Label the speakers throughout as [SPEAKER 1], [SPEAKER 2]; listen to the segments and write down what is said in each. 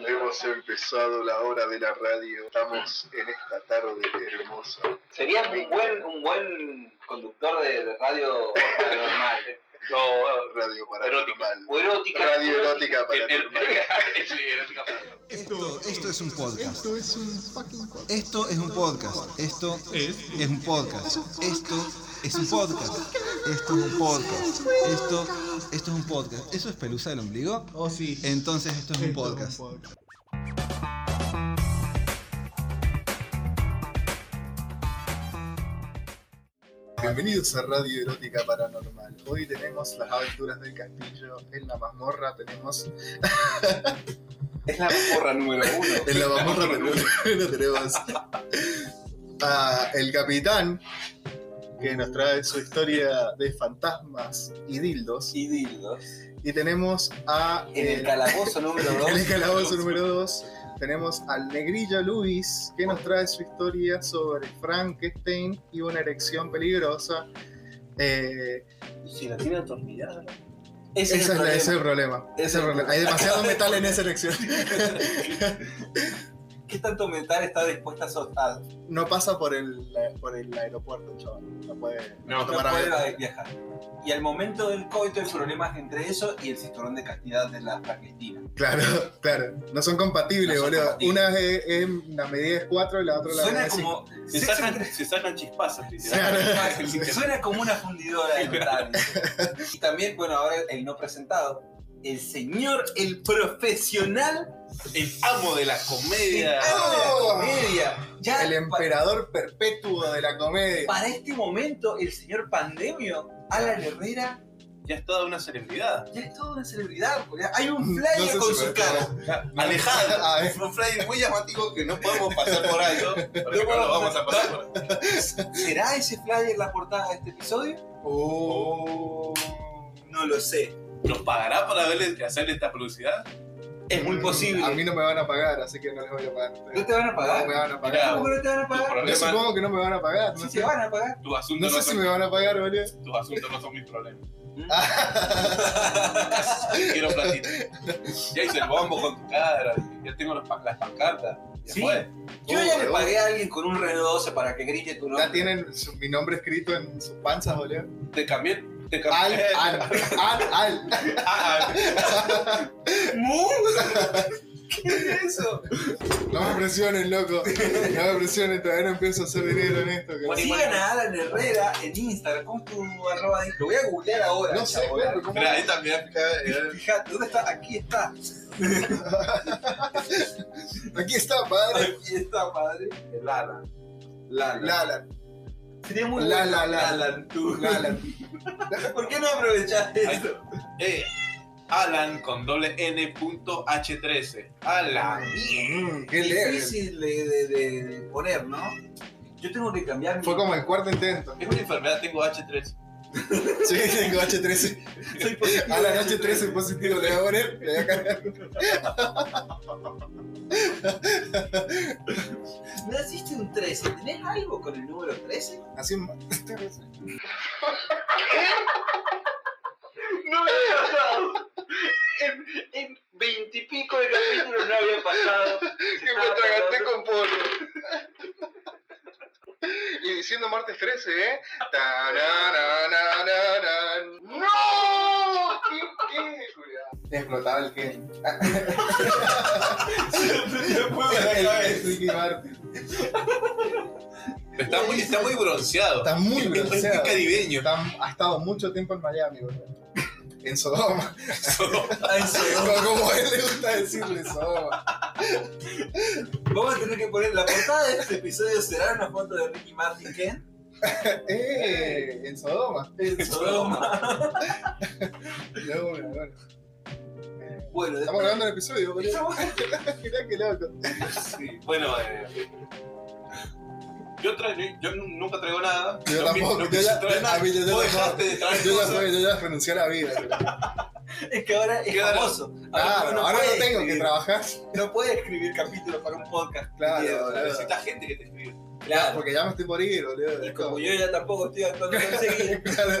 [SPEAKER 1] Hemos empezado la hora de la radio. Estamos en esta tarde hermosa.
[SPEAKER 2] Serías un buen, un buen conductor de, de radio paranormal. ¿eh? No,
[SPEAKER 1] Radio
[SPEAKER 2] erótica.
[SPEAKER 1] paranormal.
[SPEAKER 2] O erótica.
[SPEAKER 1] Radio erótica paranormal.
[SPEAKER 2] Sí, erótica paranormal.
[SPEAKER 3] Esto, esto es un podcast. Esto es un podcast. Esto es un podcast. Esto es, un podcast. Esto es un podcast. Esto es un podcast. Esto, esto es un podcast. ¿Eso es pelusa del ombligo?
[SPEAKER 4] Oh, sí.
[SPEAKER 3] Entonces esto es un
[SPEAKER 4] Esto es
[SPEAKER 3] podcast.
[SPEAKER 1] Bienvenidos a Radio Erótica Paranormal. Hoy tenemos las aventuras del castillo en la mazmorra. Tenemos
[SPEAKER 2] Es la porra número uno.
[SPEAKER 1] en la mazmorra tenemos, tenemos a el capitán que nos trae su historia de fantasmas y dildos
[SPEAKER 2] Y dildos.
[SPEAKER 1] y tenemos a
[SPEAKER 2] En el
[SPEAKER 1] eh,
[SPEAKER 2] calabozo número dos.
[SPEAKER 1] En el calabozo número 2 tenemos al negrilla Luis, que nos trae su historia sobre Frankenstein y una erección peligrosa. Eh,
[SPEAKER 2] Si la tiene atornillada. Ese
[SPEAKER 1] ese es la- ese es el
[SPEAKER 2] problema.
[SPEAKER 1] problema. ese es el problema. Hay demasiado metal en esa erección.
[SPEAKER 2] ¿Qué tanto mental está dispuesta a soltar?
[SPEAKER 1] No pasa por el, por el aeropuerto, chaval. No puede
[SPEAKER 2] No
[SPEAKER 1] tomar avión.
[SPEAKER 2] puede viajar. Y al momento del coito hay problemas entre eso y el cinturón de castidad de la Frankenstein.
[SPEAKER 1] Claro, claro. No son compatibles,
[SPEAKER 2] No son
[SPEAKER 1] boludo.
[SPEAKER 2] compatibles.
[SPEAKER 1] Una es, es- la medida es 4 y la otra la medida
[SPEAKER 2] Suena
[SPEAKER 1] es cinco.
[SPEAKER 2] como.
[SPEAKER 5] Se
[SPEAKER 2] sí,
[SPEAKER 5] sacan, se sacan chispazas, literal.
[SPEAKER 1] Claro.
[SPEAKER 2] Suena como una fundidora de metal. Y también, bueno, ahora el no presentado. El señor, el profesional,
[SPEAKER 5] El amo de la
[SPEAKER 2] el
[SPEAKER 5] comedia.
[SPEAKER 2] amo de la
[SPEAKER 1] Oh.
[SPEAKER 2] comedia. Ya
[SPEAKER 1] El
[SPEAKER 2] pa-
[SPEAKER 1] emperador perpetuo de la comedia.
[SPEAKER 2] para este momento, el señor Pandemio, Alan Herrera,
[SPEAKER 5] Ya es toda una celebridad.
[SPEAKER 2] ya es toda una celebridad. porque Hay un
[SPEAKER 1] No
[SPEAKER 2] flyer
[SPEAKER 1] sé si
[SPEAKER 2] con
[SPEAKER 1] me-
[SPEAKER 2] su cara.
[SPEAKER 1] A
[SPEAKER 5] Alejandro,
[SPEAKER 1] ver.
[SPEAKER 5] es un flyer muy llamativo que no podemos pasar por alto. Porque
[SPEAKER 2] No
[SPEAKER 5] no lo
[SPEAKER 2] podemos
[SPEAKER 5] vamos a pasar por alto.
[SPEAKER 2] ¿Será ese flyer la portada de este episodio?
[SPEAKER 1] Oh.
[SPEAKER 2] No lo sé.
[SPEAKER 5] ¿Nos pagará para verle, hacerle esta publicidad?
[SPEAKER 2] Es muy
[SPEAKER 1] Mm, A
[SPEAKER 2] posible.
[SPEAKER 1] mí no me van a pagar, así que no les voy a pagar.
[SPEAKER 2] ¿No te van a
[SPEAKER 1] No me
[SPEAKER 2] pagar?
[SPEAKER 1] van a
[SPEAKER 5] Mirá,
[SPEAKER 1] pagar.
[SPEAKER 2] ¿Cómo no te van a
[SPEAKER 5] Tus
[SPEAKER 2] pagar?
[SPEAKER 1] Yo
[SPEAKER 5] problemas,
[SPEAKER 1] supongo que no me van a pagar. No
[SPEAKER 2] Si te
[SPEAKER 1] sé,
[SPEAKER 2] van a pagar.
[SPEAKER 5] tus
[SPEAKER 1] no
[SPEAKER 5] asuntos
[SPEAKER 1] sé
[SPEAKER 5] no
[SPEAKER 1] si
[SPEAKER 5] son-
[SPEAKER 1] me van a pagar, boludo.
[SPEAKER 5] tus asuntos no son mis problemas.
[SPEAKER 2] Ah.
[SPEAKER 5] Quiero platita. Ya hice el bombo con tu cara. Ya tengo los pa- las pancartas. Ya
[SPEAKER 2] Sí.
[SPEAKER 5] fue.
[SPEAKER 2] Yo
[SPEAKER 1] Oh,
[SPEAKER 2] ya le
[SPEAKER 1] boludo.
[SPEAKER 2] pagué a alguien con un reloj 12 para que grite tu nombre.
[SPEAKER 1] Ya tienen su- mi nombre escrito en sus panzas, boludo.
[SPEAKER 5] Te cambié. Te
[SPEAKER 1] Al,
[SPEAKER 5] cambié.
[SPEAKER 1] al, al, al.
[SPEAKER 5] Ah,
[SPEAKER 2] ¿Mu? ¿Qué es eso?
[SPEAKER 1] No me presionen, loco. No me presionen, todavía no empiezo a hacer dinero en esto. que-
[SPEAKER 5] Bueno,
[SPEAKER 2] Sigan a Alan Herrera en Instagram. ¿Cómo es tu arroba? de- Lo voy a googlear ahora.
[SPEAKER 1] No sé,
[SPEAKER 2] chabón.
[SPEAKER 1] perro, ¿cómo?
[SPEAKER 5] Mira, ahí también.
[SPEAKER 2] Fíjate, ¿dónde está? Aquí está.
[SPEAKER 1] Aquí está, padre.
[SPEAKER 2] Aquí está, padre. El Alan. Lala.
[SPEAKER 1] Lala,
[SPEAKER 2] Sería muy
[SPEAKER 1] La,
[SPEAKER 2] bueno.
[SPEAKER 1] la, la.
[SPEAKER 2] Alan, tú.
[SPEAKER 1] Lala.
[SPEAKER 2] ¿Por qué no aprovechás
[SPEAKER 5] Ahí-
[SPEAKER 2] esto?
[SPEAKER 5] Eh, Alan con doble N punto H13. Alan.
[SPEAKER 1] Mm, qué leve.
[SPEAKER 2] difícil de, de- de- de poner, ¿no? Yo tengo que cambiar mi...
[SPEAKER 1] Fue como el cuarto intento.
[SPEAKER 5] Es una enfermedad, tengo H13.
[SPEAKER 1] Sí, tengo H13.
[SPEAKER 2] Soy positivo
[SPEAKER 1] A Ah, la
[SPEAKER 2] de
[SPEAKER 1] noche 13 positivo le voy a poner. Le voy a cargar.
[SPEAKER 2] ¿No existe un 13? ¿Tenés algo con el número 13?
[SPEAKER 1] Así un
[SPEAKER 6] No me había pasado. En, en veintipico de capítulos no había pasado.
[SPEAKER 1] que me traganté con pollo. Y diciendo martes 13, ¿eh? Tarananananan.
[SPEAKER 6] ¡No!
[SPEAKER 1] ¿Qué- qué, Julián? Explotaba el gen. El- el Ricky Martin.
[SPEAKER 5] Está muy, está muy bronceado.
[SPEAKER 1] Está muy
[SPEAKER 5] Es- es- Es
[SPEAKER 1] bronceado.
[SPEAKER 5] muy caribeño.
[SPEAKER 1] Está- ha estado mucho tiempo en Miami, boludo. En Sodoma.
[SPEAKER 2] Ay, sí.
[SPEAKER 1] Como, como a él le gusta decirle Sodoma.
[SPEAKER 2] Vamos a tener que poner... La portada de este episodio será una foto de Ricky Martin Ken.
[SPEAKER 1] Eh, en Sodoma.
[SPEAKER 2] En Sodoma.
[SPEAKER 1] De una, de una. Eh,
[SPEAKER 2] Bueno,
[SPEAKER 1] Estamos
[SPEAKER 2] después-
[SPEAKER 1] grabando el episodio, boludo.
[SPEAKER 2] Estamos-
[SPEAKER 1] Mirá qué loco.
[SPEAKER 5] Sí, Bueno, eh, yo, tra- yo- yo nunca traigo nada.
[SPEAKER 1] Yo
[SPEAKER 5] No
[SPEAKER 1] tampoco,
[SPEAKER 5] pi- no
[SPEAKER 1] yo
[SPEAKER 5] pienso
[SPEAKER 1] ya-
[SPEAKER 5] traer nada.
[SPEAKER 1] a mí yo ya
[SPEAKER 5] Vos
[SPEAKER 1] tampoco.
[SPEAKER 5] dejaste de traer
[SPEAKER 1] Yo ya,
[SPEAKER 5] cosas.
[SPEAKER 1] soy, yo ya renuncié a la vida. boludo.
[SPEAKER 2] Es que ahora es
[SPEAKER 5] Claro.
[SPEAKER 2] famoso.
[SPEAKER 1] Ah,
[SPEAKER 2] uno
[SPEAKER 1] ahora
[SPEAKER 2] puede
[SPEAKER 1] no tengo que
[SPEAKER 2] escribir-
[SPEAKER 1] trabajar.
[SPEAKER 2] No puede escribir capítulos para un podcast.
[SPEAKER 1] Claro,
[SPEAKER 2] Miedo,
[SPEAKER 1] boludo.
[SPEAKER 2] boludo.
[SPEAKER 5] Necesitas gente que te escriba.
[SPEAKER 2] Claro.
[SPEAKER 1] Porque ya me estoy por ir, boludo.
[SPEAKER 2] Y como yo ya tampoco estoy actuando en seguir,
[SPEAKER 1] Claro.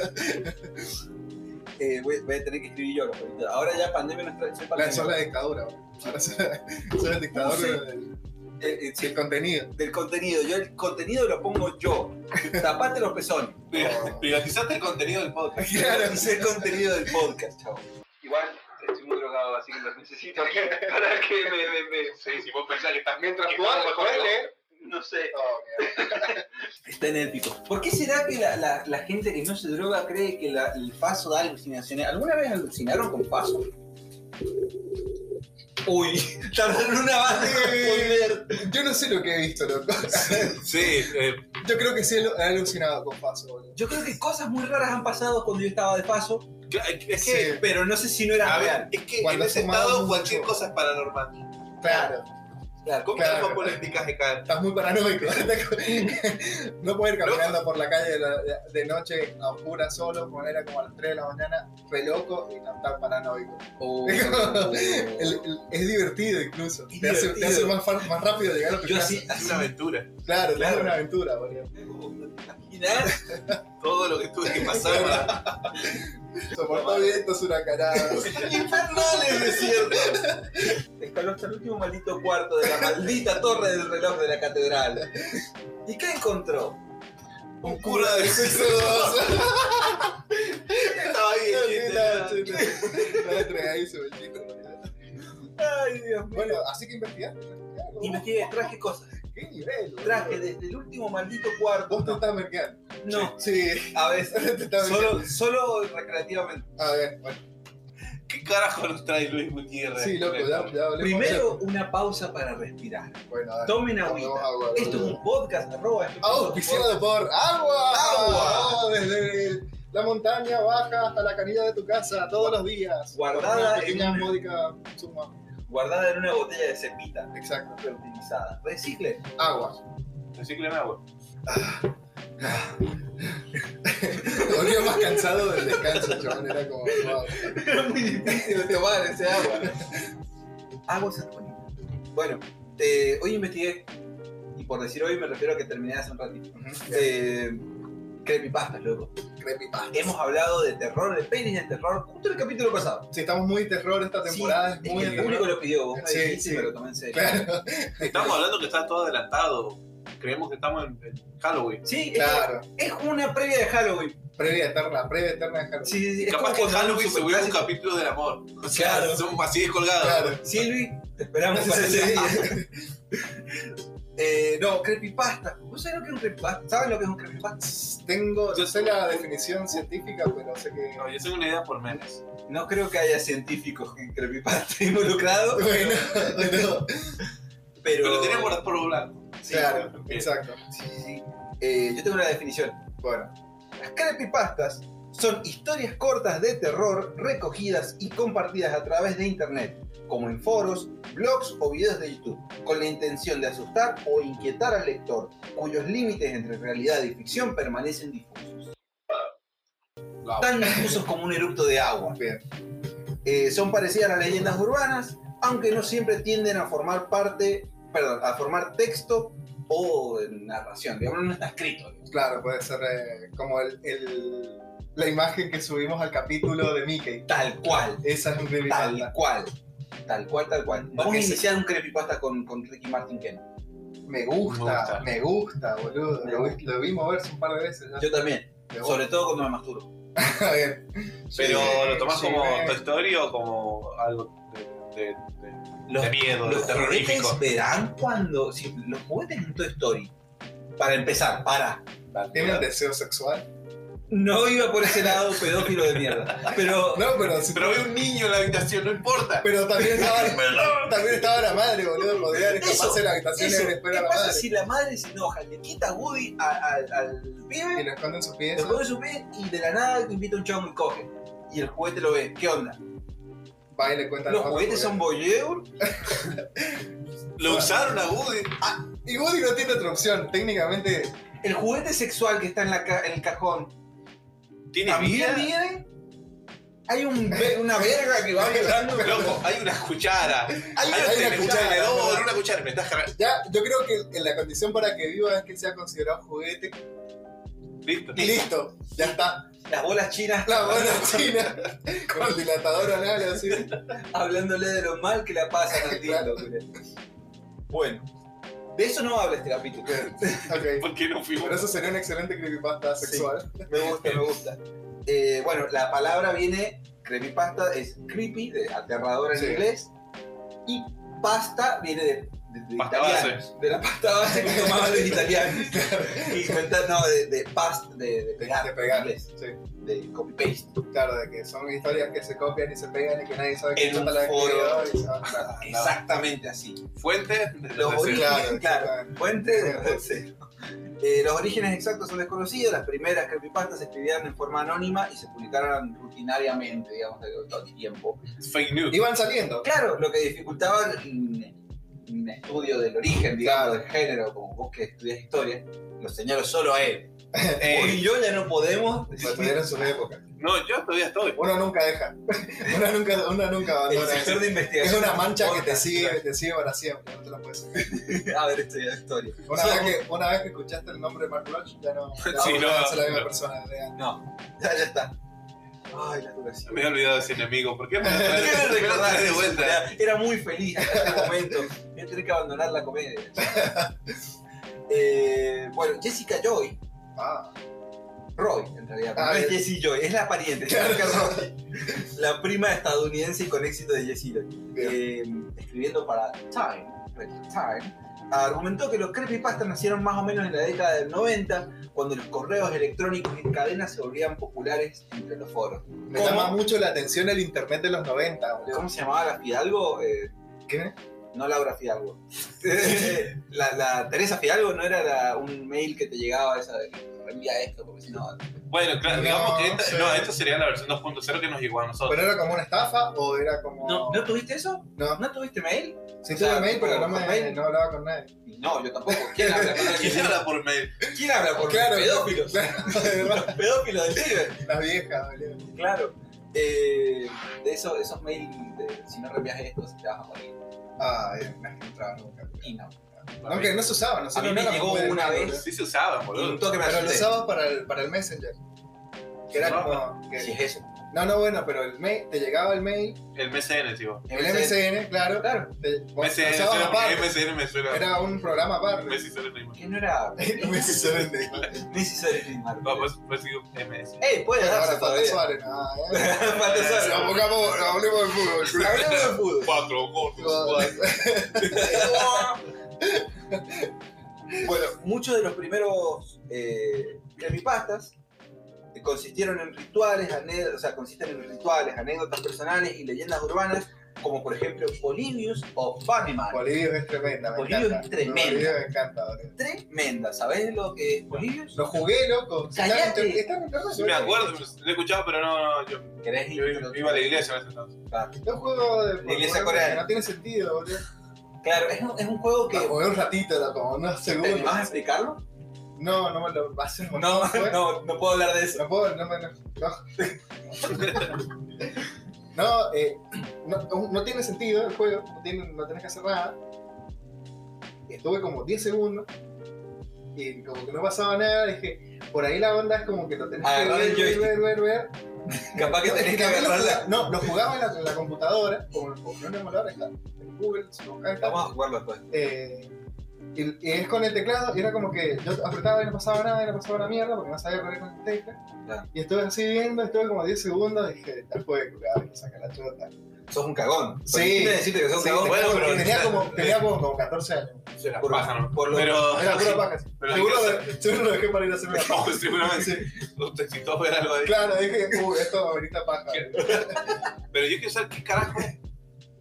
[SPEAKER 2] eh, voy, voy a tener que escribir yo los capítulos. Ahora ya pandemia no está. soy
[SPEAKER 1] Lanzó la
[SPEAKER 2] pandemia.
[SPEAKER 1] dictadura. bro. Ahora soy soy el dictador
[SPEAKER 2] Sí.
[SPEAKER 1] del,
[SPEAKER 2] Eh, eh, sí,
[SPEAKER 1] del contenido.
[SPEAKER 2] del contenido. Yo el contenido lo pongo yo. Tapate los pezones.
[SPEAKER 5] Pri- Privatizaste el contenido del podcast.
[SPEAKER 2] Claro, hice el contenido del podcast, chavo.
[SPEAKER 6] Igual estoy muy drogado, así que los necesito aquí para que me. me, me-
[SPEAKER 7] Sí, si vos pensás que estás
[SPEAKER 6] Mientras
[SPEAKER 7] que
[SPEAKER 6] tú
[SPEAKER 7] estás
[SPEAKER 6] hablas
[SPEAKER 7] mejor
[SPEAKER 6] con él,
[SPEAKER 7] que
[SPEAKER 6] ¿eh? No sé.
[SPEAKER 1] Oh, mierda.
[SPEAKER 2] Está en el pico. ¿Por qué será que la, la- la gente que no se droga cree que la- el paso da alucinaciones? ¿Alguna vez alucinaron con paso? Uy, tardaron una base en volver.
[SPEAKER 1] Eh, Yo no sé lo que he visto, loco.
[SPEAKER 5] Sí, eh,
[SPEAKER 1] Yo creo que sí he alucinado con paso, boludo.
[SPEAKER 2] Yo creo que cosas muy raras han pasado cuando yo estaba de paso,
[SPEAKER 5] cla- es que,
[SPEAKER 1] Sí.
[SPEAKER 2] pero no sé si no era
[SPEAKER 5] a ver,
[SPEAKER 2] real.
[SPEAKER 5] es que
[SPEAKER 1] Cuando
[SPEAKER 5] en ese
[SPEAKER 1] fumaba
[SPEAKER 5] estado
[SPEAKER 1] mucho.
[SPEAKER 5] cualquier cosa es paranormal.
[SPEAKER 1] Claro,
[SPEAKER 2] Claro.
[SPEAKER 5] ¿Cómo
[SPEAKER 1] Claro.
[SPEAKER 5] las políticas de cada
[SPEAKER 1] estás muy paranoico. no puedo ir caminando por la calle de, la- de noche a oscura solo, como era como a las 3 de la mañana, re loco y no tan paranoico.
[SPEAKER 2] Oh.
[SPEAKER 1] El- el- es divertido incluso.
[SPEAKER 2] Es
[SPEAKER 1] te, hace, te
[SPEAKER 2] divertido.
[SPEAKER 1] hace más, fa- más rápido llegar a tu
[SPEAKER 2] Yo
[SPEAKER 1] casa.
[SPEAKER 2] así,
[SPEAKER 5] Es una aventura.
[SPEAKER 1] Claro,
[SPEAKER 5] Claro.
[SPEAKER 1] claro. una aventura, boludo.
[SPEAKER 2] imaginar
[SPEAKER 5] Todo lo que tuve que pasar.
[SPEAKER 1] Soportó vientos huracanados.
[SPEAKER 2] infernales de cierto. Escaló hasta el último maldito cuarto de la maldita torre del reloj de la catedral. ¿Y qué encontró?
[SPEAKER 5] un cura de sexo. Estaba ahí el chiste,
[SPEAKER 1] No,
[SPEAKER 5] ¿no?
[SPEAKER 1] chiste. No le traigáis su chiste, boludo.
[SPEAKER 2] Ay, Dios mío.
[SPEAKER 1] Bueno, así que investigaste. investigaste,
[SPEAKER 2] Y me quedé, traje cosas.
[SPEAKER 1] ¿Qué nivel? boludo?
[SPEAKER 2] Traje desde el último maldito cuarto.
[SPEAKER 1] Vos te estás merqueando.
[SPEAKER 2] No,
[SPEAKER 1] Sí,
[SPEAKER 2] a veces.
[SPEAKER 1] te estás merqueando.
[SPEAKER 2] Solo, solo recreativamente.
[SPEAKER 1] A ver, bueno.
[SPEAKER 5] ¿Qué carajo nos trae Luis Gutiérrez?
[SPEAKER 1] Sí, loco, ya, ya hablemos.
[SPEAKER 2] Primero, una pausa para respirar.
[SPEAKER 1] Bueno, dale.
[SPEAKER 2] Tomen
[SPEAKER 1] Tomemos
[SPEAKER 2] agüita.
[SPEAKER 1] agua,
[SPEAKER 2] Esto es
[SPEAKER 1] boludo.
[SPEAKER 2] un podcast, arroba. esto es un
[SPEAKER 1] Auspiciado por agua. Ah,
[SPEAKER 2] Agua.
[SPEAKER 1] Desde el- la montaña baja hasta la canilla de tu casa todos los días.
[SPEAKER 2] Guardada
[SPEAKER 1] Con una pequeña
[SPEAKER 2] en-
[SPEAKER 1] módica suma.
[SPEAKER 2] podcast. Guardada en una botella de cepita.
[SPEAKER 1] Exacto.
[SPEAKER 2] Reutilizada. Recicle.
[SPEAKER 1] Agua.
[SPEAKER 5] Reciclen agua.
[SPEAKER 1] Volvió más cansado del descanso, chaval. Era como. wow.
[SPEAKER 2] Era muy difícil de tomar ese agua. Agua saponina. Bueno, eh, hoy investigué, y por decir hoy me refiero a que terminé hace un ratito. Eh, creepypastas, loco.
[SPEAKER 1] Creepypasta.
[SPEAKER 2] Hemos hablado de terror, de pelis de terror, justo en el capítulo pasado.
[SPEAKER 1] Si estamos muy terror esta temporada,
[SPEAKER 2] Sí,
[SPEAKER 1] es muy
[SPEAKER 2] que el
[SPEAKER 1] terror.
[SPEAKER 2] público lo pidió, vos me
[SPEAKER 1] Sí,
[SPEAKER 2] dijiste y
[SPEAKER 1] sí.
[SPEAKER 2] me lo tomé en serio.
[SPEAKER 1] Claro,
[SPEAKER 5] Estamos hablando que está todo adelantado. Creemos que estamos en, en Halloween.
[SPEAKER 2] Sí, es-
[SPEAKER 1] claro.
[SPEAKER 2] es una previa de Halloween.
[SPEAKER 1] Previa eterna, previa eterna de Halloween.
[SPEAKER 2] Sí, sí, sí, es
[SPEAKER 5] Capaz
[SPEAKER 2] como
[SPEAKER 5] que en
[SPEAKER 2] cuando
[SPEAKER 5] Halloween
[SPEAKER 2] un
[SPEAKER 5] se hubiera un
[SPEAKER 2] superclásico.
[SPEAKER 5] capítulo del amor. O sea,
[SPEAKER 2] Claro.
[SPEAKER 5] son así descolgados.
[SPEAKER 1] Claro.
[SPEAKER 2] Silvi, te esperamos para
[SPEAKER 1] Sí, sí,
[SPEAKER 2] ese día. Eh, no, creepypasta. ¿Vos sabés lo que es un creepypasta? ¿Saben lo que es un creepypasta?
[SPEAKER 1] Tengo, yo sé la definición científica, pero sé que.
[SPEAKER 5] No, yo tengo una idea por memes.
[SPEAKER 2] No creo que haya científicos en creepypasta involucrados,
[SPEAKER 1] Bueno, no,
[SPEAKER 2] pero.
[SPEAKER 5] Pero tenemos las polvo blanco.
[SPEAKER 2] Sí,
[SPEAKER 1] claro,
[SPEAKER 5] bien.
[SPEAKER 1] exacto.
[SPEAKER 2] sí, sí, sí. Eh, yo tengo una definición.
[SPEAKER 1] Bueno,
[SPEAKER 2] Las creepypastas son historias cortas de terror recogidas y compartidas a través de internet, como en foros, blogs o videos de YouTube, con la intención de asustar o inquietar al lector, cuyos límites entre realidad y ficción permanecen difusos. Tan difusos como un eructo de agua.
[SPEAKER 1] bien.
[SPEAKER 2] Eh, son parecidas a las leyendas urbanas, aunque no siempre tienden a formar parte, perdón, a formar texto o narración, digamos, no está escrito. digamos.
[SPEAKER 1] Claro, puede ser eh, como el, el- la imagen que subimos al capítulo de Mickey.
[SPEAKER 2] Tal cual.
[SPEAKER 1] Esa es un
[SPEAKER 2] Tal
[SPEAKER 1] creepypasta.
[SPEAKER 2] cual. Tal cual, tal cual. Vamos a
[SPEAKER 1] Porque se-
[SPEAKER 2] iniciar un creepypasta con, con Ricky Martin Ken.
[SPEAKER 1] Me gusta, me gusta, boludo.
[SPEAKER 2] Me
[SPEAKER 1] Lo, vi-
[SPEAKER 2] gusta.
[SPEAKER 1] lo vi moverse un par de veces. ¿no?
[SPEAKER 2] Yo también.
[SPEAKER 1] Me gusta.
[SPEAKER 2] Sobre todo cuando me masturo.
[SPEAKER 1] Bien.
[SPEAKER 5] Pero
[SPEAKER 1] Sí,
[SPEAKER 5] lo tomás
[SPEAKER 1] sí,
[SPEAKER 5] como
[SPEAKER 1] bien.
[SPEAKER 5] tu historia o como algo de, de- de- de miedo, de
[SPEAKER 2] los
[SPEAKER 5] terrorífico.
[SPEAKER 2] juguetes verán cuando. si los juguetes en Toy Story. Para empezar, para.
[SPEAKER 1] ¿Tiene el deseo sexual?
[SPEAKER 2] No iba por ese lado pedófilo de mierda. Pero.
[SPEAKER 1] No, pero, si-
[SPEAKER 5] Pero hay un niño en la habitación, no importa.
[SPEAKER 1] pero también, estaba, también estaba la madre, boludo. Podría
[SPEAKER 2] Eso,
[SPEAKER 1] escaparse de la habitación
[SPEAKER 2] eso,
[SPEAKER 1] y
[SPEAKER 2] ¿Qué
[SPEAKER 1] esperar a la
[SPEAKER 2] pasa
[SPEAKER 1] madre.
[SPEAKER 2] si la madre se enoja? Le quita Woody a- a- al
[SPEAKER 1] Y
[SPEAKER 2] pibe,
[SPEAKER 1] lo esconden sus
[SPEAKER 2] le
[SPEAKER 1] pies.
[SPEAKER 2] pone su pie y de la nada te invita a un chavo y coge. Y el juguete lo ve. ¿Qué onda?
[SPEAKER 1] Va y le cuenta a
[SPEAKER 2] ¿Los
[SPEAKER 1] la
[SPEAKER 2] juguetes son
[SPEAKER 1] mamá.
[SPEAKER 2] voyeur?
[SPEAKER 5] Lo usaron a Woody.
[SPEAKER 1] Y Woody no tiene otra opción. Técnicamente,
[SPEAKER 2] El juguete sexual que está en, la ca- en el cajón
[SPEAKER 5] Tiene
[SPEAKER 2] ¿También
[SPEAKER 5] vida.
[SPEAKER 2] viene? Hay un ve- una verga que va violando.
[SPEAKER 5] Loco, hay una cuchara.
[SPEAKER 1] hay,
[SPEAKER 5] Hay
[SPEAKER 1] hay
[SPEAKER 5] un
[SPEAKER 1] una cuchara.
[SPEAKER 5] tenedor,
[SPEAKER 1] ¿verdad?
[SPEAKER 5] una cuchara. Me estás jalando.
[SPEAKER 1] Ya, yo creo que la condición para que viva es que sea considerado juguete
[SPEAKER 5] Listo.
[SPEAKER 1] y listo, ya está.
[SPEAKER 2] las bolas chinas
[SPEAKER 8] La buena china con dilatador anal así.
[SPEAKER 2] hablándole de lo mal que la pasan al día.
[SPEAKER 8] Claro.
[SPEAKER 2] Bueno, de eso no habla este capítulo.
[SPEAKER 8] Ok.
[SPEAKER 5] ¿Por qué no fuimos?
[SPEAKER 8] Pero eso sería un excelente creepypasta
[SPEAKER 2] Sí.
[SPEAKER 8] sexual.
[SPEAKER 2] Me gusta, me gusta. Eh, bueno, la palabra viene, creepypasta es creepy, de aterrador en
[SPEAKER 8] Sí.
[SPEAKER 2] inglés, y pasta viene de, de- de
[SPEAKER 5] Pasta
[SPEAKER 2] italiano,
[SPEAKER 5] base.
[SPEAKER 2] de la pasta base que tomaban los italianos. y cuenta, no, de, de past, de, de
[SPEAKER 8] De,
[SPEAKER 2] pegar,
[SPEAKER 8] de
[SPEAKER 2] en
[SPEAKER 8] pegar.
[SPEAKER 2] inglés,
[SPEAKER 8] Sí.
[SPEAKER 2] de copy-paste.
[SPEAKER 8] Claro, de que son historias que se copian y se pegan y que nadie sabe
[SPEAKER 2] En
[SPEAKER 8] quién
[SPEAKER 2] un
[SPEAKER 8] está la
[SPEAKER 2] foro. Ah,
[SPEAKER 8] que dio y se van a-
[SPEAKER 2] Exactamente así.
[SPEAKER 5] Fuente de
[SPEAKER 2] Los
[SPEAKER 5] los
[SPEAKER 2] orígenes,
[SPEAKER 8] claro,
[SPEAKER 2] claro.
[SPEAKER 8] exactamente.
[SPEAKER 2] Fuente de Montecero. Eh, los orígenes exactos son desconocidos, las primeras creepypastas se escribieron en forma anónima y se publicaron rutinariamente, digamos, de todo el tiempo.
[SPEAKER 5] fake news.
[SPEAKER 8] Iban saliendo.
[SPEAKER 2] Claro, lo que dificultaba un, un estudio del origen, digamos, del género, como vos que estudias historia, lo señalo solo a él. Vos y
[SPEAKER 5] Eh,
[SPEAKER 2] yo ya no podemos
[SPEAKER 8] Lo tuvieron en sus épocas.
[SPEAKER 5] no, yo todavía estoy.
[SPEAKER 8] Uno nunca deja. Uno nunca, uno nunca
[SPEAKER 2] el
[SPEAKER 8] abandona eso.
[SPEAKER 2] sector de
[SPEAKER 8] Es
[SPEAKER 2] investigación.
[SPEAKER 8] una mancha que te
[SPEAKER 2] Podcast,
[SPEAKER 8] sigue, te sigue para siempre. No te la puedes sacar.
[SPEAKER 2] claro, Haber estudiado historia.
[SPEAKER 8] Una,
[SPEAKER 2] Sí.
[SPEAKER 8] vez que, una vez que escuchaste el nombre de Mark Roach, ya no, ya
[SPEAKER 5] Sí,
[SPEAKER 8] no
[SPEAKER 5] no,
[SPEAKER 8] vas a ser la misma
[SPEAKER 5] no.
[SPEAKER 8] persona. de antes.
[SPEAKER 2] No, ya, ya está. Ay, la duración.
[SPEAKER 5] Me he olvidado de ese enemigo. ¿Por qué me lo
[SPEAKER 2] ¿Por qué me
[SPEAKER 5] traes- me lo
[SPEAKER 2] recordás
[SPEAKER 5] traes de
[SPEAKER 2] eso?
[SPEAKER 5] vuelta?
[SPEAKER 2] Era, era muy feliz en ese momento. Voy a tener que abandonar la comedia. Eh, bueno, Jessica Joy,
[SPEAKER 8] Ah,
[SPEAKER 2] Roy en realidad, no
[SPEAKER 8] Ah,
[SPEAKER 2] es
[SPEAKER 8] bien.
[SPEAKER 2] Jessie Joy, es la pariente,
[SPEAKER 8] Claro.
[SPEAKER 2] Jessica Roy, la prima estadounidense y con éxito de Jessie Joy,
[SPEAKER 8] bien.
[SPEAKER 2] eh, escribiendo para Time, Revista Time, argumentó que los creepypastas nacieron más o menos en la década del 90, cuando los correos electrónicos en cadena se volvían populares entre los foros.
[SPEAKER 8] Me
[SPEAKER 2] ¿cómo?
[SPEAKER 8] llama mucho la atención el internet de los 90, boludo.
[SPEAKER 2] ¿Cómo se llamaba la Fidalgo? Eh,
[SPEAKER 8] ¿Qué?
[SPEAKER 2] No Laura Fidalgo. la, la Teresa Fidalgo no era la- un mail que te llegaba esa de que reenvía esto, porque si no.
[SPEAKER 5] Bueno, claro,
[SPEAKER 8] No,
[SPEAKER 5] digamos que esta,
[SPEAKER 8] sí.
[SPEAKER 5] no, esta sería la versión 2.0 que nos llegó a nosotros.
[SPEAKER 8] ¿Pero era como una estafa o era como.?
[SPEAKER 2] ¿No, ¿no tuviste eso?
[SPEAKER 8] No.
[SPEAKER 2] ¿No tuviste mail?
[SPEAKER 8] Sí,
[SPEAKER 2] O sea,
[SPEAKER 8] tuve mail, pero no,
[SPEAKER 2] con
[SPEAKER 8] me-
[SPEAKER 2] mail.
[SPEAKER 8] no hablaba con nadie.
[SPEAKER 2] Y No, yo tampoco. ¿Quién habla con alguien?
[SPEAKER 5] ¿Quién habla por mail?
[SPEAKER 2] ¿Quién habla por
[SPEAKER 8] Claro,
[SPEAKER 2] los pedófilos?
[SPEAKER 8] Las
[SPEAKER 2] Los pedófilos del ciber.
[SPEAKER 8] viejas, boludo.
[SPEAKER 2] Claro. Eh, de eso, esos mails, de, si no reenvías esto, te vas a morir.
[SPEAKER 8] Ah, bien, no es que entraba nunca.
[SPEAKER 2] Y no.
[SPEAKER 8] Aunque no se usaba, no sé.
[SPEAKER 2] A mí
[SPEAKER 8] no
[SPEAKER 2] me
[SPEAKER 8] era
[SPEAKER 2] llegó
[SPEAKER 8] muy
[SPEAKER 2] una
[SPEAKER 8] boludo.
[SPEAKER 2] vez.
[SPEAKER 5] Sí se usaba,
[SPEAKER 2] Y un
[SPEAKER 5] boludo.
[SPEAKER 2] toque me
[SPEAKER 8] Pero lo
[SPEAKER 2] asusté.
[SPEAKER 8] usaba para el, para el Messenger. Que era
[SPEAKER 5] No,
[SPEAKER 8] como. que-
[SPEAKER 2] Si es eso.
[SPEAKER 8] no, no, bueno, pero el mail, te llegaba el mail,
[SPEAKER 5] El MSN, tío.
[SPEAKER 8] el MSN, claro.
[SPEAKER 2] Claro.
[SPEAKER 8] Te, vos
[SPEAKER 5] MSN,
[SPEAKER 8] usabas
[SPEAKER 5] suena-
[SPEAKER 8] aparte.
[SPEAKER 5] MSN me suena.
[SPEAKER 8] Era un programa aparte.
[SPEAKER 5] MSN me imagino.
[SPEAKER 2] Que no era
[SPEAKER 8] Messenger de
[SPEAKER 2] necesario filmar.
[SPEAKER 5] No, pues, pues digo MS.
[SPEAKER 2] Eh, puede
[SPEAKER 8] Ahora
[SPEAKER 2] darse
[SPEAKER 8] falta
[SPEAKER 2] todavía.
[SPEAKER 8] Suárez. Ah, ya.
[SPEAKER 2] Falta Suárez.
[SPEAKER 8] Nos buscamos- nos hablemos de fútbol.
[SPEAKER 2] Hablemos de fútbol.
[SPEAKER 5] Cuatro gordos.
[SPEAKER 2] bueno, muchos de los primeros eh, creepypastas consistieron en rituales, ane- o sea, consisten en rituales, anécdotas personales y leyendas urbanas, como por ejemplo Polybius o Bunnyman.
[SPEAKER 8] Bolivia es tremenda, me
[SPEAKER 2] Bolivia
[SPEAKER 8] encanta.
[SPEAKER 2] es tremenda.
[SPEAKER 8] Bolivia me encanta, boludo.
[SPEAKER 2] Tremenda, ¿sabés lo que es Polybius?
[SPEAKER 8] Lo jugué, loco. Está en
[SPEAKER 2] Cállate.
[SPEAKER 8] inter- está en internet,
[SPEAKER 5] Me
[SPEAKER 8] boludo.
[SPEAKER 5] acuerdo, lo he escuchado, pero no, no, yo,
[SPEAKER 2] ¿Querés Ah,
[SPEAKER 5] yo
[SPEAKER 2] ir?
[SPEAKER 5] iba a la iglesia en ese entonces.
[SPEAKER 8] Es un juego de
[SPEAKER 2] La iglesia
[SPEAKER 8] que
[SPEAKER 2] coreana.
[SPEAKER 8] No tiene sentido, boludo.
[SPEAKER 2] Claro, es un, es un juego
[SPEAKER 8] Lo
[SPEAKER 5] Ah,
[SPEAKER 2] que...
[SPEAKER 8] jugué un ratito, era como unos
[SPEAKER 2] ¿Te animás a
[SPEAKER 8] segundos.
[SPEAKER 2] explicarlo?
[SPEAKER 8] No, no me lo hace un
[SPEAKER 2] No,
[SPEAKER 8] montón, fue.
[SPEAKER 2] no, no puedo hablar de eso.
[SPEAKER 8] No puedo, no me. No. No, eh, no, no tiene sentido el juego, no, tiene, no tenés que hacer nada. Estuve como 10 segundos y como que no pasaba nada. Dije, por ahí la onda es como que lo tenés que
[SPEAKER 2] Agarrar el
[SPEAKER 8] ver, ver,
[SPEAKER 2] joystick.
[SPEAKER 8] ver, ver, ver.
[SPEAKER 2] Capaz que
[SPEAKER 8] No,
[SPEAKER 2] tenés que
[SPEAKER 8] también lo
[SPEAKER 2] agarrar la...
[SPEAKER 8] jugaba- No, lo jugaba en la, en la computadora, como lo jugaba en un emulador, está en Google, se lo buscaba, está.
[SPEAKER 2] Vamos a jugarlo después.
[SPEAKER 8] Eh, y, y es con el teclado, y era como que yo apretaba y no pasaba nada, y no pasaba una mierda, porque no sabía correr con el tecla.
[SPEAKER 2] Claro.
[SPEAKER 8] Y estuve así viendo, estuve como 10 segundos, y dije, ya fue, cuidado, me saca la chota.
[SPEAKER 2] Sos un cagón.
[SPEAKER 8] Sí.
[SPEAKER 2] Quiere decirte que sos un
[SPEAKER 8] Sí,
[SPEAKER 2] cagón.
[SPEAKER 8] tenía
[SPEAKER 5] bueno,
[SPEAKER 8] como-
[SPEAKER 5] pero-
[SPEAKER 8] tenía, como, tenía como, como 14 años.
[SPEAKER 5] Yo la
[SPEAKER 2] Por-
[SPEAKER 5] paja, ¿no?
[SPEAKER 2] por lo-
[SPEAKER 5] pero,
[SPEAKER 8] Era pura paja. sí.
[SPEAKER 5] pero
[SPEAKER 8] Seguro,
[SPEAKER 5] hay que
[SPEAKER 8] seguro lo dejé para ir a hacerme la paja.
[SPEAKER 5] No, seguramente. Te excitó ver algo ahí.
[SPEAKER 8] Claro, dije, uh, esto ahorita paja.
[SPEAKER 5] ¿Qué? Pero yo quiero saber qué carajo es.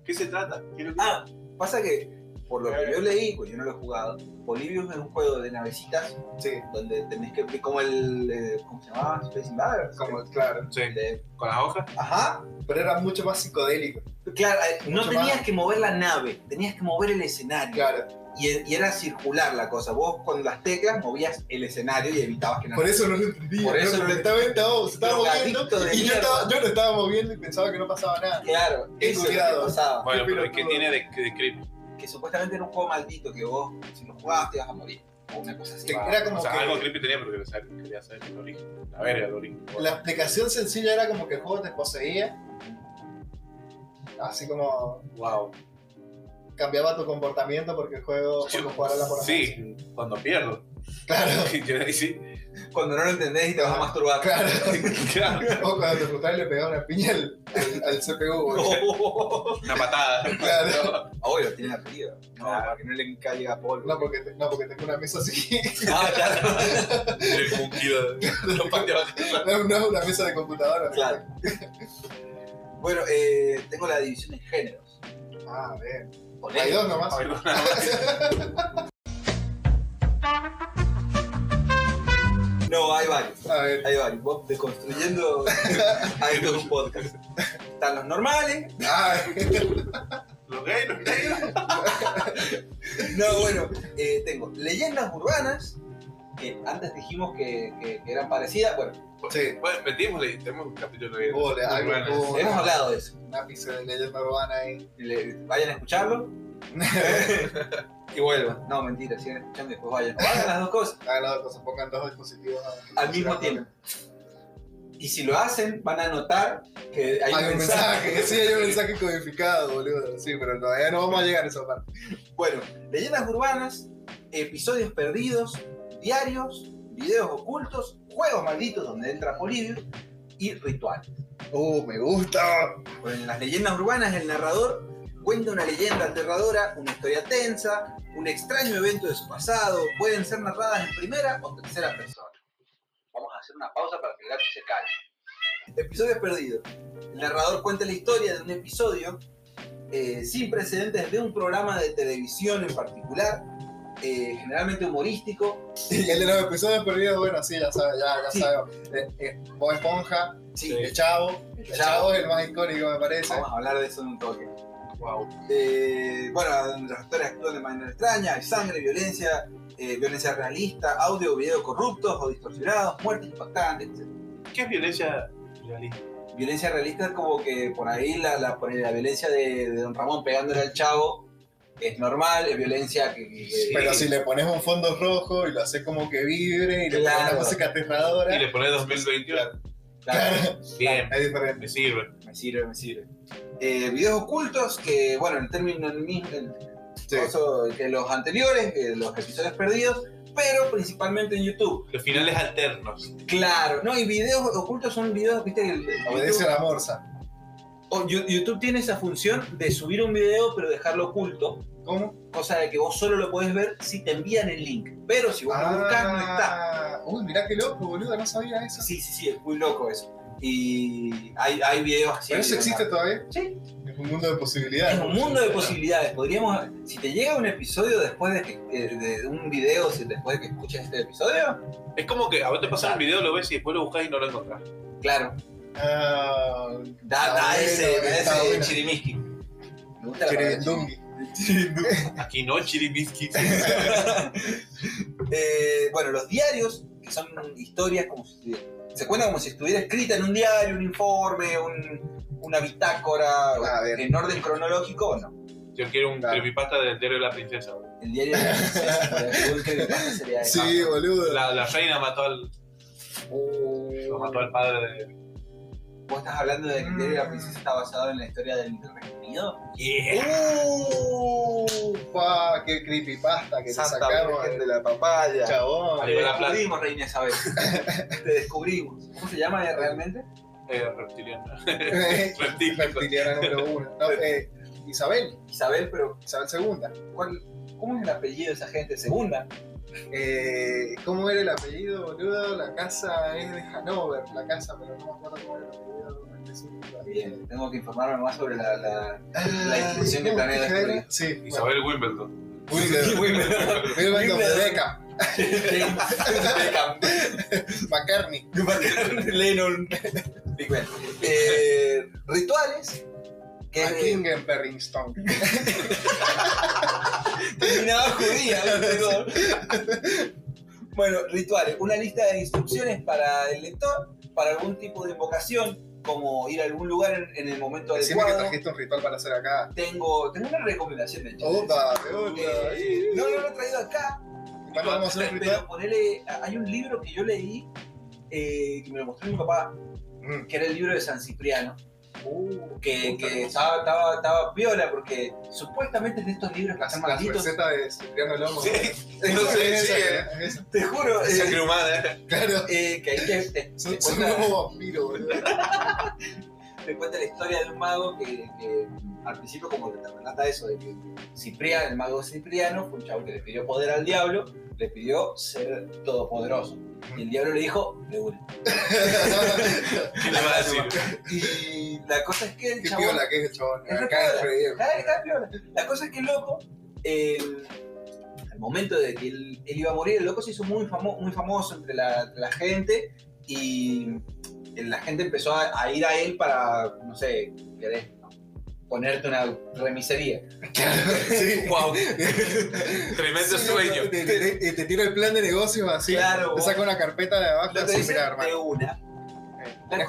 [SPEAKER 5] ¿Qué se trata? Quiero que-
[SPEAKER 2] Ah, pasa que, por lo que yo leí, pues yo no lo he jugado, Polybius es un juego de navecitas
[SPEAKER 8] Sí,
[SPEAKER 2] donde tenés que. como el. eh, ¿Cómo se llamaba? Space Invaders.
[SPEAKER 8] como, claro.
[SPEAKER 5] Sí,
[SPEAKER 2] El de-
[SPEAKER 5] con las hojas.
[SPEAKER 2] Ajá.
[SPEAKER 8] Pero era mucho más psicodélico.
[SPEAKER 2] Claro, eh, no
[SPEAKER 8] Mucho
[SPEAKER 2] tenías
[SPEAKER 8] más.
[SPEAKER 2] que mover la nave, tenías que mover el escenario.
[SPEAKER 8] Claro.
[SPEAKER 2] Y, y era circular la cosa. Vos con las teclas movías el escenario y evitabas que no.
[SPEAKER 8] Por eso no lo entendía.
[SPEAKER 2] Por eso
[SPEAKER 8] no,
[SPEAKER 2] no lo
[SPEAKER 8] estaba, estaba, se estaba
[SPEAKER 2] Pero
[SPEAKER 8] moviendo
[SPEAKER 2] gatito de
[SPEAKER 8] y yo,
[SPEAKER 2] mierda.
[SPEAKER 8] estaba, yo lo estaba moviendo y pensaba que no pasaba nada.
[SPEAKER 2] Claro,
[SPEAKER 8] Qué
[SPEAKER 2] eso es lo que
[SPEAKER 8] cuidado.
[SPEAKER 2] pasaba.
[SPEAKER 5] Bueno, pero ¿qué
[SPEAKER 8] pelotudo.
[SPEAKER 5] tiene de, de creepy?
[SPEAKER 2] que supuestamente era un juego maldito que vos, si lo jugabas, te ibas a morir. o una cosa así.
[SPEAKER 8] Te- Era como
[SPEAKER 5] o sea,
[SPEAKER 8] que
[SPEAKER 5] algo creepy tenía, pero quería saber, quería saber el origen. A ver, el origen.
[SPEAKER 8] la explicación sencilla era como que el juego te poseía. Así como
[SPEAKER 5] Wow.
[SPEAKER 8] cambiaba tu comportamiento porque el juego por jugar a la por
[SPEAKER 5] Sí, cuando pierdo.
[SPEAKER 8] Claro,
[SPEAKER 5] Yo ahí sí.
[SPEAKER 2] Cuando no lo entendés y te vas a masturbar.
[SPEAKER 8] claro.
[SPEAKER 5] Claro.
[SPEAKER 8] O cuando te frustras y le pegaba una piña al, al- al CPU. güey.
[SPEAKER 5] Una patada.
[SPEAKER 8] Claro.
[SPEAKER 2] Ahora "Oh, lo tiene arriba. No,
[SPEAKER 5] Claro.
[SPEAKER 2] para que no le caiga polvo.
[SPEAKER 8] No porque, te- no, porque tengo una mesa así.
[SPEAKER 5] Ah, claro. Tiene como un kilo de los pateados.
[SPEAKER 8] No, no, una mesa de computadora.
[SPEAKER 2] Claro. Bueno, eh, tengo la división en géneros.
[SPEAKER 8] Ah, a ver.
[SPEAKER 2] Con
[SPEAKER 8] Hay dos nomás.
[SPEAKER 2] No, hay varios.
[SPEAKER 8] A ver.
[SPEAKER 2] Hay varios. Vos deconstruyendo hay todo un podcast. Están los normales.
[SPEAKER 8] Ah,
[SPEAKER 5] Los gays, los gays.
[SPEAKER 2] No, bueno, eh, tengo leyendas urbanas. Que antes dijimos que, que- que eran parecidas. Bueno,
[SPEAKER 8] sí.
[SPEAKER 5] Bueno, metimos, le- tenemos un capítulo de
[SPEAKER 8] Hubo le- algo-
[SPEAKER 5] urbanas.
[SPEAKER 8] hubo
[SPEAKER 2] hemos hablado de eso.
[SPEAKER 8] un ápice de leyenda urbana ahí.
[SPEAKER 2] Le- vayan a escucharlo y vuelvan. No, mentira, sigan escuchando y después vayan. O Hagan las dos cosas.
[SPEAKER 8] Hagan las dos cosas, pongan dos dispositivos a-
[SPEAKER 2] Al mismo tiempo. Y si lo hacen, van a notar que hay,
[SPEAKER 8] Hay un mensaje, sí, hay un
[SPEAKER 2] mensaje.
[SPEAKER 8] mensaje codificado, boludo. Sí, pero todavía no vamos a llegar a esa parte.
[SPEAKER 2] Bueno, leyendas urbanas, episodios perdidos, diarios, videos ocultos, juegos malditos donde entra Polibio y rituales.
[SPEAKER 8] Uh, me gusta.
[SPEAKER 2] Bueno, Pues en las leyendas urbanas el narrador cuenta una leyenda aterradora, una historia tensa, un extraño evento de su pasado, pueden ser narradas en primera o tercera persona. Vamos a hacer una pausa para que el gato se calme. Episodios perdidos. El narrador cuenta la historia de un episodio eh, sin precedentes de un programa de televisión en particular, eh, generalmente humorístico.
[SPEAKER 8] Y el de los episodios perdidos, bueno, sí, ya sabes, ya, ya
[SPEAKER 2] Sí.
[SPEAKER 8] sabemos. Eh, eh, Bob Esponja,
[SPEAKER 2] Sí,
[SPEAKER 8] el Chavo. El
[SPEAKER 2] Chavo. Ah,
[SPEAKER 8] Chavo. es el más icónico, me parece.
[SPEAKER 2] vamos a hablar de eso en un toque.
[SPEAKER 5] Wow.
[SPEAKER 2] Eh, bueno, donde los actores actúan de manera extraña, hay sangre, violencia, eh, violencia realista, audio o video corruptos o distorsionados, muertes impactantes, etc.
[SPEAKER 5] ¿Qué es violencia realista?
[SPEAKER 2] Violencia realista es como que por ahí la, la, por ahí la violencia de, de Don Ramón pegándole al chavo es normal, es violencia que... que- que-
[SPEAKER 8] Pero si le pones un fondo rojo y lo haces como que vibre y le
[SPEAKER 2] Claro.
[SPEAKER 8] pones una música
[SPEAKER 5] Y
[SPEAKER 8] aterradora,
[SPEAKER 5] le pones 2021.
[SPEAKER 2] claro,
[SPEAKER 5] Bien,
[SPEAKER 8] es diferente.
[SPEAKER 5] me sirve.
[SPEAKER 2] me sirve, me sirve. Eh, videos ocultos que, bueno, el término el mismo, el
[SPEAKER 8] Sí.
[SPEAKER 2] coso que los anteriores, que los episodios perdidos, pero principalmente en YouTube.
[SPEAKER 5] Los finales alternos.
[SPEAKER 2] Claro, no, y videos ocultos son videos, viste, el- el-
[SPEAKER 8] Obedece a
[SPEAKER 2] YouTube,
[SPEAKER 8] la morsa.
[SPEAKER 2] o Yu- YouTube tiene esa función de subir un video pero dejarlo oculto,
[SPEAKER 8] ¿Cómo?
[SPEAKER 2] cosa de que vos solo lo podés ver si te envían el link, pero si vos
[SPEAKER 8] Ah.
[SPEAKER 2] lo buscas no está.
[SPEAKER 8] Uy, mirá qué loco, boludo, no sabía eso.
[SPEAKER 2] Sí, sí, sí, es muy loco eso. Y hay, hay videos así.
[SPEAKER 8] Pero eso existe todavía.
[SPEAKER 2] Sí,
[SPEAKER 8] Es un mundo de posibilidades.
[SPEAKER 2] es un mundo de posibilidades. Podríamos, si te llega un episodio después de que, eh, de un video, si- después de que escuches este episodio,
[SPEAKER 5] Es como que a vos te pasan el video, lo ves y después lo buscas y no lo encontrás.
[SPEAKER 2] claro,
[SPEAKER 8] Ah,
[SPEAKER 2] da, da
[SPEAKER 8] Está bueno,
[SPEAKER 2] ese, da
[SPEAKER 8] está
[SPEAKER 2] ese
[SPEAKER 8] bueno.
[SPEAKER 2] chirimisqui. Me gusta la palabra
[SPEAKER 8] Chiribindungi.
[SPEAKER 5] Aquí no, Chiribisky.
[SPEAKER 2] Eh, bueno, los diarios, que son historias como si se cuenta como si estuviera escrita en un diario, un informe, un- una bitácora,
[SPEAKER 8] Ah, A ver.
[SPEAKER 2] en orden cronológico o no.
[SPEAKER 5] Yo quiero un
[SPEAKER 8] Claro.
[SPEAKER 5] creepypasta del diario de la princesa. bro.
[SPEAKER 2] El diario de la princesa, un creepypasta sería eso.
[SPEAKER 8] Sí, boludo.
[SPEAKER 5] La, la reina mató al,
[SPEAKER 8] Uh.
[SPEAKER 5] lo mató al padre de.
[SPEAKER 2] ¿Vos estás hablando de que el diario de la princesa está basado en la historia del Reino Unido?
[SPEAKER 5] Yeah.
[SPEAKER 8] Upa, qué creepypasta que te sacaron.
[SPEAKER 2] Virgen de la papaya.
[SPEAKER 8] Chabón.
[SPEAKER 5] Ahí
[SPEAKER 2] Te
[SPEAKER 5] va la plata.
[SPEAKER 2] descubrimos, Reina Isabel. Te descubrimos. ¿Cómo se llama realmente?
[SPEAKER 5] Eh, reptiliana. Reptil.
[SPEAKER 8] Eh, Reptiliana número uno. No, eh, Isabel,
[SPEAKER 2] Isabel, pero
[SPEAKER 8] Isabel segunda.
[SPEAKER 2] ¿cuál, ¿cómo es el apellido de esa gente? Segunda.
[SPEAKER 8] Eh, ¿Cómo era el apellido, boludo? La casa es de Hanover, la casa, pero no me acuerdo cómo era el apellido. en específico.
[SPEAKER 2] Bien, tengo que informarme más sobre la. la... La
[SPEAKER 8] difusión
[SPEAKER 2] inclusión que planea destruir.
[SPEAKER 8] Ah, Sí, bueno.
[SPEAKER 5] Isabel Wimbledon.
[SPEAKER 8] Wimbledon. Wimbledon de Beckham,
[SPEAKER 2] Beckham.
[SPEAKER 8] McCartney.
[SPEAKER 2] Lennon. Big Ben. Eh, rituales. Que
[SPEAKER 8] A
[SPEAKER 2] es
[SPEAKER 8] King en Perringstone.
[SPEAKER 2] terminaba judía. ¿viste? bueno, rituales. Una lista de instrucciones para el lector, para algún tipo de invocación, como ir a algún lugar en, en el momento
[SPEAKER 8] Decime que
[SPEAKER 2] adecuado.
[SPEAKER 8] trajiste Oh, un ritual para hacer acá.
[SPEAKER 2] Tengo, tengo una recomendación de hecho.
[SPEAKER 8] Opa,
[SPEAKER 2] Eh,
[SPEAKER 8] opa.
[SPEAKER 2] no, no lo he traído acá,
[SPEAKER 8] ¿Cuándo vamos a hacer un
[SPEAKER 2] Pero
[SPEAKER 8] ritual?
[SPEAKER 2] ponele, hay un libro que yo leí, eh, que me lo mostró mi papá,
[SPEAKER 8] Mm. Uh,
[SPEAKER 2] que era el libro de San Cipriano, que,
[SPEAKER 8] puta,
[SPEAKER 2] que
[SPEAKER 8] hermoso.
[SPEAKER 2] estaba, estaba, estaba piola, porque supuestamente es de estos libros que
[SPEAKER 8] Las
[SPEAKER 2] están
[SPEAKER 8] las
[SPEAKER 2] malditos.
[SPEAKER 8] recetas de Cipriano Lomo.
[SPEAKER 5] Sí,
[SPEAKER 8] Es
[SPEAKER 5] no sé,
[SPEAKER 8] esa,
[SPEAKER 5] sí,
[SPEAKER 2] eh.
[SPEAKER 8] es esa.
[SPEAKER 2] Te juro, eh,
[SPEAKER 5] sangre humana.
[SPEAKER 8] Claro,
[SPEAKER 2] eh, que ahí te, te- te
[SPEAKER 8] son, son
[SPEAKER 2] cuenta,
[SPEAKER 8] como vampiros, boludo.
[SPEAKER 2] te cuenta la historia de un mago que, que al principio como que te relata eso, de que Cipriano, el mago Cipriano, fue un chavo que le pidió poder al diablo, le pidió ser todopoderoso. Y el diablo le dijo, de una.
[SPEAKER 5] ¿Qué le va a decir?
[SPEAKER 2] Y la cosa es que el
[SPEAKER 8] Qué
[SPEAKER 2] chavo...
[SPEAKER 8] piola que es el chabón.
[SPEAKER 2] Es re
[SPEAKER 8] Acá es
[SPEAKER 2] piola.
[SPEAKER 8] re bien.
[SPEAKER 2] Cada- cada piola. La cosa es que el loco, eh, al momento de que él, él iba a morir, el loco se hizo muy, famo- muy famoso entre la, entre la gente y la gente empezó a, a ir a él para, no sé, querés ponerte una remisería.
[SPEAKER 8] Claro, sí.
[SPEAKER 5] Wow,
[SPEAKER 8] Sí,
[SPEAKER 5] tremendo
[SPEAKER 8] no,
[SPEAKER 5] sueño.
[SPEAKER 8] Te, te, te- te tiro el plan de negocios así.
[SPEAKER 2] Claro,
[SPEAKER 8] te
[SPEAKER 2] vos-
[SPEAKER 8] saca una carpeta de abajo
[SPEAKER 2] Lo que
[SPEAKER 8] así,
[SPEAKER 2] dice
[SPEAKER 8] mira, hermano. Eh,
[SPEAKER 2] de una,
[SPEAKER 8] Tenés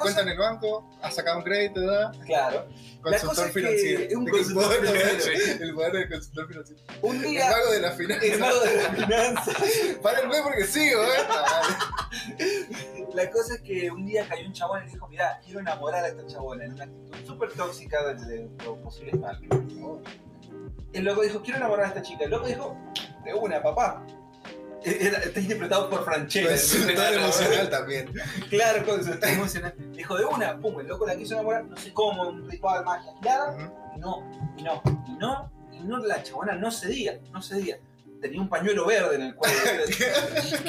[SPEAKER 2] cosa-
[SPEAKER 8] cuenta en el banco, has sacado un crédito, ¿verdad?
[SPEAKER 2] claro. cosa
[SPEAKER 8] Consultor
[SPEAKER 2] es que
[SPEAKER 8] financiero.
[SPEAKER 2] es un
[SPEAKER 8] El
[SPEAKER 2] consultor
[SPEAKER 8] poder-
[SPEAKER 5] financiero.
[SPEAKER 8] El poder del consultor financiero.
[SPEAKER 2] Un
[SPEAKER 8] El
[SPEAKER 2] día,
[SPEAKER 8] mago de la
[SPEAKER 2] el
[SPEAKER 8] finanza.
[SPEAKER 2] mago de la finanza.
[SPEAKER 8] Para el güey porque sigo, ¿eh? Ah,
[SPEAKER 2] La cosa es que un día cayó un chabón y le dijo, mirá, quiero enamorar a esta chabona en una actitud súper tóxica de, de- de posibles males. El loco dijo, quiero enamorar a esta chica. El loco dijo, de una, papá. E, Era- está interpretado por
[SPEAKER 8] vale.
[SPEAKER 2] Franchella.
[SPEAKER 8] Consultor emocional también.
[SPEAKER 2] Claro, con su emocional. Dijo, de una, pum, el loco la quiso enamorar, no sé cómo, un ritual, magia, nada.
[SPEAKER 8] Ujú.
[SPEAKER 2] Y no, y no, y no, y no, la chabona no cedía, no cedía. Tenía un pañuelo verde en el cuello.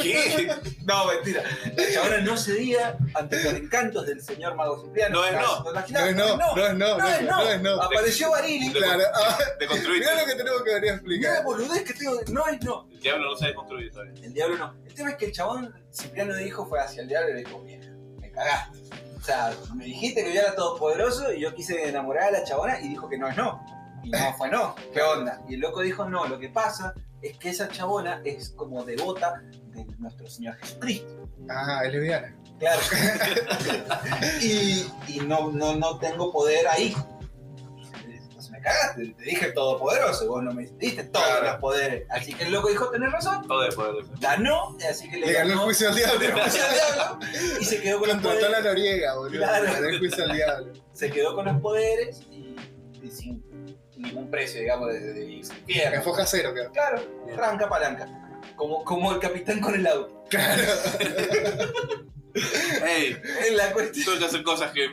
[SPEAKER 5] ¿Qué?
[SPEAKER 2] No, mentira. La chabona no cedía ante los encantos del señor Mago Cipriano.
[SPEAKER 5] No es no.
[SPEAKER 2] La
[SPEAKER 8] No es no, no es no, no es no, no es no.
[SPEAKER 2] Apareció Barili.
[SPEAKER 8] Claro, ah,
[SPEAKER 5] Te
[SPEAKER 8] mirá lo
[SPEAKER 5] construiste.
[SPEAKER 8] que tenemos que venir
[SPEAKER 2] Mirá
[SPEAKER 8] a
[SPEAKER 2] la
[SPEAKER 8] explicar.
[SPEAKER 2] boludez que tengo. No es no.
[SPEAKER 5] El diablo no sabe construir todavía.
[SPEAKER 2] El diablo no. El tema es que el chabón Cipriano dijo fue hacia el diablo y le dijo, mira, me cagaste. O sea, me dijiste que yo era todopoderoso y yo quise enamorar a la chabona y dijo que no es no. Y no fue no. ¿Qué onda? Y el loco dijo, no, lo que pasa es que esa chabona es como devota de nuestro Señor Jesucristo.
[SPEAKER 8] Ah, es lesbiana.
[SPEAKER 2] Claro. y y no, no, no tengo poder ahí. Entonces me cagaste, te dije todopoderoso, vos no me diste todos
[SPEAKER 8] Claro.
[SPEAKER 2] los poderes. Así que el loco dijo, tenés razón,
[SPEAKER 5] Todo es poder.
[SPEAKER 2] ganó, así que le,
[SPEAKER 8] Le ganó el juicio al diablo.
[SPEAKER 2] el juicio al diablo y se quedó con los
[SPEAKER 8] Contrató a la
[SPEAKER 2] poderes.
[SPEAKER 8] Noriega, boludo.
[SPEAKER 2] Claro.
[SPEAKER 8] Le ganó el juicio al diablo.
[SPEAKER 2] Se quedó con los poderes y, y sin ningún precio, digamos, de, de, de infierno.
[SPEAKER 8] Enfoca cero, claro.
[SPEAKER 2] Claro, arranca palanca. Como, como el capitán con el auto.
[SPEAKER 5] Ey,
[SPEAKER 2] En la cuestión.
[SPEAKER 5] tuve que hacer cosas que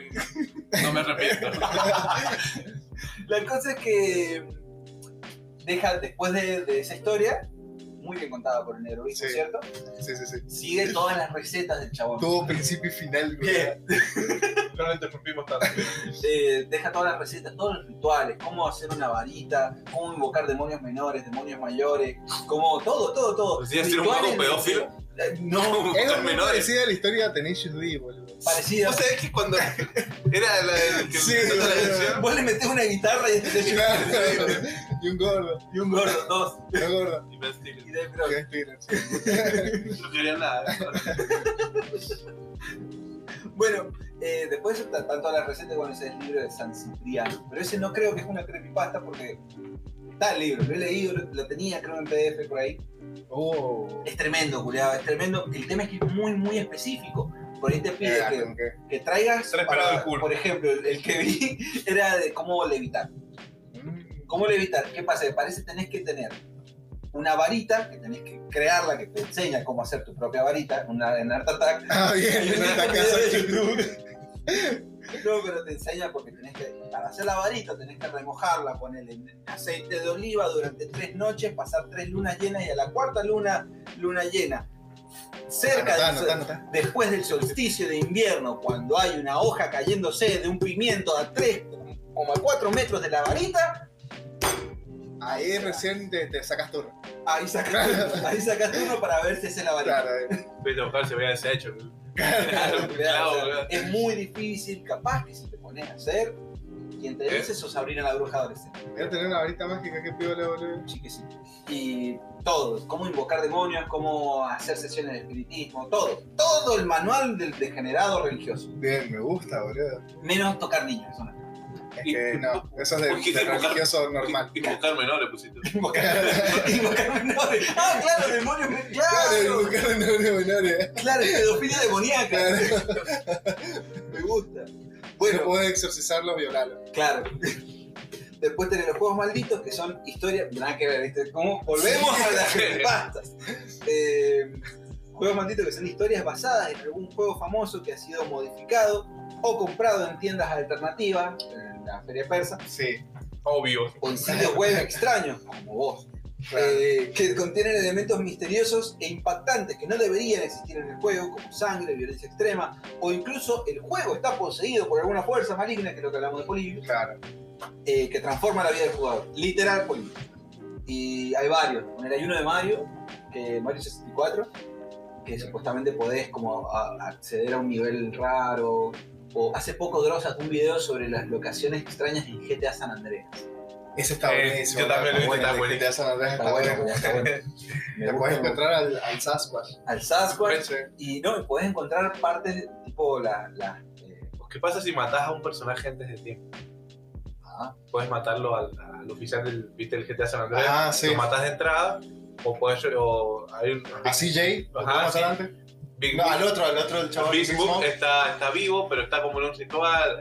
[SPEAKER 5] no me arrepiento.
[SPEAKER 2] La cosa es que deja, después de, de esa historia, muy bien contada por el negro Luis, ¿no es
[SPEAKER 8] Sí.
[SPEAKER 2] ¿cierto?
[SPEAKER 8] Sí, sí, sí.
[SPEAKER 2] Sigue todas las recetas del chabón.
[SPEAKER 8] Tuvo principio y final, güey.
[SPEAKER 2] Bien.
[SPEAKER 5] No lo interrumpimos tanto.
[SPEAKER 2] Eh, deja todas las recetas, todos los rituales, cómo hacer una varita, cómo invocar demonios menores, demonios mayores, cómo todo, todo, todo.
[SPEAKER 5] ¿Decías ser un
[SPEAKER 2] Rituales
[SPEAKER 5] mago pedófilo?
[SPEAKER 2] de- eh, No,
[SPEAKER 5] No,
[SPEAKER 8] Es
[SPEAKER 5] son
[SPEAKER 8] muy
[SPEAKER 5] menores.
[SPEAKER 8] parecida a la historia de Tenacious D, boludo.
[SPEAKER 2] parecida.
[SPEAKER 5] ¿Vos sabés que cuando era la el que
[SPEAKER 8] Sí,
[SPEAKER 5] empezó la
[SPEAKER 8] boludo.
[SPEAKER 5] canción?
[SPEAKER 2] Vos le metés una guitarra y este te
[SPEAKER 8] Claro. Y un gordo,
[SPEAKER 2] Y un gordo, dos.
[SPEAKER 8] un gordo.
[SPEAKER 5] Y me
[SPEAKER 2] Y
[SPEAKER 5] Stiller,
[SPEAKER 2] de- pero-
[SPEAKER 8] Que es Taylor, sí.
[SPEAKER 5] No quería nada. eh.
[SPEAKER 2] Bueno, eh, después está tanto la receta cuando ese es el libro de San Cipriano. Pero ese no creo que es una creepypasta porque está el libro, lo he leído, lo, lo tenía creo en PDF por ahí.
[SPEAKER 8] Oh.
[SPEAKER 2] Es tremendo, culiado, es tremendo. El tema es que es muy, muy específico. Por ahí te pide
[SPEAKER 8] Ah,
[SPEAKER 2] que,
[SPEAKER 8] como que-
[SPEAKER 2] que traigas,
[SPEAKER 5] Tres parados del culo.
[SPEAKER 2] por ejemplo, el, el que vi era de cómo levitar.
[SPEAKER 8] Mm.
[SPEAKER 2] ¿Cómo levitar? ¿Qué pasa? Que Parece que tenés que tener una varita, que tenés que crearla, que te enseña cómo hacer tu propia varita, una, en Art Attack.
[SPEAKER 8] Ah, bien, en esta casa de YouTube.
[SPEAKER 2] No, pero te enseña porque tenés que, para hacer la varita, tenés que remojarla, ponerle en aceite de oliva durante tres noches, pasar tres lunas llenas y a la cuarta luna, luna llena, cerca
[SPEAKER 8] Anotá,
[SPEAKER 2] del sol-
[SPEAKER 8] anotá, anotá.
[SPEAKER 2] después del solsticio de invierno, cuando hay una hoja cayéndose de un pimiento a 3,4 metros de la varita,
[SPEAKER 8] Ahí recién te, te sacas turno.
[SPEAKER 2] ahí sacas, ahí sacas uno para ver si es la varita.
[SPEAKER 8] Claro, eh.
[SPEAKER 5] Vete a buscar si había deshecho.
[SPEAKER 2] Claro,
[SPEAKER 5] Claro,
[SPEAKER 2] claro, o sea,
[SPEAKER 5] claro.
[SPEAKER 2] es muy difícil, capaz que si te pones a hacer, quien te
[SPEAKER 5] ¿Eh?
[SPEAKER 2] dice sos Sabrina la bruja adolescente.
[SPEAKER 8] Voy a tener una varita mágica que piola, boludo.
[SPEAKER 2] Sí que sí. Y todo, cómo invocar demonios, cómo hacer sesiones de espiritismo, todo. Todo el manual del degenerado religioso.
[SPEAKER 8] Bien, me gusta, boludo.
[SPEAKER 2] Menos tocar niños, eso no.
[SPEAKER 8] Es que no, eso es de,
[SPEAKER 5] ¿Por qué
[SPEAKER 8] de
[SPEAKER 5] te invocar-
[SPEAKER 8] religioso normal.
[SPEAKER 5] Invocar menores pusiste.
[SPEAKER 2] Invocar menores. Ah, claro, demonios. men-
[SPEAKER 8] Claro,
[SPEAKER 2] Claro,
[SPEAKER 8] invocar menores, menores.
[SPEAKER 2] claro, pedofilia demoníaca.
[SPEAKER 8] Claro.
[SPEAKER 2] Me gusta.
[SPEAKER 8] Bueno,
[SPEAKER 2] Bueno,
[SPEAKER 8] puedes exorcizarlo, violarlo.
[SPEAKER 2] claro. Después tenés los juegos malditos que son historias. Nada que ver, ¿viste? ¿Cómo? Volvemos a las pastas. Eh, juegos malditos que son historias basadas en algún juego famoso que ha sido modificado o comprado en tiendas alternativas, en la feria persa,
[SPEAKER 8] Sí,
[SPEAKER 5] Obvio.
[SPEAKER 2] o en sitios web extraños, como vos.
[SPEAKER 8] claro.
[SPEAKER 2] eh, que contienen elementos misteriosos e impactantes que no deberían existir en el juego, como sangre, violencia extrema, o incluso el juego está poseído por alguna fuerza maligna, que es lo que hablamos de Polybius,
[SPEAKER 8] claro.
[SPEAKER 2] eh, que transforma la vida del jugador. Literal Polybius. Y hay varios. En el ayuno de Mario, que Mario 64, que supuestamente podés como a- a- acceder a un nivel raro. O hace poco Dross sacó un video sobre las locaciones extrañas en GTA San Andreas.
[SPEAKER 8] Ese está
[SPEAKER 5] Eh,
[SPEAKER 8] buenísimo.
[SPEAKER 5] yo también lo he visto, está
[SPEAKER 8] bueno.
[SPEAKER 5] buenísimo.
[SPEAKER 8] Te hacen Andrés,
[SPEAKER 2] Está
[SPEAKER 8] está
[SPEAKER 2] bueno,
[SPEAKER 8] bueno.
[SPEAKER 2] está bueno.
[SPEAKER 8] Te
[SPEAKER 2] Me
[SPEAKER 8] puedes
[SPEAKER 2] gusta
[SPEAKER 8] encontrar al, al Sasquatch.
[SPEAKER 2] al Sasquatch.
[SPEAKER 8] Sí.
[SPEAKER 2] Y no, y podés encontrar partes tipo la. la eh,
[SPEAKER 5] ¿Qué pasa si matás a un personaje antes de tiempo?
[SPEAKER 2] ah,
[SPEAKER 5] Puedes matarlo al, al oficial del, ¿viste, el GTA San Andreas.
[SPEAKER 8] Ah, sí.
[SPEAKER 5] Lo matás de entrada. O puedes. O hay un.
[SPEAKER 8] ¿A CJ? ¿Lo
[SPEAKER 5] Ajá,
[SPEAKER 8] podemos
[SPEAKER 5] sí.
[SPEAKER 8] matar antes?
[SPEAKER 5] Big
[SPEAKER 8] No,
[SPEAKER 5] Book.
[SPEAKER 8] al otro, al otro, el chaval.
[SPEAKER 5] Big
[SPEAKER 8] que se
[SPEAKER 5] Book
[SPEAKER 8] hizo-
[SPEAKER 5] está, está vivo, pero está como en un ritual.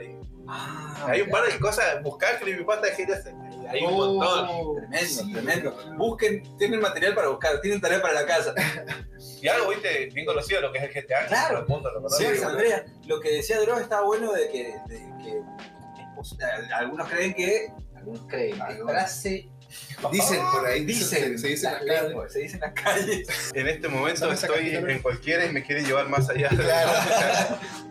[SPEAKER 2] ah,
[SPEAKER 5] Hay un
[SPEAKER 2] mirá,
[SPEAKER 5] par de cosas. Buscar creepypasta de GTA San Andreas. Hay un
[SPEAKER 8] Oh,
[SPEAKER 5] montón.
[SPEAKER 2] Tremendo,
[SPEAKER 8] sí.
[SPEAKER 2] tremendo. Busquen, tienen material para buscar, tienen tarea para la casa.
[SPEAKER 5] Y algo, viste, bien conocido lo que es el GTA.
[SPEAKER 2] Claro.
[SPEAKER 5] Todo El mundo lo
[SPEAKER 2] Sí,
[SPEAKER 5] conoce.
[SPEAKER 8] bueno.
[SPEAKER 2] Andrea, lo que decía Dross estaba bueno de que, de que es pos- a- algunos creen que. Algunos creen que
[SPEAKER 8] Algunos.
[SPEAKER 2] frase.
[SPEAKER 8] Dicen por ahí,
[SPEAKER 2] Dicen,
[SPEAKER 8] dicen, se dice en la
[SPEAKER 2] la-
[SPEAKER 8] calle.
[SPEAKER 2] se dice en las calles.
[SPEAKER 1] En este momento
[SPEAKER 8] Dame esa
[SPEAKER 1] estoy
[SPEAKER 8] cajita, ¿no?
[SPEAKER 1] en cualquiera y me quiere llevar más allá.
[SPEAKER 8] Claro.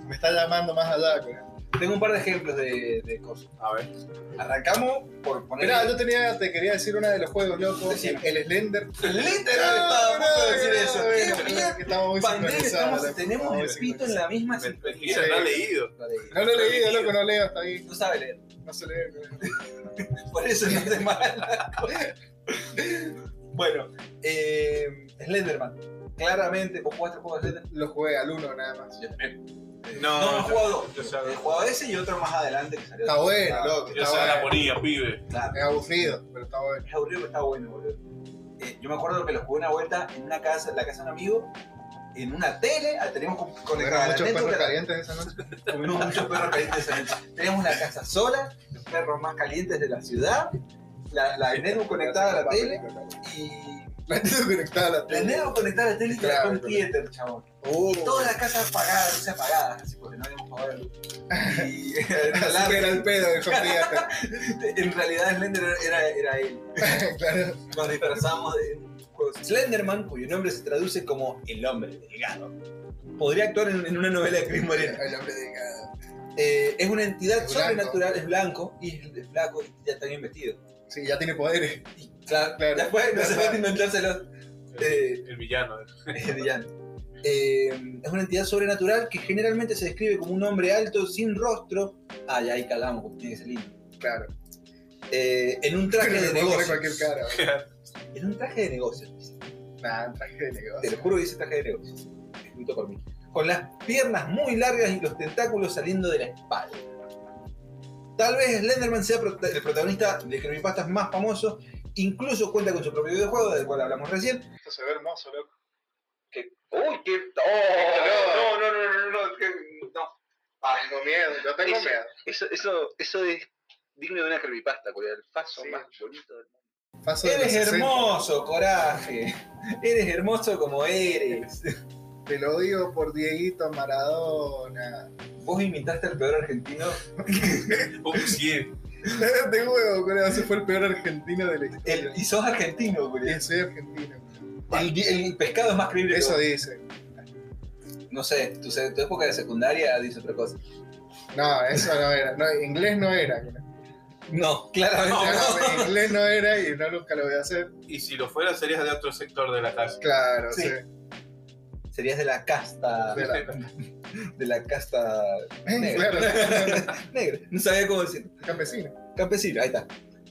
[SPEAKER 8] Me está llamando más allá. güey.
[SPEAKER 2] Tengo un par de ejemplos de, de cosas.
[SPEAKER 5] A ver.
[SPEAKER 2] Arrancamos por poner.
[SPEAKER 8] Mirá, yo tenía, te quería decir una de los juegos, loco.
[SPEAKER 2] Decime.
[SPEAKER 8] El Slender.
[SPEAKER 2] Literal, estaba a punto de decir eso.
[SPEAKER 8] Ah, Bueno,
[SPEAKER 2] ¡Qué bien!
[SPEAKER 8] que Estamos muy
[SPEAKER 2] Pandera,
[SPEAKER 8] sincronizados.
[SPEAKER 2] estamos-
[SPEAKER 8] loco.
[SPEAKER 2] tenemos
[SPEAKER 8] Estamos muy
[SPEAKER 2] el pito en la misma sintonía.
[SPEAKER 5] Mentira, no ha leído.
[SPEAKER 8] No lo he leído, loco, no leo hasta ahí.
[SPEAKER 2] No sabe leer.
[SPEAKER 8] No se lee. güey.
[SPEAKER 2] Por eso no te mala. bueno, eh, Slenderman. Claramente, vos jugaste el juego de Slenderman.
[SPEAKER 8] Lo jugué al uno nada más.
[SPEAKER 5] No,
[SPEAKER 2] No, he
[SPEAKER 5] yo-
[SPEAKER 2] jugado dos.
[SPEAKER 5] yo sé-
[SPEAKER 2] He jugado ese y otro más adelante que salió.
[SPEAKER 8] Está
[SPEAKER 2] Ah,
[SPEAKER 8] bueno, loco.
[SPEAKER 5] Yo
[SPEAKER 8] Está
[SPEAKER 5] se la
[SPEAKER 8] bueno.
[SPEAKER 5] ponía, pibe.
[SPEAKER 2] Claro,
[SPEAKER 8] Es aburrido, pero está bueno.
[SPEAKER 2] es aburrido, pero está bueno, boludo. Eh, yo me acuerdo que lo jugué una vuelta en una casa, en la casa de un amigo, en una tele, ah, teníamos con- conectada
[SPEAKER 8] Comieron
[SPEAKER 2] la
[SPEAKER 8] muchos perros
[SPEAKER 2] netbook a la-
[SPEAKER 8] calientes esa noche.
[SPEAKER 2] Comimos muchos perros calientes esa noche. Teníamos la casa sola, los perros más calientes de la ciudad, la, la netbook conectada a la tele y
[SPEAKER 8] La tele conectada a la tele.
[SPEAKER 2] Tenemos conectada la tele y te la
[SPEAKER 8] Claro,
[SPEAKER 2] con
[SPEAKER 8] claro.
[SPEAKER 2] Theater, chabón.
[SPEAKER 8] Uh,
[SPEAKER 2] Todas las casas apagadas, luces apagadas, así porque no habíamos pagado la luz. Y eh,
[SPEAKER 8] así que era el pedo de John Theater.
[SPEAKER 2] en realidad Slender era, era él.
[SPEAKER 8] Claro.
[SPEAKER 2] Nos disfrazamos de juegos. Slenderman, cuyo nombre se traduce como el hombre delgado, podría actuar en, en una novela de Chris Morena.
[SPEAKER 8] El hombre de cada.
[SPEAKER 2] Eh, es una entidad
[SPEAKER 8] Es blanco.
[SPEAKER 2] sobrenatural, es blanco y es flaco y ya está bien vestido.
[SPEAKER 8] Sí, ya tiene poderes.
[SPEAKER 2] Y claro,
[SPEAKER 8] Claro.
[SPEAKER 2] después no se puede inventárselo. Eh,
[SPEAKER 5] El villano.
[SPEAKER 2] Es brillante. Eh, es una entidad sobrenatural que generalmente se describe como un hombre alto, sin rostro. Ah, ya ahí calamos, porque tiene que ser lindo.
[SPEAKER 8] Claro.
[SPEAKER 2] Eh, en un traje
[SPEAKER 8] Le
[SPEAKER 2] de
[SPEAKER 8] puedo
[SPEAKER 2] negocios.
[SPEAKER 8] poner cualquier cara. güey.
[SPEAKER 2] En un traje de negocios. dice.
[SPEAKER 8] Nah, un traje de
[SPEAKER 2] Te lo
[SPEAKER 8] negocio.
[SPEAKER 2] juro que dice traje de negocios. Escrito por mí. Con las piernas muy largas y los tentáculos saliendo de la espalda. Tal vez Slenderman sea prota- el protagonista de Creepypastas más famoso. Incluso cuenta con su propio videojuego, del cual hablamos recién.
[SPEAKER 8] Esto se ve hermoso, loco.
[SPEAKER 6] Uy, qué. Oh, no, no, no, no, no, no, que- no. Ah,
[SPEAKER 8] Tengo miedo, yo tengo
[SPEAKER 6] Ese-
[SPEAKER 8] miedo.
[SPEAKER 6] Eso, eso, eso es digno de una creepypasta, con el paso
[SPEAKER 8] Sí.
[SPEAKER 6] más bonito del mundo.
[SPEAKER 8] Paso de los
[SPEAKER 2] Eres
[SPEAKER 8] 60.
[SPEAKER 2] hermoso, coraje. Eres hermoso como eres.
[SPEAKER 8] Te lo digo por Dieguito Maradona.
[SPEAKER 2] Vos imitaste al peor argentino.
[SPEAKER 5] Oh, sí.
[SPEAKER 8] de huevo, creo. Ese fue el peor argentino de la
[SPEAKER 2] El-
[SPEAKER 8] historia.
[SPEAKER 2] y sos argentino, güey.
[SPEAKER 8] Sí, soy argentino.
[SPEAKER 2] El, el pescado es más creíble. que
[SPEAKER 8] Eso
[SPEAKER 2] vos.
[SPEAKER 8] dice.
[SPEAKER 2] No sé, tu, se- tu época de secundaria dice otra cosa.
[SPEAKER 8] No, eso no era. No, inglés no era. creo.
[SPEAKER 2] No, claramente.
[SPEAKER 8] Claro, inglés no era y no nunca lo voy a hacer.
[SPEAKER 5] Y si lo fuera, serías de otro sector de la casa.
[SPEAKER 8] Claro,
[SPEAKER 2] Sí.
[SPEAKER 8] sí.
[SPEAKER 2] Serías de la casta.
[SPEAKER 8] De la-
[SPEAKER 2] de la casta negra.
[SPEAKER 8] claro,
[SPEAKER 2] negra. No sabía cómo decir.
[SPEAKER 8] campesino.
[SPEAKER 2] Campesino, ahí está.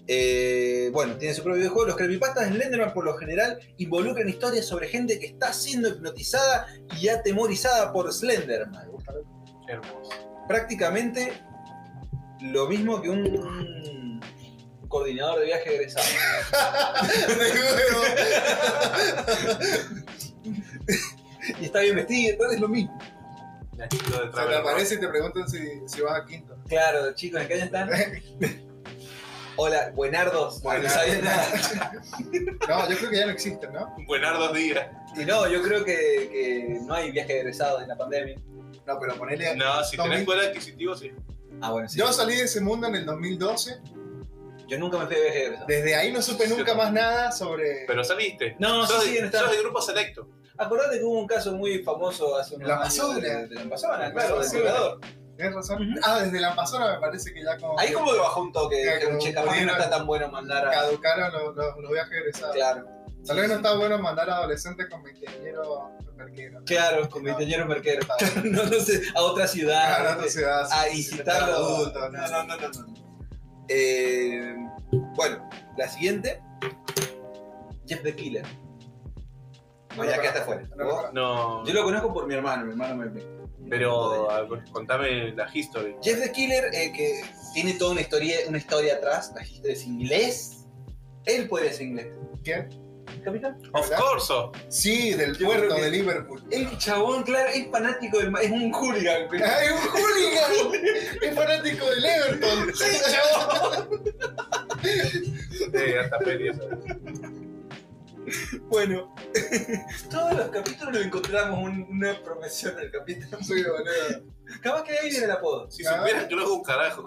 [SPEAKER 2] Eh, bueno, tiene su propio videojuego. Los creepypastas de Slenderman por lo general involucran historias sobre gente que está siendo hipnotizada y atemorizada por Slenderman.
[SPEAKER 5] Hermoso.
[SPEAKER 2] Prácticamente lo mismo que un coordinador de viaje egresado. y está bien vestido, entonces es lo mismo.
[SPEAKER 5] La chica de
[SPEAKER 8] Se te
[SPEAKER 5] Travel Rock.
[SPEAKER 8] aparece y te preguntan si, si vas a quinto.
[SPEAKER 2] Claro, chicos, ¿en qué año están? Hola, buenardos.
[SPEAKER 8] Buenardos.
[SPEAKER 2] No sabía nada.
[SPEAKER 8] No, yo creo que ya no existen, ¿no?
[SPEAKER 5] Buenardos Díaz.
[SPEAKER 2] Y no, yo creo que, que no hay viaje egresado en la pandemia.
[SPEAKER 8] No, pero ponele.
[SPEAKER 5] No, si
[SPEAKER 8] Tommy.
[SPEAKER 5] tenés poder adquisitivo, sí.
[SPEAKER 2] Ah, bueno, sí.
[SPEAKER 8] Yo salí de ese mundo en el 2012.
[SPEAKER 2] Yo nunca me fui de viaje egresado.
[SPEAKER 8] Desde ahí no supe
[SPEAKER 5] Yo
[SPEAKER 8] nunca más nada sobre
[SPEAKER 5] Pero saliste.
[SPEAKER 2] No, sí,
[SPEAKER 5] sos,
[SPEAKER 2] sí,
[SPEAKER 5] de,
[SPEAKER 2] en esta-
[SPEAKER 5] sos de grupo selecto.
[SPEAKER 2] Acordate que hubo un caso muy famoso hace unos
[SPEAKER 8] La
[SPEAKER 2] años
[SPEAKER 8] Amazona.
[SPEAKER 2] de, de la Amazona,
[SPEAKER 8] La
[SPEAKER 2] claro, del
[SPEAKER 8] Amazona.
[SPEAKER 2] violador.
[SPEAKER 8] Tienes razón. Ah, desde la pasona me parece que ya como
[SPEAKER 2] Ahí como que bajó un toque,
[SPEAKER 8] Ya,
[SPEAKER 2] dijeron,
[SPEAKER 8] como
[SPEAKER 2] che, capaz que no
[SPEAKER 8] pudieron-
[SPEAKER 2] está tan bueno mandar a...
[SPEAKER 8] caducaron los, los, los viajes egresados.
[SPEAKER 2] Claro,
[SPEAKER 8] Tal vez no está bueno mandar a adolescentes con veinteañero perquero.
[SPEAKER 2] claro, con mi ingeniero merquero. No, no sé, a otra ciudad.
[SPEAKER 8] a
[SPEAKER 2] Ah, no
[SPEAKER 8] otra
[SPEAKER 2] sé,
[SPEAKER 8] ciudad.
[SPEAKER 2] a
[SPEAKER 8] sí, sí, estar
[SPEAKER 2] visitarlo.
[SPEAKER 8] adulto, no
[SPEAKER 2] no,
[SPEAKER 8] sé.
[SPEAKER 2] no, no, no, no. Eh, bueno, la siguiente. Jeff the Killer. No, ya
[SPEAKER 8] lo
[SPEAKER 2] quedaste
[SPEAKER 8] conozco,
[SPEAKER 2] afuera.
[SPEAKER 8] no lo
[SPEAKER 2] ¿Vos?
[SPEAKER 8] conozco.
[SPEAKER 5] No.
[SPEAKER 2] Yo lo conozco por mi hermano, mi hermano me... me-
[SPEAKER 5] Pero a ver, contame la history.
[SPEAKER 2] Jeff the Killer, eh, que tiene toda una historia, una historia atrás, la historia es inglés. Él podría ser inglés.
[SPEAKER 8] ¿Quién?
[SPEAKER 2] ¿Capitán?
[SPEAKER 5] Of
[SPEAKER 8] ¿Verdad?
[SPEAKER 5] course.
[SPEAKER 8] Sí, del
[SPEAKER 2] Yo
[SPEAKER 8] puerto
[SPEAKER 2] creo que-
[SPEAKER 8] de Liverpool.
[SPEAKER 2] El chabón, claro, es fanático del... ma- Es un hooligan. güey.
[SPEAKER 8] ¡Ay, un hooligan! ¡Es fanático del Everton! ¡Sí, chabón!
[SPEAKER 5] De alta feria. ¿sabes?
[SPEAKER 2] Bueno, todos los capítulos le encontramos un- una profesión al capitán.
[SPEAKER 8] Sí, boludo.
[SPEAKER 2] Capaz que de ahí viene el apodo.
[SPEAKER 5] Si
[SPEAKER 8] Ah.
[SPEAKER 5] supieran que no es un carajo.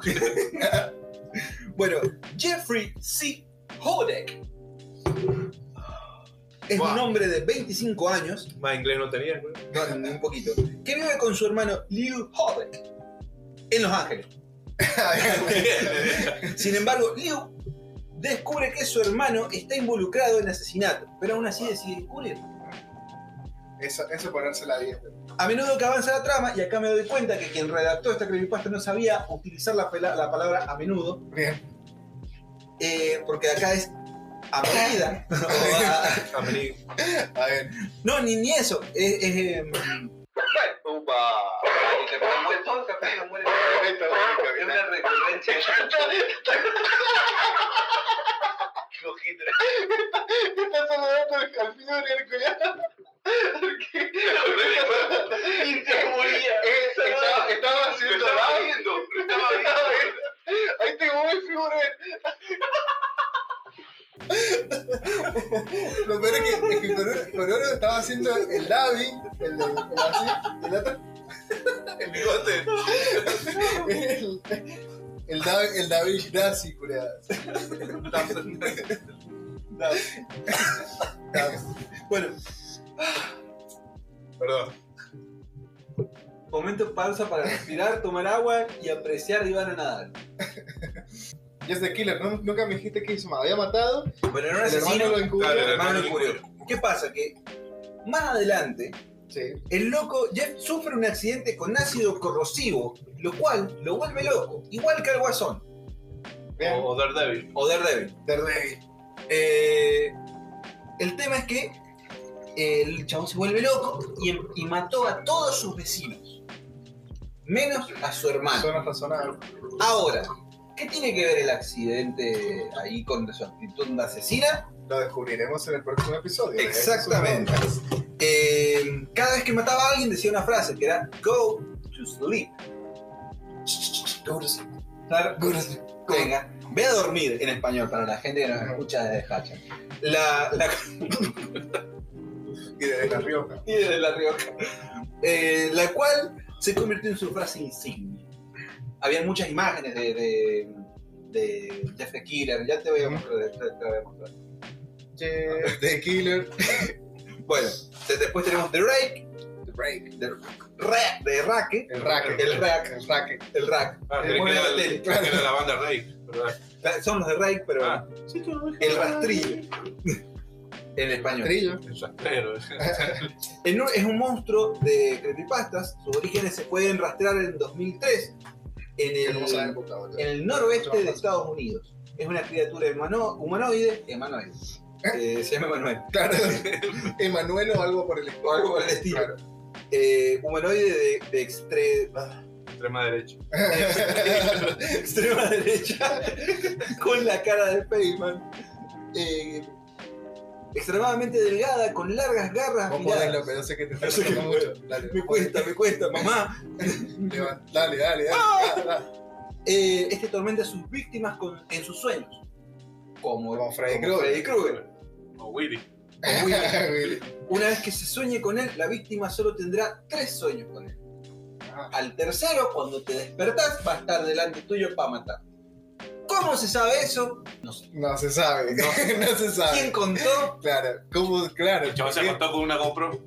[SPEAKER 2] Bueno, Jeffrey C. Hodek. Es
[SPEAKER 5] Wow.
[SPEAKER 2] un hombre de 25 años
[SPEAKER 5] Más inglés no tenías, güey.
[SPEAKER 2] No, un poquito. Que vive con su hermano Liu Hodek en Los Ángeles. Sin embargo, Liu descubre que su hermano está involucrado en asesinato, pero aún así decide cubrir.
[SPEAKER 8] Eso, eso ponerse la 10.
[SPEAKER 2] A menudo que avanza la trama, y acá me doy cuenta que quien redactó esta creepypasta no sabía utilizar la, pela- la palabra a menudo,
[SPEAKER 8] Bien.
[SPEAKER 2] eh, porque acá es a medida. o a-
[SPEAKER 5] A venir.
[SPEAKER 8] A ver.
[SPEAKER 2] no, ni, ni eso. Es, es, em,
[SPEAKER 6] Upa. Y se muere todo el capítulo, muere todo. Es una recurrencia. Cogí
[SPEAKER 8] Está saludando al calfino de Herculano.
[SPEAKER 6] Y se moría.
[SPEAKER 8] Estaba, estaba
[SPEAKER 6] Lo
[SPEAKER 8] haciendo.
[SPEAKER 6] estaba viendo. Lo estaba viendo.
[SPEAKER 8] Ahí te voy, figure. Lo peor es que, es que con, uno- con uno estaba haciendo el Davi, el, de- el así, el otro.
[SPEAKER 5] El bigote.
[SPEAKER 8] El, el, Davi, el David Dazi, curada.
[SPEAKER 2] bueno,
[SPEAKER 5] Perdón.
[SPEAKER 2] momento pausa para respirar, tomar agua y apreciar a Iván Nadal.
[SPEAKER 8] Yes, the Killer, no- nunca me dijiste que hizo más. Había matado,
[SPEAKER 2] Bueno, era un
[SPEAKER 8] el
[SPEAKER 2] asesino.
[SPEAKER 8] hermano lo encubrió.
[SPEAKER 5] Claro,
[SPEAKER 2] el
[SPEAKER 5] era-
[SPEAKER 2] hermano encubrió. ¿Qué pasa? Que más adelante,
[SPEAKER 8] Sí.
[SPEAKER 2] el loco Jeff sufre un accidente con ácido corrosivo, lo cual lo vuelve loco, igual que al Guasón
[SPEAKER 8] Bien.
[SPEAKER 2] Oh.
[SPEAKER 5] O, o Daredevil.
[SPEAKER 2] o Daredevil.
[SPEAKER 8] Daredevil.
[SPEAKER 2] Eh, el tema es que eh, el chabón se vuelve loco y, em, y mató a todos sus vecinos, menos a su hermano.
[SPEAKER 8] Suena razonable.
[SPEAKER 2] Ahora, ¿qué tiene que ver el accidente ahí con su actitud de asesina?
[SPEAKER 8] Lo descubriremos en el próximo episodio. de
[SPEAKER 2] Exactamente.
[SPEAKER 8] Jesús
[SPEAKER 2] Eh, cada vez que mataba a alguien decía una frase que era go to sleep. Go to sleep. Claro. Venga, ve a dormir en español para la gente que nos escucha desde Hacha. La, la,
[SPEAKER 8] Romo. Y desde La Rioja.
[SPEAKER 2] y desde La Rioja. Eh, la cual se convirtió en su frase insignia. Había muchas imágenes de, de, de Jeff the Killer. Ya te voy a mostrar. te- te voy a mostrar.
[SPEAKER 8] Yes, the Killer.
[SPEAKER 2] Bueno, te- después tenemos The Rake. The Rake. The Ra- de Rake.
[SPEAKER 8] El racket.
[SPEAKER 2] El rack.
[SPEAKER 8] El racket.
[SPEAKER 2] El Rack.
[SPEAKER 5] Ah,
[SPEAKER 2] El
[SPEAKER 5] creí que
[SPEAKER 2] muere
[SPEAKER 5] era,
[SPEAKER 2] la tele.
[SPEAKER 5] el- creí que era la banda Rey. ¿verdad?
[SPEAKER 2] La- Son los de Rake, pero
[SPEAKER 5] Ah.
[SPEAKER 2] el rastrillo. en español.
[SPEAKER 8] Trillo.
[SPEAKER 5] El rastrero.
[SPEAKER 2] En un- es un monstruo de creepypastas. Sus orígenes se pueden rastrear en 2003
[SPEAKER 8] Qué
[SPEAKER 2] en
[SPEAKER 8] hermosa
[SPEAKER 2] el,
[SPEAKER 8] época, boludo.
[SPEAKER 2] en el noroeste de Estados Unidos. Es una criatura humano- humanoide. Humanoide. Eh, se llama Manuel.
[SPEAKER 8] Claro. Emanuel o algo por el estilo.
[SPEAKER 2] O algo por el estilo.
[SPEAKER 8] Claro.
[SPEAKER 2] eh, humanoide de, de extre- ah,
[SPEAKER 5] extrema derecha.
[SPEAKER 2] extrema derecha con la cara de Feynman. eh, extremadamente delgada, con largas garras.
[SPEAKER 8] Vos
[SPEAKER 2] afiladas.
[SPEAKER 8] podés, loco, yo sé que te está
[SPEAKER 2] Yo sé que
[SPEAKER 8] costando mucho. Dale,
[SPEAKER 2] Me cuesta, me cuesta, mamá. Ah.
[SPEAKER 8] levanta. Dale, dale, dale. dale, dale.
[SPEAKER 2] Eh, este tormenta a sus víctimas con- en sus sueños. Como,
[SPEAKER 8] Como Freddy
[SPEAKER 2] como
[SPEAKER 8] Krueger.
[SPEAKER 2] Freddy Krueger.
[SPEAKER 5] O Willy.
[SPEAKER 2] Como Willy.
[SPEAKER 8] Willy.
[SPEAKER 2] Una vez que se sueñe con él, la víctima solo tendrá tres sueños con él.
[SPEAKER 8] Ah.
[SPEAKER 2] Al tercero, cuando te despertás, va a estar delante tuyo para matar. ¿Cómo se sabe eso?
[SPEAKER 8] No se sabe, no, se
[SPEAKER 2] ¿Quién
[SPEAKER 8] sabe.
[SPEAKER 2] contó?
[SPEAKER 8] Claro, ¿cómo? Claro.
[SPEAKER 5] El chaval se
[SPEAKER 8] ¿por qué?
[SPEAKER 5] acostó con una GoPro.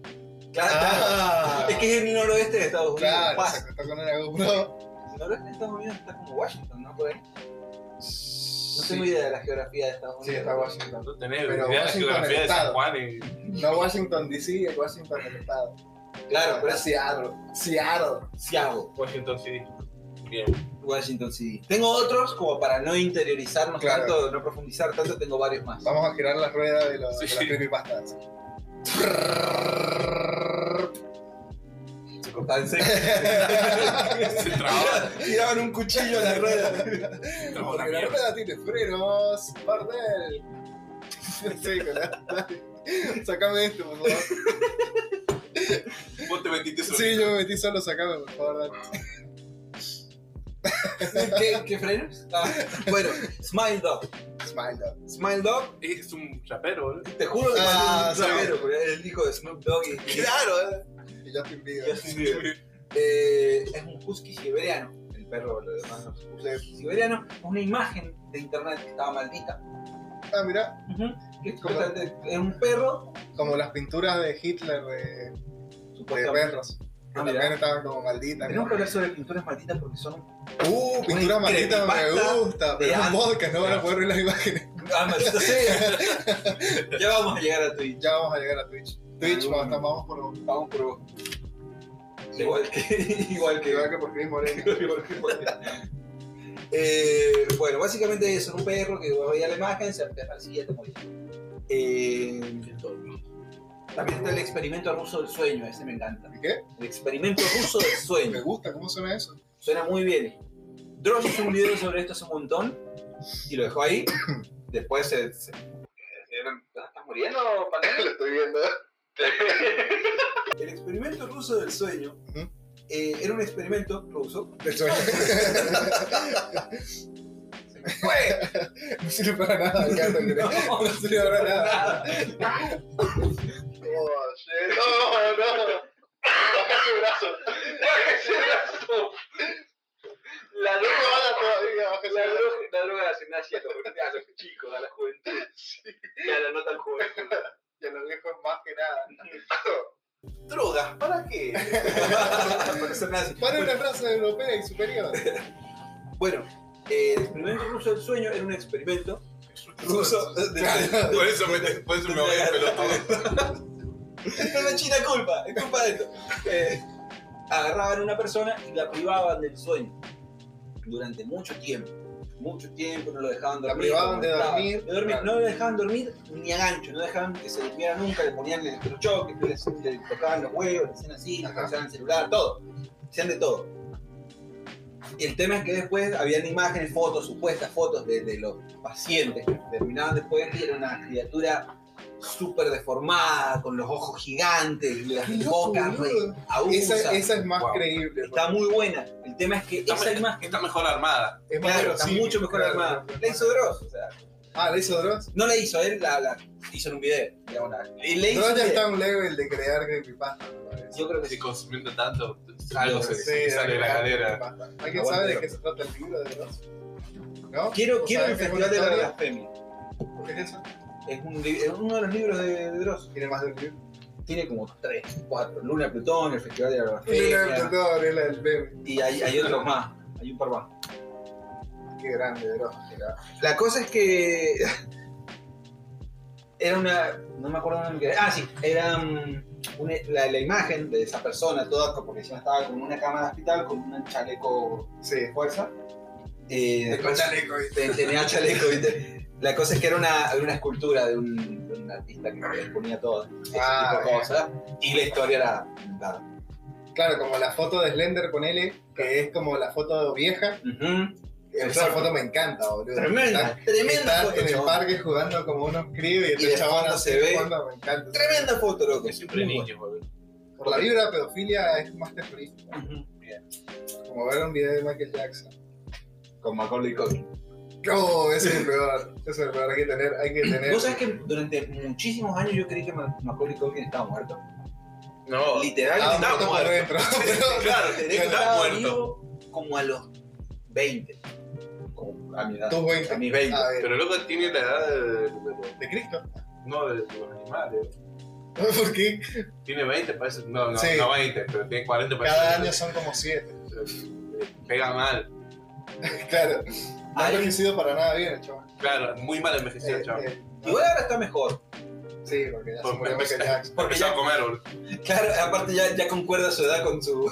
[SPEAKER 8] Ah.
[SPEAKER 2] Es que es en el noroeste de Estados Unidos.
[SPEAKER 8] Claro,
[SPEAKER 2] pasa.
[SPEAKER 8] se acostó con una GoPro.
[SPEAKER 2] El noroeste de Estados Unidos está como Washington, ¿no? Por ahí. No
[SPEAKER 8] Sí,
[SPEAKER 2] tengo idea de la geografía de Estados Unidos.
[SPEAKER 8] sí, está Washington.
[SPEAKER 5] No tenés
[SPEAKER 8] Pero
[SPEAKER 5] idea de la
[SPEAKER 8] Washington
[SPEAKER 5] geografía de
[SPEAKER 8] estado.
[SPEAKER 5] San Juan. Y...
[SPEAKER 8] No Washington DC, es Washington del estado.
[SPEAKER 2] Claro, pero
[SPEAKER 8] es
[SPEAKER 2] es
[SPEAKER 8] Seattle. Seattle.
[SPEAKER 2] Seattle,
[SPEAKER 5] Washington City. Bien.
[SPEAKER 2] Washington City. Tengo otros como para no interiorizarnos
[SPEAKER 8] Claro.
[SPEAKER 2] tanto, no profundizar tanto, tengo varios más.
[SPEAKER 8] Vamos a girar la rueda de, los,
[SPEAKER 5] Sí.
[SPEAKER 8] de las creepypastas.
[SPEAKER 5] Se
[SPEAKER 2] Tan seco.
[SPEAKER 5] traba.
[SPEAKER 2] Tiraban un cuchillo a la rueda.
[SPEAKER 5] Se traba una
[SPEAKER 8] Porque la
[SPEAKER 5] mierda.
[SPEAKER 8] rueda tiene frenos. Pardel. Sí, ¿verdad? Dale. Sacame esto, por favor.
[SPEAKER 5] Vos te metiste solo.
[SPEAKER 8] Sí, yo me metí solo, sacame, por favor. dale.
[SPEAKER 2] ¿Qué, qué frenos? Ah, bueno, Smile Dog.
[SPEAKER 8] Smile Dog.
[SPEAKER 2] Smile Dog,
[SPEAKER 5] Es un rapero, boludo.
[SPEAKER 2] te juro que
[SPEAKER 8] Ah,
[SPEAKER 2] es un rapero, porque es el hijo de Snoop Dogg y,
[SPEAKER 8] Claro, eh. Y yo te
[SPEAKER 2] y
[SPEAKER 8] invito.
[SPEAKER 2] Justin Bieber. Eh, es un husky siberiano, el perro, lo demás, no sé, husky siberiano, una imagen de internet que estaba maldita.
[SPEAKER 8] Ah, mira,
[SPEAKER 2] Que es completamente- es un perro,
[SPEAKER 8] como las pinturas de Hitler de, de
[SPEAKER 2] supuestamente.
[SPEAKER 8] perros. Que
[SPEAKER 2] Ah, mirá.
[SPEAKER 8] también estaban como malditas.
[SPEAKER 2] Tenemos que
[SPEAKER 8] ¿no?
[SPEAKER 2] hablar sobre pinturas malditas porque son.
[SPEAKER 8] Uh, pinturas
[SPEAKER 2] Una
[SPEAKER 8] malditas
[SPEAKER 2] creepypasta
[SPEAKER 8] me gusta. Pero
[SPEAKER 2] de
[SPEAKER 8] es un
[SPEAKER 2] antes.
[SPEAKER 8] podcast, no van a poder ver las imágenes.
[SPEAKER 2] Ah, maldita sea. ya vamos a llegar a Twitch.
[SPEAKER 8] Ya vamos a llegar a Twitch. Twitch,
[SPEAKER 2] Algún-
[SPEAKER 8] basta, vamos por lo
[SPEAKER 2] Vamos por vos. Igual que. Igual que.
[SPEAKER 8] que por Cris Morena.
[SPEAKER 2] Eh, bueno, básicamente son un perro que vos veías la imagen, se aparecía y te moría. Eh, también está el experimento ruso del sueño, ese me encanta.
[SPEAKER 8] ¿Y qué?
[SPEAKER 2] El experimento ruso del
[SPEAKER 8] Me
[SPEAKER 2] sueño,
[SPEAKER 8] gusta, ¿cómo suena eso?
[SPEAKER 2] suena muy bien. Dross hizo un video sobre esto hace un montón y lo dejó ahí. Después se. se-
[SPEAKER 6] ¿Estás muriendo, Pandemia?
[SPEAKER 8] estoy viendo.
[SPEAKER 2] El experimento ruso del sueño
[SPEAKER 8] Ujú.
[SPEAKER 2] eh, era un experimento ruso.
[SPEAKER 8] El sueño.
[SPEAKER 2] Se me fue.
[SPEAKER 8] No sirve para nada, Ricardo, que no, no sirve para nada.
[SPEAKER 6] Oh, shit. No, no. Baja ese brazo. Baja ese brazo. La droga todavía. la, droga, la droga hace nazi a los, a los chicos, a la juventud. Y a la no tan joven.
[SPEAKER 8] Ya lo dejo más que nada.
[SPEAKER 2] ¿Drogas? ¿Para qué? Para ser nazi.
[SPEAKER 8] Para una raza europea y superior.
[SPEAKER 2] Bueno, eh, el experimento ruso del sueño era un experimento ruso de
[SPEAKER 5] Por eso me, por eso me voy a pelotudo.
[SPEAKER 2] No me china culpa, es culpa de esto. Eh, agarraban a una persona y la privaban del sueño durante mucho tiempo. Mucho tiempo no lo dejaban
[SPEAKER 8] La
[SPEAKER 2] dormir.
[SPEAKER 8] privaban de
[SPEAKER 2] estaba-
[SPEAKER 8] dormir,
[SPEAKER 2] de dormir.
[SPEAKER 8] claro.
[SPEAKER 2] No lo dejaban dormir ni a gancho, no dejaban que se durmiera nunca, le ponían el electrochoque, le, le tocaban los huevos, le hacían así, le
[SPEAKER 8] Ajá.
[SPEAKER 2] hacían el celular, todo. Hacían de todo. Y el tema es que después habían imágenes, fotos, supuestas fotos de, de los pacientes que terminaban después y era una criatura súper deformada, con los ojos gigantes, las
[SPEAKER 8] Qué loco,
[SPEAKER 2] bocas re-
[SPEAKER 8] boludo.
[SPEAKER 2] abusas.
[SPEAKER 8] Esa, esa es más
[SPEAKER 5] Wow.
[SPEAKER 8] creíble.
[SPEAKER 2] Está muy buena. El tema es que
[SPEAKER 5] Está,
[SPEAKER 2] esa imagen
[SPEAKER 5] está mejor armada.
[SPEAKER 8] es más
[SPEAKER 2] claro, está
[SPEAKER 8] verosímil,
[SPEAKER 2] mucho mejor
[SPEAKER 8] claro.
[SPEAKER 2] armada. La hizo Dross, o sea,
[SPEAKER 8] Ah, ¿le hizo Dross?
[SPEAKER 2] no la hizo él, la, la hizo en un video. digamos, la- y le hizo
[SPEAKER 8] Dross
[SPEAKER 2] un
[SPEAKER 8] ya
[SPEAKER 2] video.
[SPEAKER 8] está a un level de crear creepypasta, me parece.
[SPEAKER 2] Yo creo que
[SPEAKER 5] Si
[SPEAKER 2] sí.
[SPEAKER 5] consumiendo tanto, algo se,
[SPEAKER 8] Sí,
[SPEAKER 5] se le sale de la
[SPEAKER 8] crear
[SPEAKER 5] cadera.
[SPEAKER 8] creepypasta. ¿Alguien
[SPEAKER 2] Aguante,
[SPEAKER 8] sabe de
[SPEAKER 2] Dross.
[SPEAKER 8] qué se trata el libro de Dross? ¿No?
[SPEAKER 2] Quiero,
[SPEAKER 8] ¿No
[SPEAKER 2] quiero el
[SPEAKER 8] saben qué es una
[SPEAKER 2] Festival de la
[SPEAKER 8] historia?
[SPEAKER 2] Blasfemia.
[SPEAKER 8] ¿Qué es eso?
[SPEAKER 2] Es, un li- es uno de los libros de, de Dross.
[SPEAKER 8] Tiene más de un libro.
[SPEAKER 2] Tiene como tres, cuatro. Luna de Plutón, el Festival de la
[SPEAKER 8] Luna del
[SPEAKER 2] Blasfemia.
[SPEAKER 8] Tutor, es la del meme.
[SPEAKER 2] Y hay, hay otros más. Hay un par más.
[SPEAKER 8] Qué grande, Dross. qué grande.
[SPEAKER 2] La cosa es que. Era una. No me acuerdo el nombre que era. Ah, sí. Era mm, una- la, la imagen de esa persona, toda, porque encima estaba con una cama de hospital, con un chaleco
[SPEAKER 8] Sí.
[SPEAKER 2] de fuerza. Eh,
[SPEAKER 8] Tengo
[SPEAKER 2] después-
[SPEAKER 8] chaleco, ¿viste?
[SPEAKER 2] te- tenía chaleco, ¿viste? La cosa es que era una, era una escultura de un, de un artista que le ponía todo. ese
[SPEAKER 8] Ah,
[SPEAKER 2] tipo de cosas. Y la historia era inventada.
[SPEAKER 8] Claro, como la foto de Slender, ponele, que es como la foto vieja.
[SPEAKER 2] Ujú.
[SPEAKER 8] Esa
[SPEAKER 2] Exacto.
[SPEAKER 8] foto me encanta, boludo.
[SPEAKER 2] Tremenda,
[SPEAKER 8] Estar-
[SPEAKER 2] tremenda
[SPEAKER 8] Estar
[SPEAKER 2] foto,
[SPEAKER 8] en el
[SPEAKER 2] chabón.
[SPEAKER 8] parque jugando como unos críos y
[SPEAKER 2] Y de
[SPEAKER 8] este chabón
[SPEAKER 2] fondo
[SPEAKER 8] así
[SPEAKER 2] se ve.
[SPEAKER 8] jugando, me encanta.
[SPEAKER 2] Tremenda foto, loco.
[SPEAKER 5] Siempre
[SPEAKER 2] Muy
[SPEAKER 5] niños, boludo.
[SPEAKER 8] Por la vibra, pedofilia es más terrorista. Como ver un video de Michael Jackson.
[SPEAKER 2] bueno. Con Macaulay Culkin.
[SPEAKER 8] No, ese es el peor. Ese es el peor. Hay que tener. Hay que tener.
[SPEAKER 2] Vos sabés que durante muchísimos años yo creí que Ma- Macaulay Culkin estaba muerto.
[SPEAKER 5] No.
[SPEAKER 2] Literal,
[SPEAKER 8] Ah,
[SPEAKER 2] estaba
[SPEAKER 8] muerto por
[SPEAKER 2] muerto.
[SPEAKER 8] dentro. Pero-
[SPEAKER 2] Claro, tenés que
[SPEAKER 8] Claro.
[SPEAKER 2] estar
[SPEAKER 5] Muerto.
[SPEAKER 2] vivo como a los 20. Como a mi edad. Ah.
[SPEAKER 8] Tus
[SPEAKER 2] A
[SPEAKER 8] 20.
[SPEAKER 2] mis 20.
[SPEAKER 8] A ver,
[SPEAKER 5] Pero loco tiene la edad de, de los-
[SPEAKER 8] de Cristo.
[SPEAKER 5] no de los animales.
[SPEAKER 8] ¿Por qué?
[SPEAKER 5] Tiene 20, parece. No, no,
[SPEAKER 8] Sí.
[SPEAKER 5] no 20, pero tiene 40, parece.
[SPEAKER 8] Cada año son como 7.
[SPEAKER 5] Pega mal.
[SPEAKER 8] Claro. No ha
[SPEAKER 2] Ahí-
[SPEAKER 8] envejecido para nada bien el chaval.
[SPEAKER 5] Claro, muy mal envejecido,
[SPEAKER 8] Eh,
[SPEAKER 5] chaval.
[SPEAKER 8] eh,
[SPEAKER 2] Igual ahora está mejor.
[SPEAKER 8] Sí, porque ya se
[SPEAKER 5] Por-
[SPEAKER 8] murió Michael
[SPEAKER 5] empezar.
[SPEAKER 8] Jackson.
[SPEAKER 5] Porque ya a comer, boludo.
[SPEAKER 2] Claro, aparte ya, ya concuerda su edad con su.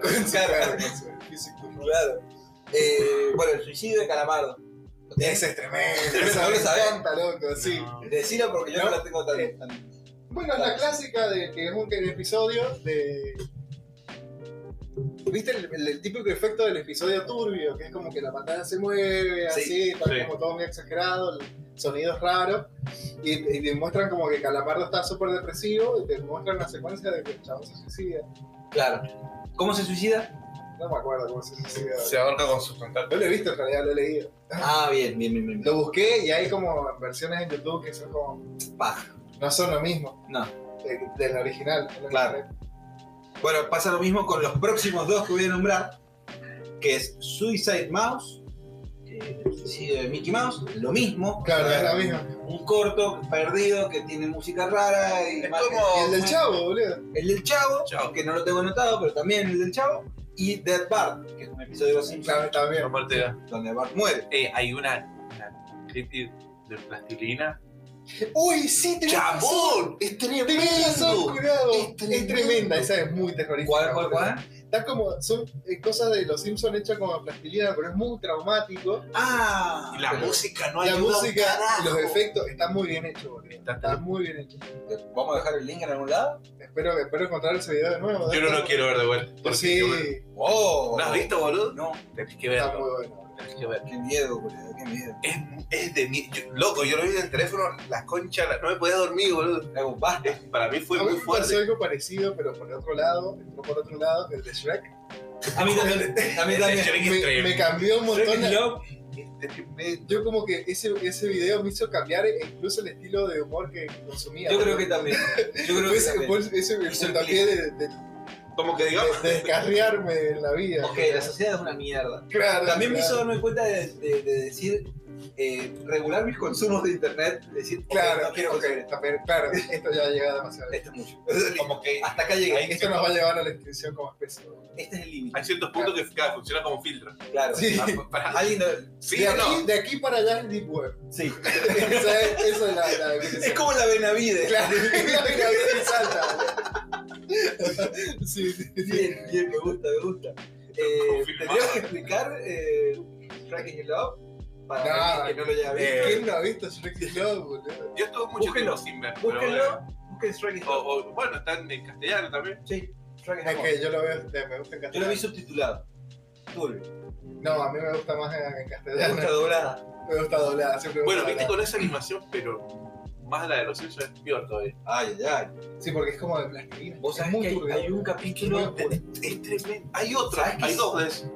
[SPEAKER 2] Claro,
[SPEAKER 8] Físico.
[SPEAKER 2] claro. Eh, bueno, el suicidio de Calamardo.
[SPEAKER 8] Ese es tremendo.
[SPEAKER 2] Tremendo,
[SPEAKER 8] esa
[SPEAKER 2] no lo
[SPEAKER 8] me
[SPEAKER 2] sabía.
[SPEAKER 8] encanta, loco, sí.
[SPEAKER 5] No.
[SPEAKER 2] Decilo porque yo no,
[SPEAKER 8] No,
[SPEAKER 2] la tengo tan.
[SPEAKER 8] eh,
[SPEAKER 2] tan-
[SPEAKER 8] Bueno, es la clásica de que es un que- episodio de. ¿Viste el, el- el típico efecto del episodio turbio? Que es como que la pantalla se mueve,
[SPEAKER 2] Sí,
[SPEAKER 8] así, tal
[SPEAKER 5] sí.
[SPEAKER 8] como todo muy exagerado, el- sonidos raros. Y, y te muestran como que Calamardo está súper depresivo y te muestran la secuencia de que el chabón se suicida.
[SPEAKER 2] Claro. ¿Cómo se suicida?
[SPEAKER 8] No me acuerdo cómo se suicida.
[SPEAKER 5] Se ahorca con sus tentáculos.
[SPEAKER 8] No lo he visto en realidad, lo he leído.
[SPEAKER 2] Ah, bien, bien, bien, bien.
[SPEAKER 8] Lo busqué y hay como versiones en YouTube que son como.
[SPEAKER 2] Paja.
[SPEAKER 8] No son lo mismo
[SPEAKER 2] No.
[SPEAKER 8] de- del original.
[SPEAKER 2] Claro. Bueno, pasa lo mismo con los próximos dos que voy a nombrar, que es Suicide Mouse, eh, el suicidio de Mickey Mouse, lo mismo.
[SPEAKER 8] Claro, es la misma.
[SPEAKER 2] Un corto perdido que tiene música rara y
[SPEAKER 5] Es
[SPEAKER 2] más-
[SPEAKER 5] como-
[SPEAKER 8] El del chavo, boludo.
[SPEAKER 2] El del Chavo,
[SPEAKER 5] Chavo.
[SPEAKER 2] que no lo tengo anotado, pero también el del Chavo. Y Dead Bart, que es un episodio de Los Simpsons,
[SPEAKER 8] Claro, también.
[SPEAKER 5] Aparte de-
[SPEAKER 2] donde Bart muere.
[SPEAKER 5] Eh, hay una, una crítica de plastilina.
[SPEAKER 8] Uy, sí, tenés
[SPEAKER 5] ¡Chabón!
[SPEAKER 8] Es tremendo. Tenés razón, cuidado.
[SPEAKER 2] Es
[SPEAKER 8] Es,
[SPEAKER 2] tremendo.
[SPEAKER 8] tremenda, esa es muy terrorífica.
[SPEAKER 2] ¿Cuál, cuál, cuál?
[SPEAKER 8] Está como, son eh, cosas de los Simpsons hechas como plastilina, pero es muy traumático.
[SPEAKER 2] Ah,
[SPEAKER 5] Y la
[SPEAKER 2] pero-
[SPEAKER 5] música no
[SPEAKER 8] la
[SPEAKER 5] ayuda un
[SPEAKER 8] música,
[SPEAKER 5] carajo.
[SPEAKER 8] los efectos, está muy bien hecho, boludo.
[SPEAKER 5] Está
[SPEAKER 8] Está,
[SPEAKER 5] tremendo.
[SPEAKER 8] muy bien hecho.
[SPEAKER 2] ¿Vamos a dejar el link en algún lado?
[SPEAKER 8] Espero, espero encontrar ese video de nuevo.
[SPEAKER 5] Yo no lo quiero ver de vuelta. porque,
[SPEAKER 8] Sí,
[SPEAKER 5] bueno,
[SPEAKER 2] ¡Wow!
[SPEAKER 5] ¿Lo has visto, boludo?
[SPEAKER 2] No,
[SPEAKER 5] Tenés que
[SPEAKER 8] está muy
[SPEAKER 5] verlo.
[SPEAKER 8] bueno.
[SPEAKER 5] Tenés que verlo.
[SPEAKER 2] qué miedo, boludo, qué miedo.
[SPEAKER 5] Es, es de mi... yo- loco, yo lo vi en el teléfono, las conchas, la- no me podía dormir, boludo.
[SPEAKER 2] Hago, basta.
[SPEAKER 5] Es- para mí fue
[SPEAKER 8] A mí
[SPEAKER 5] muy
[SPEAKER 8] me pasó
[SPEAKER 5] fuerte.
[SPEAKER 8] algo parecido, pero por otro lado, entró por otro lado, el de Shrek.
[SPEAKER 2] A mí también, a mí también.
[SPEAKER 5] Shrek es
[SPEAKER 8] Me,
[SPEAKER 5] tremendo.
[SPEAKER 8] me cambió un
[SPEAKER 2] Shrek
[SPEAKER 8] montón
[SPEAKER 2] y
[SPEAKER 8] la,
[SPEAKER 2] Love,
[SPEAKER 8] Me- yo como que ese, ese video me hizo cambiar e- incluso el estilo de humor que consumía.
[SPEAKER 2] Yo creo que también. Yo creo
[SPEAKER 8] Fue
[SPEAKER 2] que
[SPEAKER 8] ese, fue
[SPEAKER 2] también.
[SPEAKER 8] ese- ese fue el
[SPEAKER 2] Hizo el
[SPEAKER 8] puntapié de, de,
[SPEAKER 5] Como que digamos,
[SPEAKER 8] de descarriarme en la vida.
[SPEAKER 2] Ok, la sociedad es una mierda.
[SPEAKER 8] Claro,
[SPEAKER 2] También me hizo
[SPEAKER 8] claro.
[SPEAKER 2] darme cuenta de, de- de decir, eh, regular mis consumos de internet, decir, ok,
[SPEAKER 8] Claro,
[SPEAKER 2] no quiero
[SPEAKER 8] ok,
[SPEAKER 2] consumir esto.
[SPEAKER 8] también, claro, esto ya llega demasiado.
[SPEAKER 2] Esto es mucho.
[SPEAKER 5] como que
[SPEAKER 2] Hasta acá llegué.
[SPEAKER 8] Esto nos va a llevar a la extinción como especie.
[SPEAKER 2] Este es el
[SPEAKER 5] hay
[SPEAKER 2] límite.
[SPEAKER 5] ciertos puntos que claro, funcionan como filtro.
[SPEAKER 2] Claro.
[SPEAKER 8] Sí.
[SPEAKER 5] Ah, para-
[SPEAKER 2] Alguien no-
[SPEAKER 5] ¿Sí
[SPEAKER 8] de,
[SPEAKER 5] o
[SPEAKER 8] aquí,
[SPEAKER 5] no?
[SPEAKER 8] de aquí para allá es Deep Web.
[SPEAKER 2] Sí.
[SPEAKER 8] esa, es, esa es la, la definición.
[SPEAKER 2] Es como la Benavides.
[SPEAKER 8] Claro, es la vida que salta. sí, sí.
[SPEAKER 2] Bien, bien, me gusta, me gusta. Eh,
[SPEAKER 5] Confirmado.
[SPEAKER 2] Tendríamos que explicar eh, Shrek is in Love para
[SPEAKER 8] No,
[SPEAKER 2] alguien que no lo haya visto.
[SPEAKER 8] ¿Quién no ha visto Shrek y Love, boludo?
[SPEAKER 5] Yo estuve mucho
[SPEAKER 2] Búsquenlo.
[SPEAKER 5] tiempo sin ver. pero
[SPEAKER 2] Búsquenlo, busquen Shrek is
[SPEAKER 5] bueno.
[SPEAKER 2] Love.
[SPEAKER 5] O, o, bueno, están en castellano también.
[SPEAKER 2] Sí, Shrek is
[SPEAKER 8] Es
[SPEAKER 2] Love.
[SPEAKER 8] que yo lo veo, eh, me gusta en
[SPEAKER 2] Yo lo vi
[SPEAKER 8] castellano.
[SPEAKER 2] subtitulado. Turbio.
[SPEAKER 8] No, a mí me gusta más en, en
[SPEAKER 2] Me
[SPEAKER 8] castellano.
[SPEAKER 2] gusta doblada.
[SPEAKER 8] Me gusta doblada, siempre me
[SPEAKER 5] Bueno,
[SPEAKER 8] gusta
[SPEAKER 5] viste
[SPEAKER 8] doblada.
[SPEAKER 5] con esa animación, pero más la de los Simpsons es peor todavía.
[SPEAKER 2] Ay, ay, ay.
[SPEAKER 8] Sí, porque es como de plastilina.
[SPEAKER 2] Vos
[SPEAKER 8] es
[SPEAKER 2] sabés
[SPEAKER 8] muy
[SPEAKER 2] que hay,
[SPEAKER 8] turbio.
[SPEAKER 2] hay un
[SPEAKER 8] Muy
[SPEAKER 2] capítulo.
[SPEAKER 8] oscuro.
[SPEAKER 5] Es tremendo. Hay otra, hay dos de eso.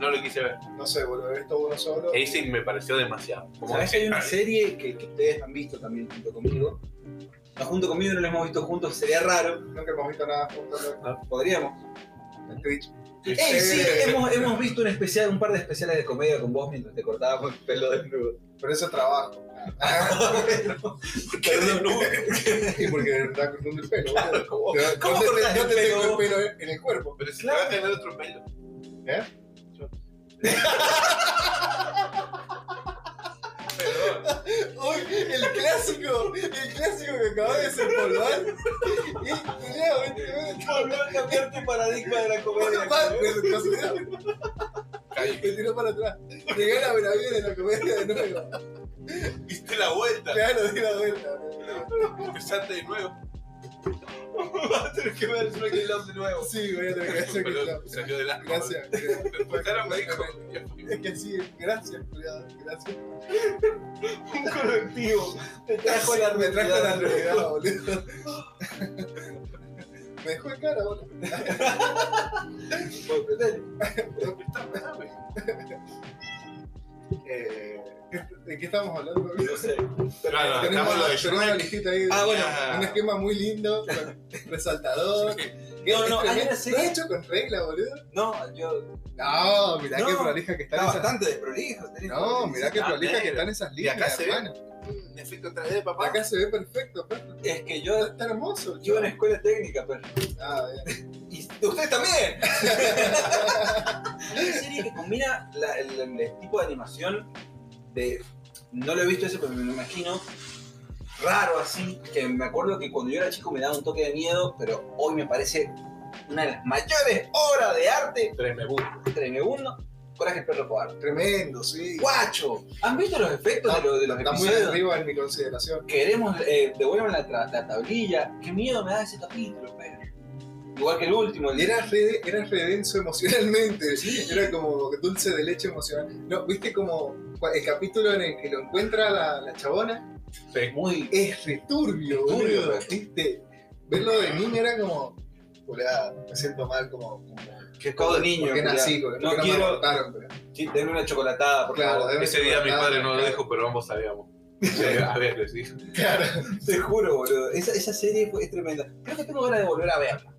[SPEAKER 5] No lo quise ver.
[SPEAKER 8] No sé, boludo, he visto uno solo.
[SPEAKER 5] Ese me pareció demasiado. Como
[SPEAKER 2] ¿Sabés que
[SPEAKER 5] que-
[SPEAKER 2] hay una
[SPEAKER 5] ah,
[SPEAKER 2] serie que, que ustedes han visto también junto conmigo? No junto conmigo, no lo hemos visto juntos, sería raro.
[SPEAKER 8] Nunca hemos visto nada juntos loco,
[SPEAKER 2] Podríamos.
[SPEAKER 8] en Twitch.
[SPEAKER 2] ¡Ey,
[SPEAKER 8] Sí.
[SPEAKER 2] sí! Hemos,
[SPEAKER 8] este,
[SPEAKER 2] hemos visto un especial, un par de especiales de comedia con vos mientras te cortábamos el pelo desnudo.
[SPEAKER 8] Por eso trabajo.
[SPEAKER 5] qué desnudo.
[SPEAKER 8] y porque me está cortando el pelo, boludo.
[SPEAKER 2] ¿Cómo,
[SPEAKER 8] Yo- yo
[SPEAKER 2] cómo
[SPEAKER 8] te-
[SPEAKER 2] cortas
[SPEAKER 8] yo
[SPEAKER 2] el
[SPEAKER 8] te tengo
[SPEAKER 2] pelo?
[SPEAKER 8] el pelo en- en el cuerpo.
[SPEAKER 5] Pero si
[SPEAKER 2] Claro.
[SPEAKER 5] te va a tener otro pelo.
[SPEAKER 8] ¿Eh?
[SPEAKER 5] Yo- Perdón.
[SPEAKER 8] Uy, el clásico, el clásico que acabas de desempolvar. Y Leo, vete,
[SPEAKER 2] Volvió a cambiar tu paradigma de la comedia.
[SPEAKER 8] pues. vete. Me tiró para atrás. Llegué a Benavides de la comedia de nuevo.
[SPEAKER 5] Diste la vuelta.
[SPEAKER 8] Claro, di la vuelta.
[SPEAKER 5] Empezaste de nuevo.
[SPEAKER 2] Vas a tener que ver Smack Love de nuevo.
[SPEAKER 8] Sí, voy a tener que hacer que
[SPEAKER 5] Pero salió del asco.
[SPEAKER 8] Gracias.
[SPEAKER 5] Escucharon, me dijo.
[SPEAKER 8] Es que sí, gracias, cuidado, gracias.
[SPEAKER 2] Un colectivo. Te trajo la
[SPEAKER 8] Me trajo la
[SPEAKER 2] realidad.
[SPEAKER 8] realidad, boludo. Me dejó de cara, boludo. Eh, ¿De qué estamos hablando?
[SPEAKER 2] No sé.
[SPEAKER 5] No, no, estamos en lo de
[SPEAKER 8] tenés una
[SPEAKER 5] Shrek.
[SPEAKER 8] listita ahí.
[SPEAKER 2] Ah, bueno.
[SPEAKER 8] Un
[SPEAKER 5] Ah,
[SPEAKER 8] esquema muy lindo, con resaltador. este,
[SPEAKER 2] No, no, hay
[SPEAKER 8] Es
[SPEAKER 2] una
[SPEAKER 8] tremendo.
[SPEAKER 2] serie-
[SPEAKER 8] ¿Lo has hecho con regla, boludo?
[SPEAKER 2] No, yo.
[SPEAKER 8] No, mirá
[SPEAKER 2] No,
[SPEAKER 8] qué prolija que están
[SPEAKER 2] Está
[SPEAKER 8] esas.
[SPEAKER 2] bastante desprolijo. tenés
[SPEAKER 8] No,
[SPEAKER 2] razón.
[SPEAKER 8] mirá qué
[SPEAKER 5] Ah,
[SPEAKER 8] prolija que
[SPEAKER 5] negro.
[SPEAKER 8] están esas
[SPEAKER 5] Y acá
[SPEAKER 8] líneas,
[SPEAKER 5] se ve.
[SPEAKER 8] hermano.
[SPEAKER 5] un efecto 3D, papá.
[SPEAKER 8] Acá se ve perfecto, perro.
[SPEAKER 2] Es que yo.
[SPEAKER 8] Está hermoso.
[SPEAKER 2] Yo iba a una escuela técnica, pero.
[SPEAKER 8] Ah, bien.
[SPEAKER 2] Y ustedes también. Hay una serie que combina la- el, el tipo de animación de. No lo he visto ese, pero me lo imagino. Raro así. Que me acuerdo que cuando yo era chico me daba un toque de miedo, pero hoy me parece una de las mayores obras de arte.
[SPEAKER 5] Tremebú.
[SPEAKER 2] Tremebundo. Coraje el perro cobarde.
[SPEAKER 8] Tremendo, sí.
[SPEAKER 2] ¡Guacho! ¿Han visto los efectos de, lo- de los
[SPEAKER 8] Está muy
[SPEAKER 2] episodios?
[SPEAKER 8] arriba en mi consideración.
[SPEAKER 2] Queremos, eh, devuelvan la, tra- la tablilla. Qué miedo me da ese capítulo, pero. Igual que el último, el de
[SPEAKER 8] Era re, era re denso emocionalmente.
[SPEAKER 2] Sí.
[SPEAKER 8] Era como dulce de leche emocional. No, viste como cua- el capítulo en el que lo encuentra la, la chabona
[SPEAKER 2] muy.
[SPEAKER 8] es returbio,
[SPEAKER 2] Turbio, pues.
[SPEAKER 8] boludo.
[SPEAKER 2] man.
[SPEAKER 8] Viste, verlo de niño era como, "Hola, me siento mal, como,
[SPEAKER 2] Que es todo niño.
[SPEAKER 8] porque
[SPEAKER 2] mira.
[SPEAKER 8] nací, porque
[SPEAKER 2] no
[SPEAKER 8] porque me
[SPEAKER 2] quiero.
[SPEAKER 8] abortaron, pero-
[SPEAKER 2] Sí, denme una chocolatada, por
[SPEAKER 8] Claro,
[SPEAKER 2] favor.
[SPEAKER 8] denme-
[SPEAKER 5] Ese día mi padre no lo dijo, pero ambos sabíamos. Sí, A ver, les dije.
[SPEAKER 8] Claro.
[SPEAKER 2] Te juro, boludo. Esa, esa serie fue- es tremenda. Creo que tengo ganas de volver a verla.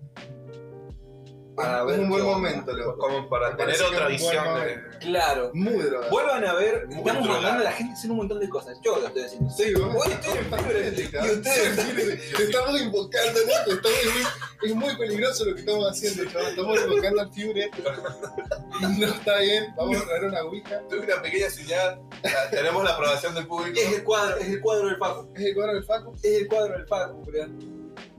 [SPEAKER 2] Para
[SPEAKER 8] es
[SPEAKER 2] ver
[SPEAKER 8] un buen
[SPEAKER 2] qué onda.
[SPEAKER 8] momento, loco.
[SPEAKER 1] Como para
[SPEAKER 8] Parece
[SPEAKER 1] tener
[SPEAKER 8] que
[SPEAKER 1] otra
[SPEAKER 8] es un buen
[SPEAKER 1] visión de.
[SPEAKER 8] momento.
[SPEAKER 2] Claro.
[SPEAKER 8] Muy drogado.
[SPEAKER 2] Vuelvan a ver.
[SPEAKER 5] Muy
[SPEAKER 2] Estamos
[SPEAKER 5] drogado.
[SPEAKER 2] mandando a la gente a hacer un montón de cosas. Yo lo estoy haciendo.
[SPEAKER 8] Sí, vos.
[SPEAKER 2] Hoy estoy en fibra. Y ustedes.
[SPEAKER 8] Te estamos invocando, loco. Estamos es muy peligroso lo que estamos haciendo, chaval. Estamos invocando al Führer. No está bien. Vamos a traer una ouija.
[SPEAKER 5] Tuve una pequeña señal. Ah, Tenemos la aprobación del público.
[SPEAKER 2] Es el cuadro, es el cuadro del Paco.
[SPEAKER 8] Es el cuadro del Facu.
[SPEAKER 2] Es el cuadro del Paco, boludo.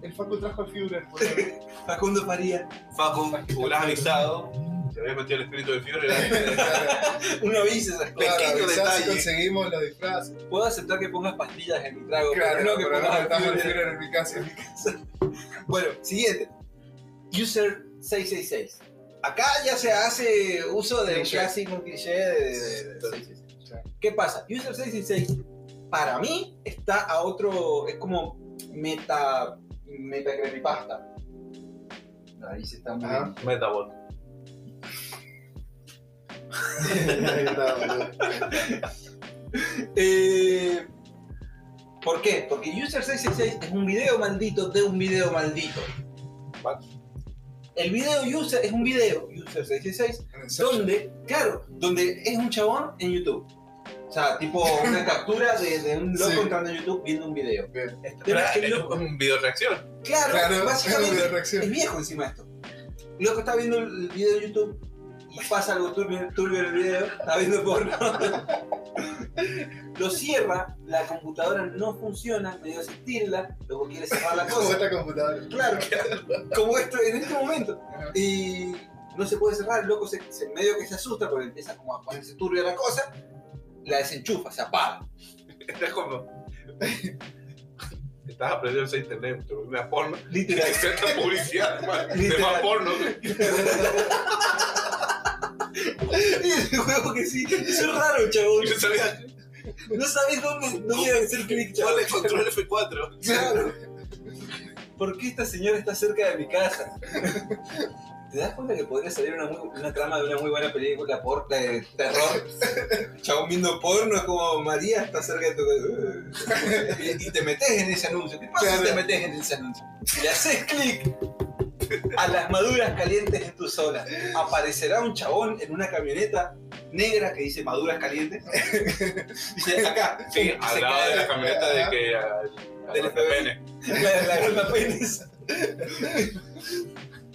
[SPEAKER 8] El Facu trajo al Führer. boludo.
[SPEAKER 2] Facundo Faría.
[SPEAKER 5] Facu, hubieras avisado. Se había metido el espíritu del Führer. era-
[SPEAKER 8] Claro,
[SPEAKER 2] Uno avisa esas cosas.
[SPEAKER 8] claro,
[SPEAKER 5] Pequeño
[SPEAKER 8] avisá si
[SPEAKER 5] detalle.
[SPEAKER 8] conseguimos los disfraces.
[SPEAKER 2] Puedo aceptar que pongas pastillas en mi trago, pero no que
[SPEAKER 8] pero no
[SPEAKER 2] pongas
[SPEAKER 8] estamos
[SPEAKER 2] fibra.
[SPEAKER 8] el Führer en mi casa.
[SPEAKER 2] Bueno, siguiente. User 666. Acá ya se hace uso de un
[SPEAKER 8] Cliché.
[SPEAKER 2] clásico un cliché de, de- de 666. ¿Qué pasa? User 666 para mí está a otro, es como meta meta creepypasta. Ahí se está muy
[SPEAKER 8] Ajá.
[SPEAKER 5] Metabot.
[SPEAKER 8] Ahí está, boludo.
[SPEAKER 2] Eh, ¿Por qué? Porque User 666 es un video maldito de un video maldito. El video User es un video User 666 donde, claro, donde es un chabón en YouTube. O sea, tipo una captura de, de un loco
[SPEAKER 8] Sí.
[SPEAKER 2] entrando en YouTube viendo un video.
[SPEAKER 8] Bien.
[SPEAKER 2] Este-
[SPEAKER 5] Pero
[SPEAKER 2] pero es que
[SPEAKER 5] es
[SPEAKER 2] el loco-
[SPEAKER 5] un video reacción.
[SPEAKER 2] claro,
[SPEAKER 8] Claro,
[SPEAKER 2] básicamente
[SPEAKER 8] de
[SPEAKER 2] es
[SPEAKER 8] reacción.
[SPEAKER 2] viejo encima esto. El loco está viendo el video de YouTube y pasa algo turbio, turbio en el video, está viendo porno. Lo cierra, la computadora no funciona, medio a sentirla, luego quiere cerrar la
[SPEAKER 8] Como
[SPEAKER 2] cosa.
[SPEAKER 8] esta computadora.
[SPEAKER 2] Claro, como esto en este momento. Y no se puede cerrar, el loco se, se- medio que se asusta porque empieza como a ponerse turbia la cosa, la desenchufa, se apaga.
[SPEAKER 5] Estás como. Estás aprendiendo a usar internet, pero una porno.
[SPEAKER 2] Literal.
[SPEAKER 5] Te cierta publicidad, man, de
[SPEAKER 2] Literal.
[SPEAKER 5] más porno.
[SPEAKER 2] y el juego que sí, eso es raro, chabón.
[SPEAKER 5] Y no sabías
[SPEAKER 2] No sabes dónde, dónde debe ser clic,
[SPEAKER 5] cuál
[SPEAKER 2] chabón.
[SPEAKER 5] es control F4.
[SPEAKER 2] Claro. ¿Por qué esta señora está cerca de mi casa? ¿Te das cuenta que podría salir una, muy- una trama de una muy buena película por, de terror? Chabón viendo porno es como María está cerca de tu casa. Y, y te metes en ese anuncio. ¿Qué pasa si te metes en ese anuncio? Si le haces clic a las maduras calientes en tu zona, aparecerá un chabón en una camioneta negra que dice maduras calientes. Dice acá. Se
[SPEAKER 5] Sí, al lado
[SPEAKER 2] cae
[SPEAKER 5] de
[SPEAKER 2] la-
[SPEAKER 5] la camioneta de que. ah,
[SPEAKER 2] Del
[SPEAKER 5] Del
[SPEAKER 2] FBI.
[SPEAKER 5] pene.
[SPEAKER 2] la, la gota penis.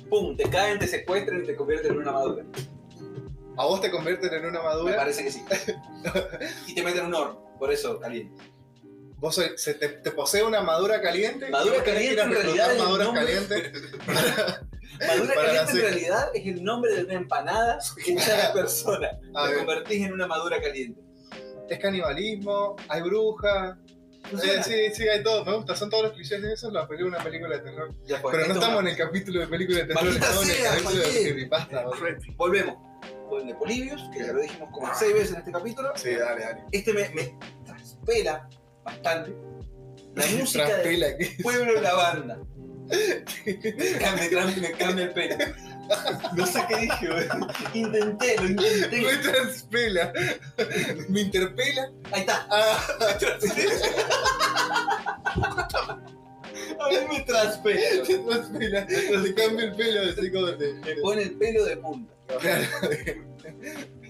[SPEAKER 2] Pum, te caen, te secuestran y te convierten en una madura.
[SPEAKER 8] A vos te convierten en una
[SPEAKER 2] Me
[SPEAKER 8] madura.
[SPEAKER 2] parece que sí. Y te meten en un horno, por eso caliente.
[SPEAKER 8] Vos soy- se te, te posee una madura caliente.
[SPEAKER 2] Madura
[SPEAKER 8] y vos tenés que ir
[SPEAKER 2] caliente,
[SPEAKER 8] a
[SPEAKER 2] en
[SPEAKER 8] reclutar
[SPEAKER 2] realidad, el
[SPEAKER 8] maduras
[SPEAKER 2] nombre-
[SPEAKER 8] calientes.
[SPEAKER 2] Madura
[SPEAKER 8] Para la
[SPEAKER 2] caliente en
[SPEAKER 8] seca.
[SPEAKER 2] realidad es el nombre de una empanada hecha de persona.
[SPEAKER 8] A
[SPEAKER 2] Te
[SPEAKER 8] ver, Eh,
[SPEAKER 2] convertís en una madura caliente.
[SPEAKER 8] es canibalismo, hay brujas, Eh, sí, sí, hay todo. Me gusta, son todos los clichés de eso. La película es una película de terror.
[SPEAKER 2] Ya fue.
[SPEAKER 8] Pero no
[SPEAKER 2] Pues Esto
[SPEAKER 8] estamos
[SPEAKER 2] es
[SPEAKER 8] en
[SPEAKER 2] una-
[SPEAKER 8] el capítulo de película de terror,
[SPEAKER 2] Maldita
[SPEAKER 8] estamos en el
[SPEAKER 2] sea,
[SPEAKER 8] capítulo de
[SPEAKER 2] Joaquín.
[SPEAKER 8] creepypasta. boludo.
[SPEAKER 2] Volvemos. Con de Polibius, que ya lo dijimos como seis veces en este capítulo.
[SPEAKER 8] Sí, dale, dale.
[SPEAKER 2] Este me, me traspela bastante. La música del
[SPEAKER 8] Traspela aquí.
[SPEAKER 2] pueblo lavanda. Me cambia, tran- me cambia el pelo. No sé qué dije, güey. Intenté, lo intenté.
[SPEAKER 8] Me transpela. Me interpela.
[SPEAKER 2] Ahí está.
[SPEAKER 8] Ah,
[SPEAKER 2] A mí me traspela.
[SPEAKER 8] te transpela. Le cambio el pelo así como te.
[SPEAKER 2] Me pone el pelo de punta.
[SPEAKER 8] Claro.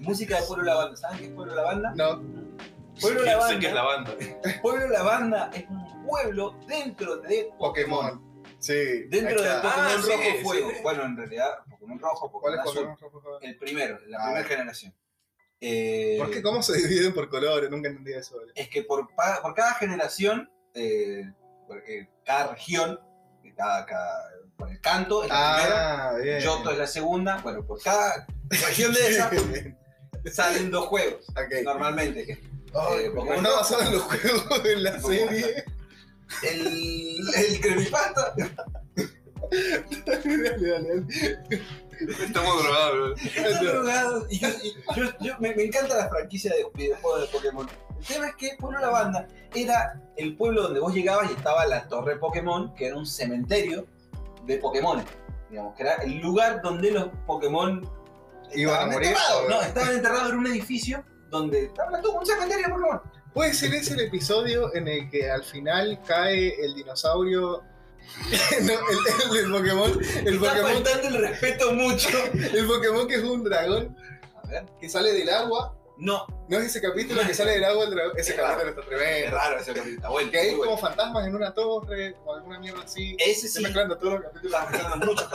[SPEAKER 2] Música de pueblo lavanda. ¿Saben qué es pueblo lavanda?
[SPEAKER 8] No,
[SPEAKER 2] Pueblo
[SPEAKER 5] Yo sé que es
[SPEAKER 2] lavanda.
[SPEAKER 5] la banda.
[SPEAKER 2] Pueblo lavanda es un pueblo dentro de Pokémon.
[SPEAKER 8] Pokémon. Sí.
[SPEAKER 2] Dentro de
[SPEAKER 8] ahí está.
[SPEAKER 2] Pokémon
[SPEAKER 5] Ah, sí,
[SPEAKER 2] Rojo
[SPEAKER 5] sí.
[SPEAKER 2] Fuego. Bueno, en realidad, Pokémon Rojo,
[SPEAKER 8] ¿Cuál
[SPEAKER 2] Pokémon
[SPEAKER 8] es
[SPEAKER 2] Azul.
[SPEAKER 8] Pokémon?
[SPEAKER 2] El primero, la
[SPEAKER 8] Ah.
[SPEAKER 2] primera generación. Eh,
[SPEAKER 8] ¿Por qué? ¿Cómo se dividen por colores? Nunca entendí eso. boludo.
[SPEAKER 2] Es que por, pa- por cada generación, eh, por- eh, cada región, cada, cada- por el canto es la primera,
[SPEAKER 8] Ah, bien.
[SPEAKER 2] Yoto es la segunda. Bueno, por cada región de esa salen dos juegos.
[SPEAKER 8] Ok.
[SPEAKER 2] Normalmente, que
[SPEAKER 8] Ay,
[SPEAKER 2] Eh,
[SPEAKER 8] como
[SPEAKER 2] Pokémon
[SPEAKER 8] está
[SPEAKER 2] Rojo.
[SPEAKER 8] basado en los juegos de la
[SPEAKER 2] Pokémon
[SPEAKER 8] serie.
[SPEAKER 2] el, el creepypasta
[SPEAKER 8] Dale, dale, dale.
[SPEAKER 5] Estamos drogados, bro.
[SPEAKER 2] está drogado. Y yo, y yo- yo- me, me encanta la franquicia de videojuegos de Pokémon. El tema es que Pueblo Lavanda era el pueblo donde vos llegabas y estaba la torre Pokémon, que era un cementerio de Pokémon. Digamos, que era el lugar donde los Pokémon
[SPEAKER 8] Iban
[SPEAKER 2] estaban
[SPEAKER 8] a morir.
[SPEAKER 2] enterrados.
[SPEAKER 8] o-
[SPEAKER 2] No, estaban enterrados en un edificio donde estaba todo un cementerio de Pokémon.
[SPEAKER 8] Puede ser ese el episodio en el que al final cae el dinosaurio. no, el, el- el Pokémon. El
[SPEAKER 2] Está
[SPEAKER 8] Pokémon,
[SPEAKER 2] faltando el respeto mucho.
[SPEAKER 8] el Pokémon que es un dragón
[SPEAKER 2] A ver.
[SPEAKER 8] que sale del agua.
[SPEAKER 2] No,
[SPEAKER 8] ¿No es ese capítulo que sale del agua el dragón? Ese
[SPEAKER 2] Es
[SPEAKER 8] capítulo está
[SPEAKER 2] es
[SPEAKER 8] tremendo.
[SPEAKER 2] raro ese capítulo. Está bueno,
[SPEAKER 8] Que hay
[SPEAKER 2] muy bueno.
[SPEAKER 8] como fantasmas en una torre o alguna mierda así.
[SPEAKER 2] Ese
[SPEAKER 8] Estoy
[SPEAKER 2] sí,
[SPEAKER 8] mezclando todos los capítulos.
[SPEAKER 2] está mezclando mucho.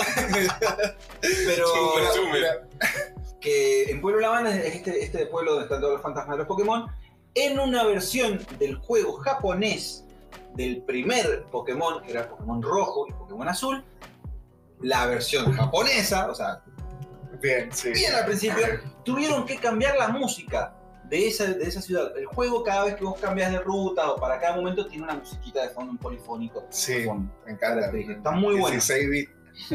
[SPEAKER 2] Pero.
[SPEAKER 5] Chupa, chupa.
[SPEAKER 2] que en Pueblo Lavanda es este, este pueblo donde están todos los fantasmas de los Pokémon, en una versión del juego japonés del primer Pokémon, que era Pokémon rojo y Pokémon azul, la versión japonesa, o sea,
[SPEAKER 8] Bien, sí.
[SPEAKER 2] bien al principio, tuvieron que cambiar la música de esa, de esa ciudad. El juego cada vez que vos cambias de ruta o para cada momento tiene una musiquita de fondo, un polifónico.
[SPEAKER 8] Sí,
[SPEAKER 2] con
[SPEAKER 8] me encanta.
[SPEAKER 2] características. Está muy bueno.
[SPEAKER 8] 16 bits.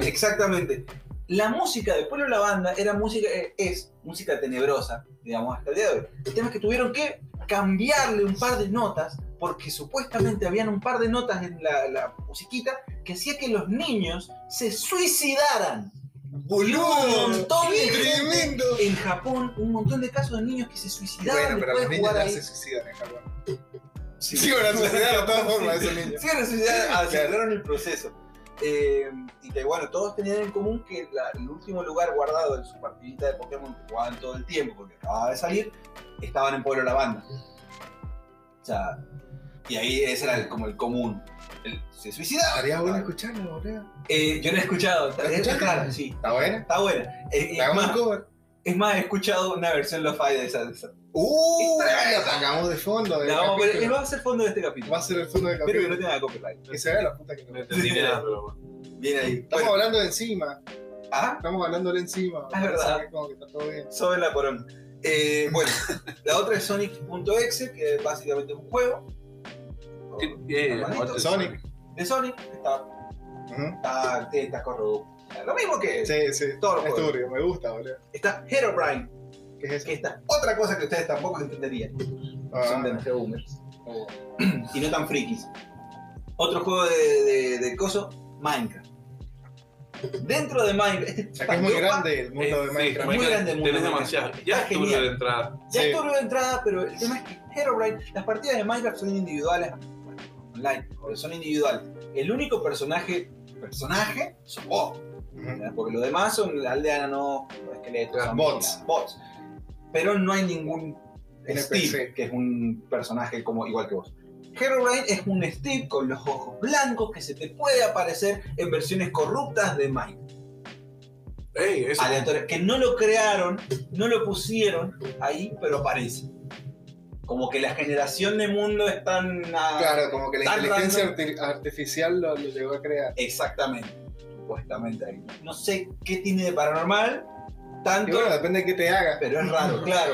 [SPEAKER 2] Exactamente. La música de Pueblo Lavanda era música, eh, es música tenebrosa, digamos, hasta el día de hoy. El tema es que tuvieron que cambiarle un par de notas, porque supuestamente habían un par de notas en la, la musiquita que hacía que los niños se suicidaran.
[SPEAKER 8] ¡Boludo!
[SPEAKER 2] Un montón de gente.
[SPEAKER 8] ¡Tremendo!
[SPEAKER 2] En Japón, un montón de casos de niños que se
[SPEAKER 8] Bueno,
[SPEAKER 2] suicidaban
[SPEAKER 8] pero
[SPEAKER 2] después de
[SPEAKER 8] los niños
[SPEAKER 2] jugar
[SPEAKER 8] no
[SPEAKER 2] ahí.
[SPEAKER 8] se suicidan en Japón.
[SPEAKER 2] Sí.
[SPEAKER 8] Sí, bueno, se suicidan de todas formas esos niños.
[SPEAKER 2] Sí, aceleraron, aceleraron el proceso. Eh, y que bueno, todos tenían en común que la- el último lugar guardado en su partidita de Pokémon que jugaban todo el tiempo, porque acababa de salir, estaban en Pueblo Lavanda. O sea, y ahí ese era el- como el común. El- se suicidaba.
[SPEAKER 8] Estaría bueno escucharlo, boludo.
[SPEAKER 2] Eh, yo no he escuchado.
[SPEAKER 8] ¿Lo
[SPEAKER 2] es-
[SPEAKER 8] escuchaste?
[SPEAKER 2] claro, sí.
[SPEAKER 8] ¿Está buena?
[SPEAKER 2] Está buena. Eh, Es,
[SPEAKER 8] Hagamos un
[SPEAKER 2] más,
[SPEAKER 8] cover.
[SPEAKER 2] es más, he escuchado una versión lo-fi de esa. de esa.
[SPEAKER 8] ¡Uh!
[SPEAKER 2] Es tremendo.
[SPEAKER 8] La sacamos de fondo. del
[SPEAKER 2] La vamos a poner-
[SPEAKER 8] capítulo.
[SPEAKER 2] va a ser fondo de este capítulo.
[SPEAKER 8] Va a ser el fondo del
[SPEAKER 2] Espero que no
[SPEAKER 8] capítulo.
[SPEAKER 2] tenga copyright.
[SPEAKER 8] Que se vea la puta que
[SPEAKER 5] No
[SPEAKER 8] no.
[SPEAKER 5] entendí nada, pero bueno.
[SPEAKER 2] Viene ahí.
[SPEAKER 8] Estamos
[SPEAKER 2] Bueno,
[SPEAKER 8] hablando de encima.
[SPEAKER 2] ah,
[SPEAKER 8] Estamos hablando de encima.
[SPEAKER 2] Es verdad.
[SPEAKER 8] Así que como que está todo bien.
[SPEAKER 2] Sobre la porón. Eh, bueno, la otra es Sonic.exe, que es básicamente un juego
[SPEAKER 5] ¿Qué- eh,
[SPEAKER 2] Hermanito,
[SPEAKER 8] Sonic.
[SPEAKER 2] de Ah, Sonic. Está,
[SPEAKER 8] Ujú.
[SPEAKER 2] está, está corrupta. Lo mismo que
[SPEAKER 8] Sí, sí.
[SPEAKER 2] todos los
[SPEAKER 8] Es
[SPEAKER 2] juegos.
[SPEAKER 8] turbio, me gusta, boludo.
[SPEAKER 2] Está Herobrine,
[SPEAKER 8] ¿Qué es
[SPEAKER 2] que
[SPEAKER 8] eso?
[SPEAKER 2] está otra cosa que ustedes tampoco entenderían. Son
[SPEAKER 8] Ah,
[SPEAKER 2] demasiado boomers. y no tan frikis. Otro juego de, de, de coso, Minecraft. Dentro de Minecraft, este
[SPEAKER 8] o sea, que es muy
[SPEAKER 2] Pandopa
[SPEAKER 8] grande el mundo de
[SPEAKER 5] sí,
[SPEAKER 8] Minecraft.
[SPEAKER 2] muy grande el mundo
[SPEAKER 5] Tenés
[SPEAKER 2] de
[SPEAKER 5] demasiado.
[SPEAKER 2] Minecraft.
[SPEAKER 5] Ya
[SPEAKER 2] Está
[SPEAKER 5] estuve
[SPEAKER 2] genial.
[SPEAKER 5] de entrada.
[SPEAKER 2] Ya
[SPEAKER 8] Sí.
[SPEAKER 2] es turno de entrada, pero el tema es que Herobrine, las partidas de Minecraft son individuales, bueno, online, pero son individuales. El único personaje, personaje, son vos,
[SPEAKER 8] Ujú.
[SPEAKER 2] ¿verdad? porque los demás son aldeanos, esqueletos,
[SPEAKER 8] Claro,
[SPEAKER 2] zombies,
[SPEAKER 8] bots.
[SPEAKER 2] bots. Pero no hay ningún
[SPEAKER 8] NPC.
[SPEAKER 2] Steve, que es un personaje como igual que vos. Herobrine es un Steve con los ojos blancos que se te puede aparecer en versiones corruptas de Minecraft
[SPEAKER 5] Ey, eso.
[SPEAKER 2] aleatoria, que no lo crearon, no lo pusieron ahí, pero aparece. Como que la generación de mundo es tan... ah,
[SPEAKER 8] Claro, como que la
[SPEAKER 2] Tan
[SPEAKER 8] inteligencia arti- artificial lo, lo llegó a crear.
[SPEAKER 2] Exactamente, supuestamente ahí. No sé qué tiene de paranormal,
[SPEAKER 8] Y
[SPEAKER 2] tanto,
[SPEAKER 8] bueno, depende de qué te haga,
[SPEAKER 2] pero es raro, claro.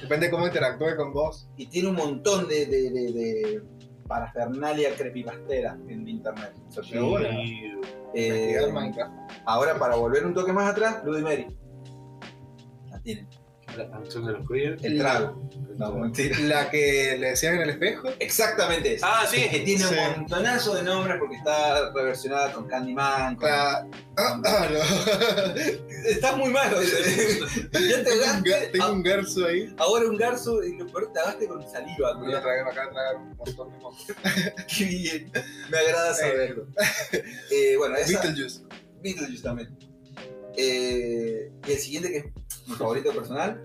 [SPEAKER 8] depende de cómo interactúe con vos.
[SPEAKER 2] Y tiene un montón de, de, de- de- parafernalia creepypastera en internet.
[SPEAKER 8] Pero bueno,
[SPEAKER 2] Eh,
[SPEAKER 8] investigar Minecraft.
[SPEAKER 2] ahora, para volver un toque más atrás, Bloody Mary. La tienen.
[SPEAKER 5] La canción de los queer.
[SPEAKER 2] El trago. No, mentira.
[SPEAKER 8] La que le decían en el espejo.
[SPEAKER 2] Exactamente esa.
[SPEAKER 5] Ah,
[SPEAKER 2] Que
[SPEAKER 5] sí.
[SPEAKER 2] tiene
[SPEAKER 8] Sí.
[SPEAKER 2] un montonazo de nombres porque está reversionada con Candyman. Con...
[SPEAKER 8] La... Ah, ah, no.
[SPEAKER 2] Estás muy malo. ya te Ah.
[SPEAKER 8] tengo, un
[SPEAKER 2] ahogaste.
[SPEAKER 8] ga- tengo un garzo ahí.
[SPEAKER 2] Ahora un garzo y lo peor te agaste con saliva.
[SPEAKER 8] Me lo
[SPEAKER 2] culiao.
[SPEAKER 8] tragué, me acabo de tragar un montón de cosas.
[SPEAKER 2] Qué bien. Me agrada saberlo. Eh, bueno, esa,
[SPEAKER 8] Beetlejuice.
[SPEAKER 2] Beetlejuice también. Eh, y el siguiente que es mi favorito personal,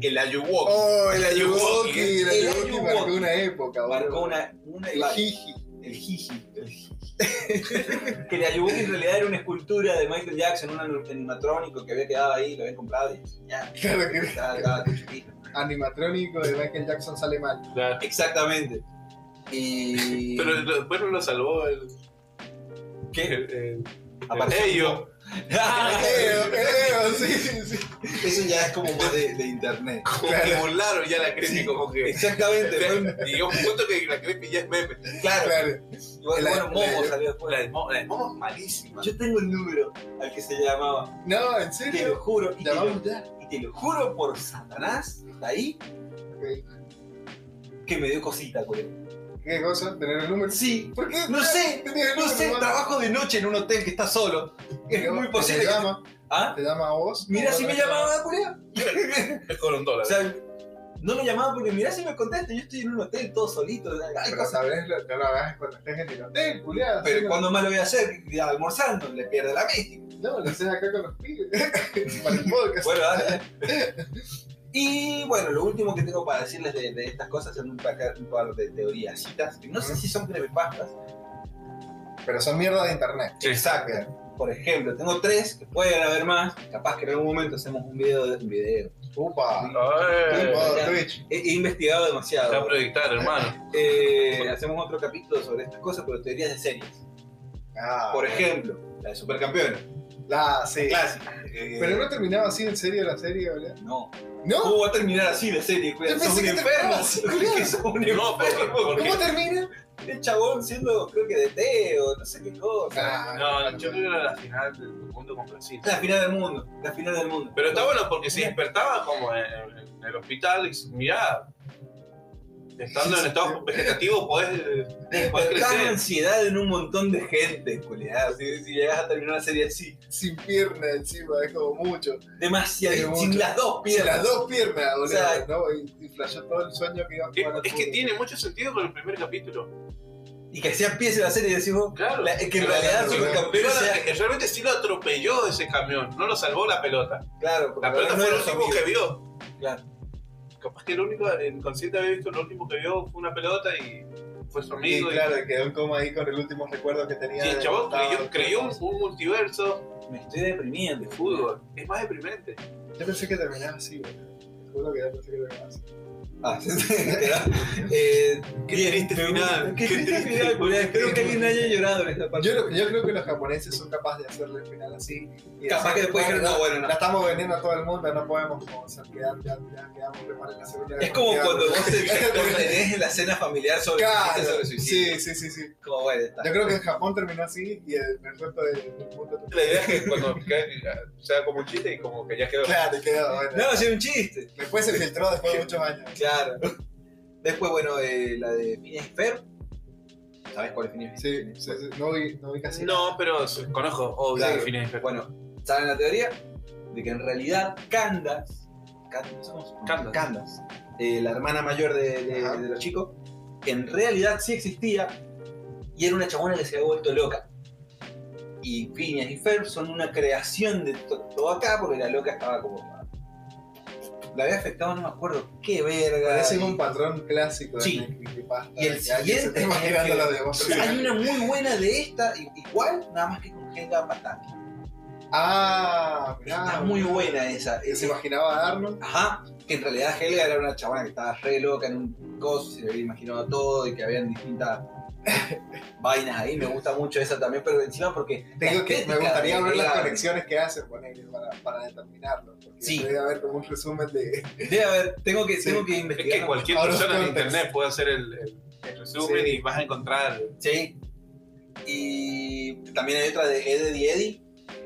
[SPEAKER 2] el Ayuwoki.
[SPEAKER 8] Oh, el
[SPEAKER 5] Ayuwoki,
[SPEAKER 8] Ayuwoki. El
[SPEAKER 2] el
[SPEAKER 8] Ayuwoki
[SPEAKER 2] Ayuwoki.
[SPEAKER 8] marcó una época,
[SPEAKER 2] Marcó
[SPEAKER 8] boludo.
[SPEAKER 2] una, una
[SPEAKER 8] El Jiji.
[SPEAKER 2] el jiji. El jiji. que el Ayuwoki en realidad era una escultura de Michael Jackson, un animatrónico que había quedado ahí, lo habían comprado y ya.
[SPEAKER 8] Claro que
[SPEAKER 2] Estaba, estaba todo chiquito.
[SPEAKER 8] animatrónico de Michael Jackson sale mal.
[SPEAKER 5] Claro.
[SPEAKER 2] Exactamente. Y.
[SPEAKER 5] Pero lo- después no lo salvó el.
[SPEAKER 2] ¿Qué?
[SPEAKER 5] el- el-
[SPEAKER 2] Apareció.
[SPEAKER 5] ello.
[SPEAKER 8] Creo, creo, sí, sí, sí.
[SPEAKER 2] Eso ya es como más de, de internet.
[SPEAKER 5] Como que burlaron ya la creepy, como que.
[SPEAKER 2] Exactamente. fue un-
[SPEAKER 5] Y yo cuento que la creepy ya es meme.
[SPEAKER 2] Claro.
[SPEAKER 8] Claro.
[SPEAKER 2] Y bueno,
[SPEAKER 8] El-
[SPEAKER 2] bueno, Momo
[SPEAKER 8] el-
[SPEAKER 2] salió después.
[SPEAKER 5] La de Momo, la de Momo es malísima.
[SPEAKER 2] Yo tengo el número al que se llamaba.
[SPEAKER 8] No, en
[SPEAKER 2] Te lo
[SPEAKER 8] serio.
[SPEAKER 2] juro. Y te
[SPEAKER 8] Llamaba
[SPEAKER 2] lo,
[SPEAKER 8] ya.
[SPEAKER 2] y te lo juro por Satanás, está ahí,
[SPEAKER 8] Ok.
[SPEAKER 2] que me dio cosita, güey.
[SPEAKER 8] ¿Qué cosa? ¿Tener el número?
[SPEAKER 2] Sí.
[SPEAKER 8] ¿Por qué?
[SPEAKER 2] No sé.
[SPEAKER 8] ¿Tenías el
[SPEAKER 2] No
[SPEAKER 8] número,
[SPEAKER 2] sé,
[SPEAKER 8] hermano?
[SPEAKER 2] trabajo de noche en un hotel que está solo. Es muy posible.
[SPEAKER 8] ¿Te
[SPEAKER 2] que-
[SPEAKER 8] llama?
[SPEAKER 2] ¿Ah?
[SPEAKER 8] ¿Te llama a vos?
[SPEAKER 2] Mirá
[SPEAKER 8] ¿O
[SPEAKER 2] si
[SPEAKER 8] no
[SPEAKER 2] me
[SPEAKER 8] te llama?
[SPEAKER 2] llamaba, culiao.
[SPEAKER 5] Es con un
[SPEAKER 2] O
[SPEAKER 5] dólar.
[SPEAKER 2] sea, no me llamaba porque mirá si me contesta. Yo estoy en un hotel todo solito. Hay
[SPEAKER 8] Pero
[SPEAKER 2] cosas.
[SPEAKER 8] sabés, lo- no lo hagas cuando estés en el hotel, culiado.
[SPEAKER 2] Pero cuando más lo voy a hacer, almorzando, le pierde la mística.
[SPEAKER 8] No, lo haces acá con los pibes. Para el podcast.
[SPEAKER 2] Bueno, dale, dale. Y bueno, lo último que tengo para decirles de, de estas cosas son un par, un par de teoríasitas, que no sé si son creepypastas.
[SPEAKER 8] Pero son mierda de internet.
[SPEAKER 2] Exacto. Por ejemplo, tengo tres, que pueden haber más, capaz que en algún momento hacemos un video de un video.
[SPEAKER 8] Upa.
[SPEAKER 5] Ay,
[SPEAKER 8] Modo
[SPEAKER 2] ya.
[SPEAKER 8] Twitch.
[SPEAKER 2] He, he investigado
[SPEAKER 5] Está a
[SPEAKER 2] demasiado.
[SPEAKER 5] proyectar, hermano.
[SPEAKER 2] Eh, hacemos otro capítulo sobre estas cosas, pero teorías de series.
[SPEAKER 8] Ah,
[SPEAKER 2] Por ejemplo, la de Supercampeones,
[SPEAKER 8] la, sí.
[SPEAKER 2] clásica. Eh,
[SPEAKER 8] Pero no terminaba así en serio la serie, boludo.
[SPEAKER 2] no.
[SPEAKER 8] ¿No?
[SPEAKER 2] ¿Cómo va a terminar así la serie? cuidado?
[SPEAKER 8] Yo
[SPEAKER 2] Sos un
[SPEAKER 8] pensé que
[SPEAKER 2] enfermo.
[SPEAKER 8] terminaba así,
[SPEAKER 2] que sos un
[SPEAKER 5] No, porque-
[SPEAKER 2] enfermo.
[SPEAKER 5] porque-
[SPEAKER 8] ¿Cómo termina?
[SPEAKER 2] El chabón siendo, creo que de Teo, no sé qué cosa.
[SPEAKER 8] Ah,
[SPEAKER 5] No, yo creo que era la final del mundo con Brasil.
[SPEAKER 2] La final del mundo, la final del mundo.
[SPEAKER 5] Pero está bueno porque se despertaba como en, en el hospital y mirá, estando en estado vegetativo podés, podés
[SPEAKER 2] Despertar
[SPEAKER 5] crecer.
[SPEAKER 2] ansiedad en un montón de gente, culiado. Si, si llegas a terminar la serie así,
[SPEAKER 8] sin pierna encima, es como mucho.
[SPEAKER 2] demasiado,
[SPEAKER 8] Pero
[SPEAKER 2] sin
[SPEAKER 8] mucho.
[SPEAKER 2] las dos
[SPEAKER 8] Sin
[SPEAKER 2] piernas.
[SPEAKER 8] las dos piernas, boludo.
[SPEAKER 2] O sea,
[SPEAKER 8] ¿no? Y, y flashó todo el sueño que iba a
[SPEAKER 5] Es,
[SPEAKER 8] jugar al
[SPEAKER 5] es que
[SPEAKER 8] fútbol.
[SPEAKER 5] tiene mucho sentido con el primer capítulo.
[SPEAKER 2] Y que así empiece la serie y decís vos,
[SPEAKER 5] Claro.
[SPEAKER 2] la- es que en
[SPEAKER 8] Claro,
[SPEAKER 2] realidad
[SPEAKER 8] claro,
[SPEAKER 5] Pero
[SPEAKER 2] supercampeón
[SPEAKER 5] la-
[SPEAKER 2] sea.
[SPEAKER 5] que realmente sí lo atropelló ese camión, no lo salvó la pelota.
[SPEAKER 2] Claro, porque
[SPEAKER 5] La pelota
[SPEAKER 2] no
[SPEAKER 5] fue
[SPEAKER 2] era
[SPEAKER 5] lo
[SPEAKER 2] su
[SPEAKER 5] último
[SPEAKER 2] amigo.
[SPEAKER 5] que vio.
[SPEAKER 2] Claro.
[SPEAKER 5] Capaz que el único el consciente había visto, lo último que vio fue una pelota y fue su
[SPEAKER 8] Y
[SPEAKER 5] amigo. Y,
[SPEAKER 8] claro, quedó en coma ahí con el último recuerdo que tenía.
[SPEAKER 5] y el
[SPEAKER 8] de-
[SPEAKER 5] chabón creyó,
[SPEAKER 8] estaba-
[SPEAKER 5] creyó un, un multiverso
[SPEAKER 2] Me estoy deprimiendo.
[SPEAKER 5] de fútbol. Es más deprimente.
[SPEAKER 8] Yo pensé que terminaba así, boludo. Te Juro que yo pensé que terminaba así.
[SPEAKER 2] Ah, sí, sí, ¿verdad? eh,
[SPEAKER 5] Qué
[SPEAKER 2] bien,
[SPEAKER 5] triste
[SPEAKER 2] me-
[SPEAKER 5] final.
[SPEAKER 2] Qué
[SPEAKER 5] Qué
[SPEAKER 2] triste
[SPEAKER 5] triste
[SPEAKER 2] final, culiao. Espero que alguien haya llorado en esta parte.
[SPEAKER 8] Yo, yo creo que los japoneses son capaces de hacerle el final así. y
[SPEAKER 2] Capaz
[SPEAKER 8] decir,
[SPEAKER 2] que después dijeron, no, bueno, no.
[SPEAKER 8] La estamos vendiendo a todo el mundo, no podemos como, o sea, quedar, ya, ya quedamos re mal en la segunda
[SPEAKER 2] Es
[SPEAKER 8] Guerra
[SPEAKER 2] como
[SPEAKER 8] Mundial.
[SPEAKER 2] cuando vos te te ordenés en la cena familiar sobre,
[SPEAKER 8] Claro,
[SPEAKER 2] sobre suicidio.
[SPEAKER 8] sí, sí, sí, sí.
[SPEAKER 2] Como, bueno, está.
[SPEAKER 8] Yo creo que en Japón terminó así y el, el resto del mundo terminó
[SPEAKER 5] La idea es que cuando cae, sea como un chiste y como que ya quedó.
[SPEAKER 8] Claro, quedó, bueno.
[SPEAKER 2] No, sí, un chiste.
[SPEAKER 8] Después se filtró después de muchos años.
[SPEAKER 2] Claro. Después, bueno, eh, la de Phineas y Ferb. ¿Sabes cuál es Phineas y
[SPEAKER 8] Sí,
[SPEAKER 2] Ferb?
[SPEAKER 8] sí, sí, no vi, no vi casi
[SPEAKER 5] No, pero se- conozco, obvio,
[SPEAKER 2] Claro.
[SPEAKER 5] el fin es-
[SPEAKER 2] Bueno, ¿saben la teoría? De que en realidad Candace, Candace, ¿cómo se llama?
[SPEAKER 5] Candace.
[SPEAKER 2] Candace, eh, la hermana mayor de, de-
[SPEAKER 8] Ajá.
[SPEAKER 2] de los chicos, en realidad sí existía y era una chabona que se había vuelto loca. Y Phineas y Ferb son una creación de to- todo acá porque la loca estaba como... La había afectado, no me acuerdo qué verga.
[SPEAKER 8] Parece
[SPEAKER 2] y-
[SPEAKER 8] un patrón clásico de
[SPEAKER 2] Sí.
[SPEAKER 8] la creepypasta,
[SPEAKER 2] Y el
[SPEAKER 8] que alguien se
[SPEAKER 2] siguiente
[SPEAKER 8] está
[SPEAKER 2] es
[SPEAKER 8] imaginando
[SPEAKER 2] que-
[SPEAKER 8] lo de vos.
[SPEAKER 2] Hay una muy buena de esta, i- igual, nada más que con gente patata.
[SPEAKER 8] Ah, mirá,
[SPEAKER 2] Está muy buena esa.
[SPEAKER 8] Que se
[SPEAKER 2] esa-
[SPEAKER 8] imaginaba a Arnold.
[SPEAKER 2] Ajá, que en realidad Helga era una chabona que estaba re loca en un coso, se le había imaginado todo y que habían distintas vainas ahí. Me gusta mucho esa también, pero encima porque. la
[SPEAKER 8] Tengo que, me
[SPEAKER 2] estética
[SPEAKER 8] gustaría
[SPEAKER 2] de
[SPEAKER 8] ver las
[SPEAKER 2] Helga-
[SPEAKER 8] conexiones que hacen con él para, para determinarlo. Porque
[SPEAKER 2] Sí.
[SPEAKER 8] debe haber como un resumen de.
[SPEAKER 2] Debe haber, tengo que,
[SPEAKER 8] Sí.
[SPEAKER 2] tengo que
[SPEAKER 5] Es
[SPEAKER 2] investigar.
[SPEAKER 5] que cualquier
[SPEAKER 8] Ahora
[SPEAKER 5] persona en
[SPEAKER 8] contexto.
[SPEAKER 5] internet puede hacer el, el- el resumen
[SPEAKER 2] Sí.
[SPEAKER 5] y vas a encontrar.
[SPEAKER 2] Sí. Y también hay otra de Ede Diedi,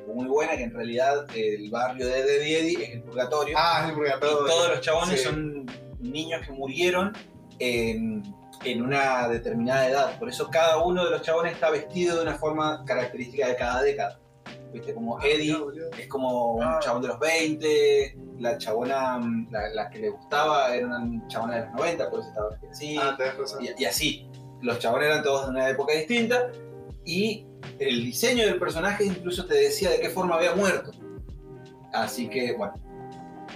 [SPEAKER 2] muy buena, que en realidad el barrio de Ede Diedi es el purgatorio.
[SPEAKER 8] Ah, es el
[SPEAKER 2] y
[SPEAKER 8] purgatorio.
[SPEAKER 2] todos los chabones
[SPEAKER 8] Sí.
[SPEAKER 2] son niños que murieron en, en una determinada edad. Por eso cada uno de los chabones está vestido de una forma característica de cada década. Viste,
[SPEAKER 8] Ah,
[SPEAKER 2] como Eddie es como un
[SPEAKER 5] Ah.
[SPEAKER 2] chabón de los 20, la chabona, mm, la, la que le gustaba era una chabona de los 90, por eso estaba vestida así
[SPEAKER 8] Ah, tenés razón.
[SPEAKER 2] y, y así. Los chabones eran todos de una época distinta y el diseño del personaje incluso te decía de qué forma había muerto. Así que, bueno.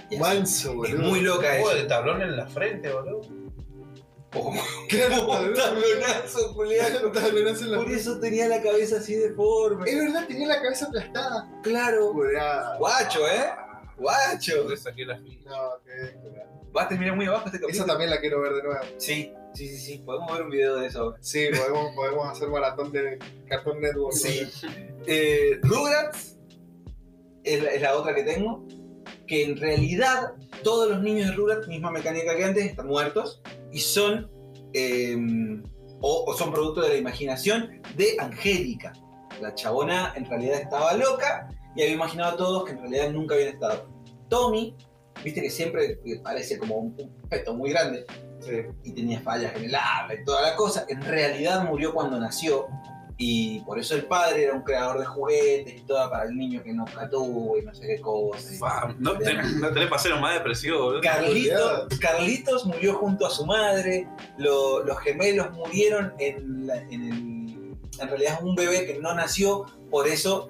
[SPEAKER 2] y así.
[SPEAKER 8] Manso,
[SPEAKER 2] es
[SPEAKER 8] boludo.
[SPEAKER 2] muy loca
[SPEAKER 5] Juego
[SPEAKER 2] ella.
[SPEAKER 5] de tablón en la frente, boludo.
[SPEAKER 2] Como
[SPEAKER 8] Qué
[SPEAKER 2] un tablonazo, Julián.
[SPEAKER 8] tablonazo en la-
[SPEAKER 2] Por eso tenía la cabeza así deforme.
[SPEAKER 8] Es verdad, tenía la cabeza aplastada.
[SPEAKER 2] Claro.
[SPEAKER 8] Curado.
[SPEAKER 2] Guacho, ¿eh? Guacho.
[SPEAKER 5] Le saqué la fila.
[SPEAKER 8] No, qué curado.
[SPEAKER 2] Va a terminar muy abajo este
[SPEAKER 8] Esa
[SPEAKER 2] capítulo.
[SPEAKER 8] también la quiero ver de nuevo.
[SPEAKER 2] Sí, sí, sí, sí. Podemos ver un video de eso ahora.
[SPEAKER 8] Sí, podemos, podemos hacer maratón de Cartoon Network.
[SPEAKER 2] Sí. Eh, Rugrats es la, es la otra que tengo. Que en realidad todos los niños de Rugrats, misma mecánica que antes, están muertos y son eh, o, o son producto de la imaginación de Angélica. La chabona en realidad estaba loca y había imaginado a todos que en realidad nunca habían estado. Tommy, viste que siempre parece como un, un feto muy grande
[SPEAKER 8] Sí.
[SPEAKER 2] y tenía fallas en el habla y toda la cosa. En realidad murió cuando nació y por eso el padre era un creador de juguetes y todo para el niño que nunca tuvo y no sé qué cosa.
[SPEAKER 5] Fam, No te, no tenés para ser más depresivo, boludo.
[SPEAKER 2] Carlitos, Carlitos murió junto a su madre, lo- los gemelos murieron en, la- en el- en realidad es un bebé que no nació, por eso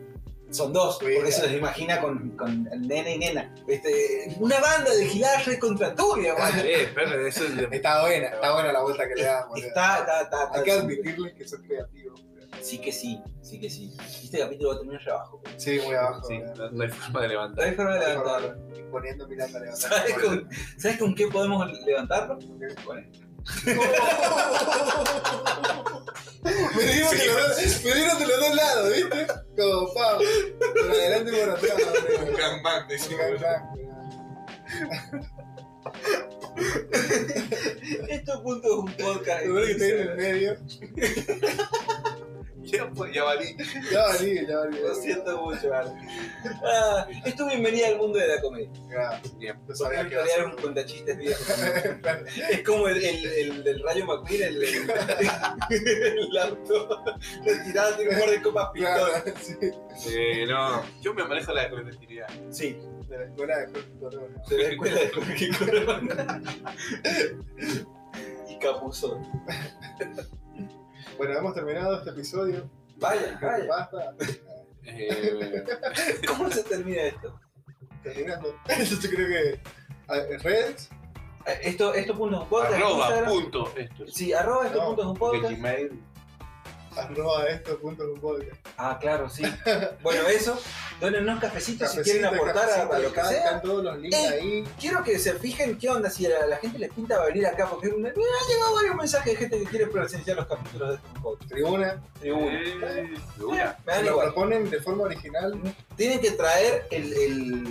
[SPEAKER 2] son dos, por
[SPEAKER 8] Mira.
[SPEAKER 2] eso se imagina con, con nene y nena. Este, una banda de gilaje contra tuya, guacho.
[SPEAKER 5] Eh, espera, eso es de-
[SPEAKER 8] Está buena, está buena la vuelta que le damos. boludo.
[SPEAKER 2] Está, está, está, está-
[SPEAKER 8] Hay que admitirles que son creativos. boludo.
[SPEAKER 2] Sí que sí, sí que sí. Este capítulo va a terminar allá abajo.
[SPEAKER 8] Sí, muy abajo.
[SPEAKER 5] sí,
[SPEAKER 8] boludo.
[SPEAKER 5] no, no hay forma de levantar.
[SPEAKER 2] No hay forma de levantarlo.
[SPEAKER 8] Y Poniendo mirando a levantar.
[SPEAKER 2] ¿Sabes con, ¿Sabes con qué podemos levantarlo? Con esto.
[SPEAKER 8] Me dieron, de los dos, me dieron de los dos lados, ¿viste? Como, pa, por adelante y por atrás. boludo.
[SPEAKER 5] Un gangbang, te
[SPEAKER 8] Un
[SPEAKER 5] hicimos, boludo.
[SPEAKER 8] gangbang, boludo.
[SPEAKER 2] Esto punto es un podcast.
[SPEAKER 8] Lo bueno que estoy en el medio.
[SPEAKER 5] Ya, pues, ya valí.
[SPEAKER 8] Ya valí, ya valí.
[SPEAKER 2] Lo siento mucho, Ale. Ah, esto bienvenida al mundo de la comedia.
[SPEAKER 8] Ya,
[SPEAKER 5] Bien.
[SPEAKER 8] no sabía que iba a
[SPEAKER 2] Era un
[SPEAKER 8] ser.
[SPEAKER 2] cuentachistes viejos. Es como el, el, el del Rayo McQueen, el, el, el auto retirado tiene un par de copas pintadas.
[SPEAKER 8] Claro, sí.
[SPEAKER 5] Eh, no, yo me manejo la clandestinidad.
[SPEAKER 2] Sí,
[SPEAKER 8] De la escuela de Corona.
[SPEAKER 2] de la escuela de Jorge Corona. Y Capuzón.
[SPEAKER 8] Bueno, hemos terminado este episodio.
[SPEAKER 2] Vaya,
[SPEAKER 8] Creo que
[SPEAKER 2] vaya.
[SPEAKER 8] basta.
[SPEAKER 5] Eh,
[SPEAKER 2] ¿Cómo se termina esto?
[SPEAKER 8] Terminando. Yo creo que. a- Redes.
[SPEAKER 2] Eh, Esto, esto punto es un podcast.
[SPEAKER 5] arroba,
[SPEAKER 2] Instagram.
[SPEAKER 5] punto, esto. es.
[SPEAKER 2] Sí, arroba esto
[SPEAKER 8] No,
[SPEAKER 2] punto es un
[SPEAKER 5] Porque
[SPEAKER 2] podcast.
[SPEAKER 5] Gmail.
[SPEAKER 8] arroba esto punto con podcast.
[SPEAKER 2] Ah, claro, sí. Bueno, eso. Dónennos cafecitos si
[SPEAKER 8] Cafecito,
[SPEAKER 2] quieren aportar a-
[SPEAKER 8] cafecito,
[SPEAKER 2] a, lo que
[SPEAKER 8] acá
[SPEAKER 2] sea. Eh.
[SPEAKER 8] Están todos los links
[SPEAKER 2] Ey.
[SPEAKER 8] ahí.
[SPEAKER 2] Quiero que se fijen qué onda si a la gente les pinta venir acá, porque me me han llegado varios mensajes de gente que quiere presenciar los capítulos de este podcast.
[SPEAKER 8] Tribuna.
[SPEAKER 2] Tribuna.
[SPEAKER 5] Eh, una.
[SPEAKER 2] Me dan
[SPEAKER 8] Lo
[SPEAKER 2] igual. Mm.
[SPEAKER 8] proponen de forma original.
[SPEAKER 2] Tienen que traer el, el-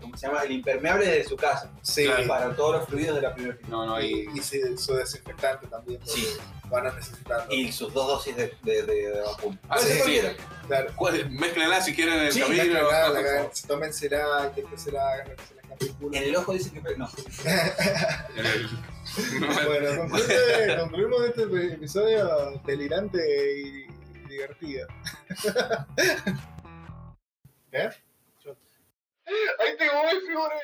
[SPEAKER 2] ¿cómo se llama? El impermeable de su casa
[SPEAKER 8] Sí.
[SPEAKER 5] Claro.
[SPEAKER 2] para todos los fluidos de la primera fila.
[SPEAKER 5] No, no hay.
[SPEAKER 8] Y, y sí, su desinfectante también. porque
[SPEAKER 2] Sí.
[SPEAKER 8] Van a necesitarlo.
[SPEAKER 2] Y sus dos dosis de, de, de- de vacuna.
[SPEAKER 5] Ah, sí,
[SPEAKER 2] Así
[SPEAKER 5] sí.
[SPEAKER 2] cualquiera.
[SPEAKER 8] Claro.
[SPEAKER 5] ¿Cuál? Mézclenla si quieren en el
[SPEAKER 2] Sí,
[SPEAKER 5] camino.
[SPEAKER 8] Claro, claro, claro. Tómensela, inyectensela, agarren que se les escape el culo.
[SPEAKER 2] En el ojo dicen que no.
[SPEAKER 5] En el-
[SPEAKER 8] Bueno, concluye- concluimos este episodio delirante y divertido.
[SPEAKER 6] Ahí te voy, Fiore.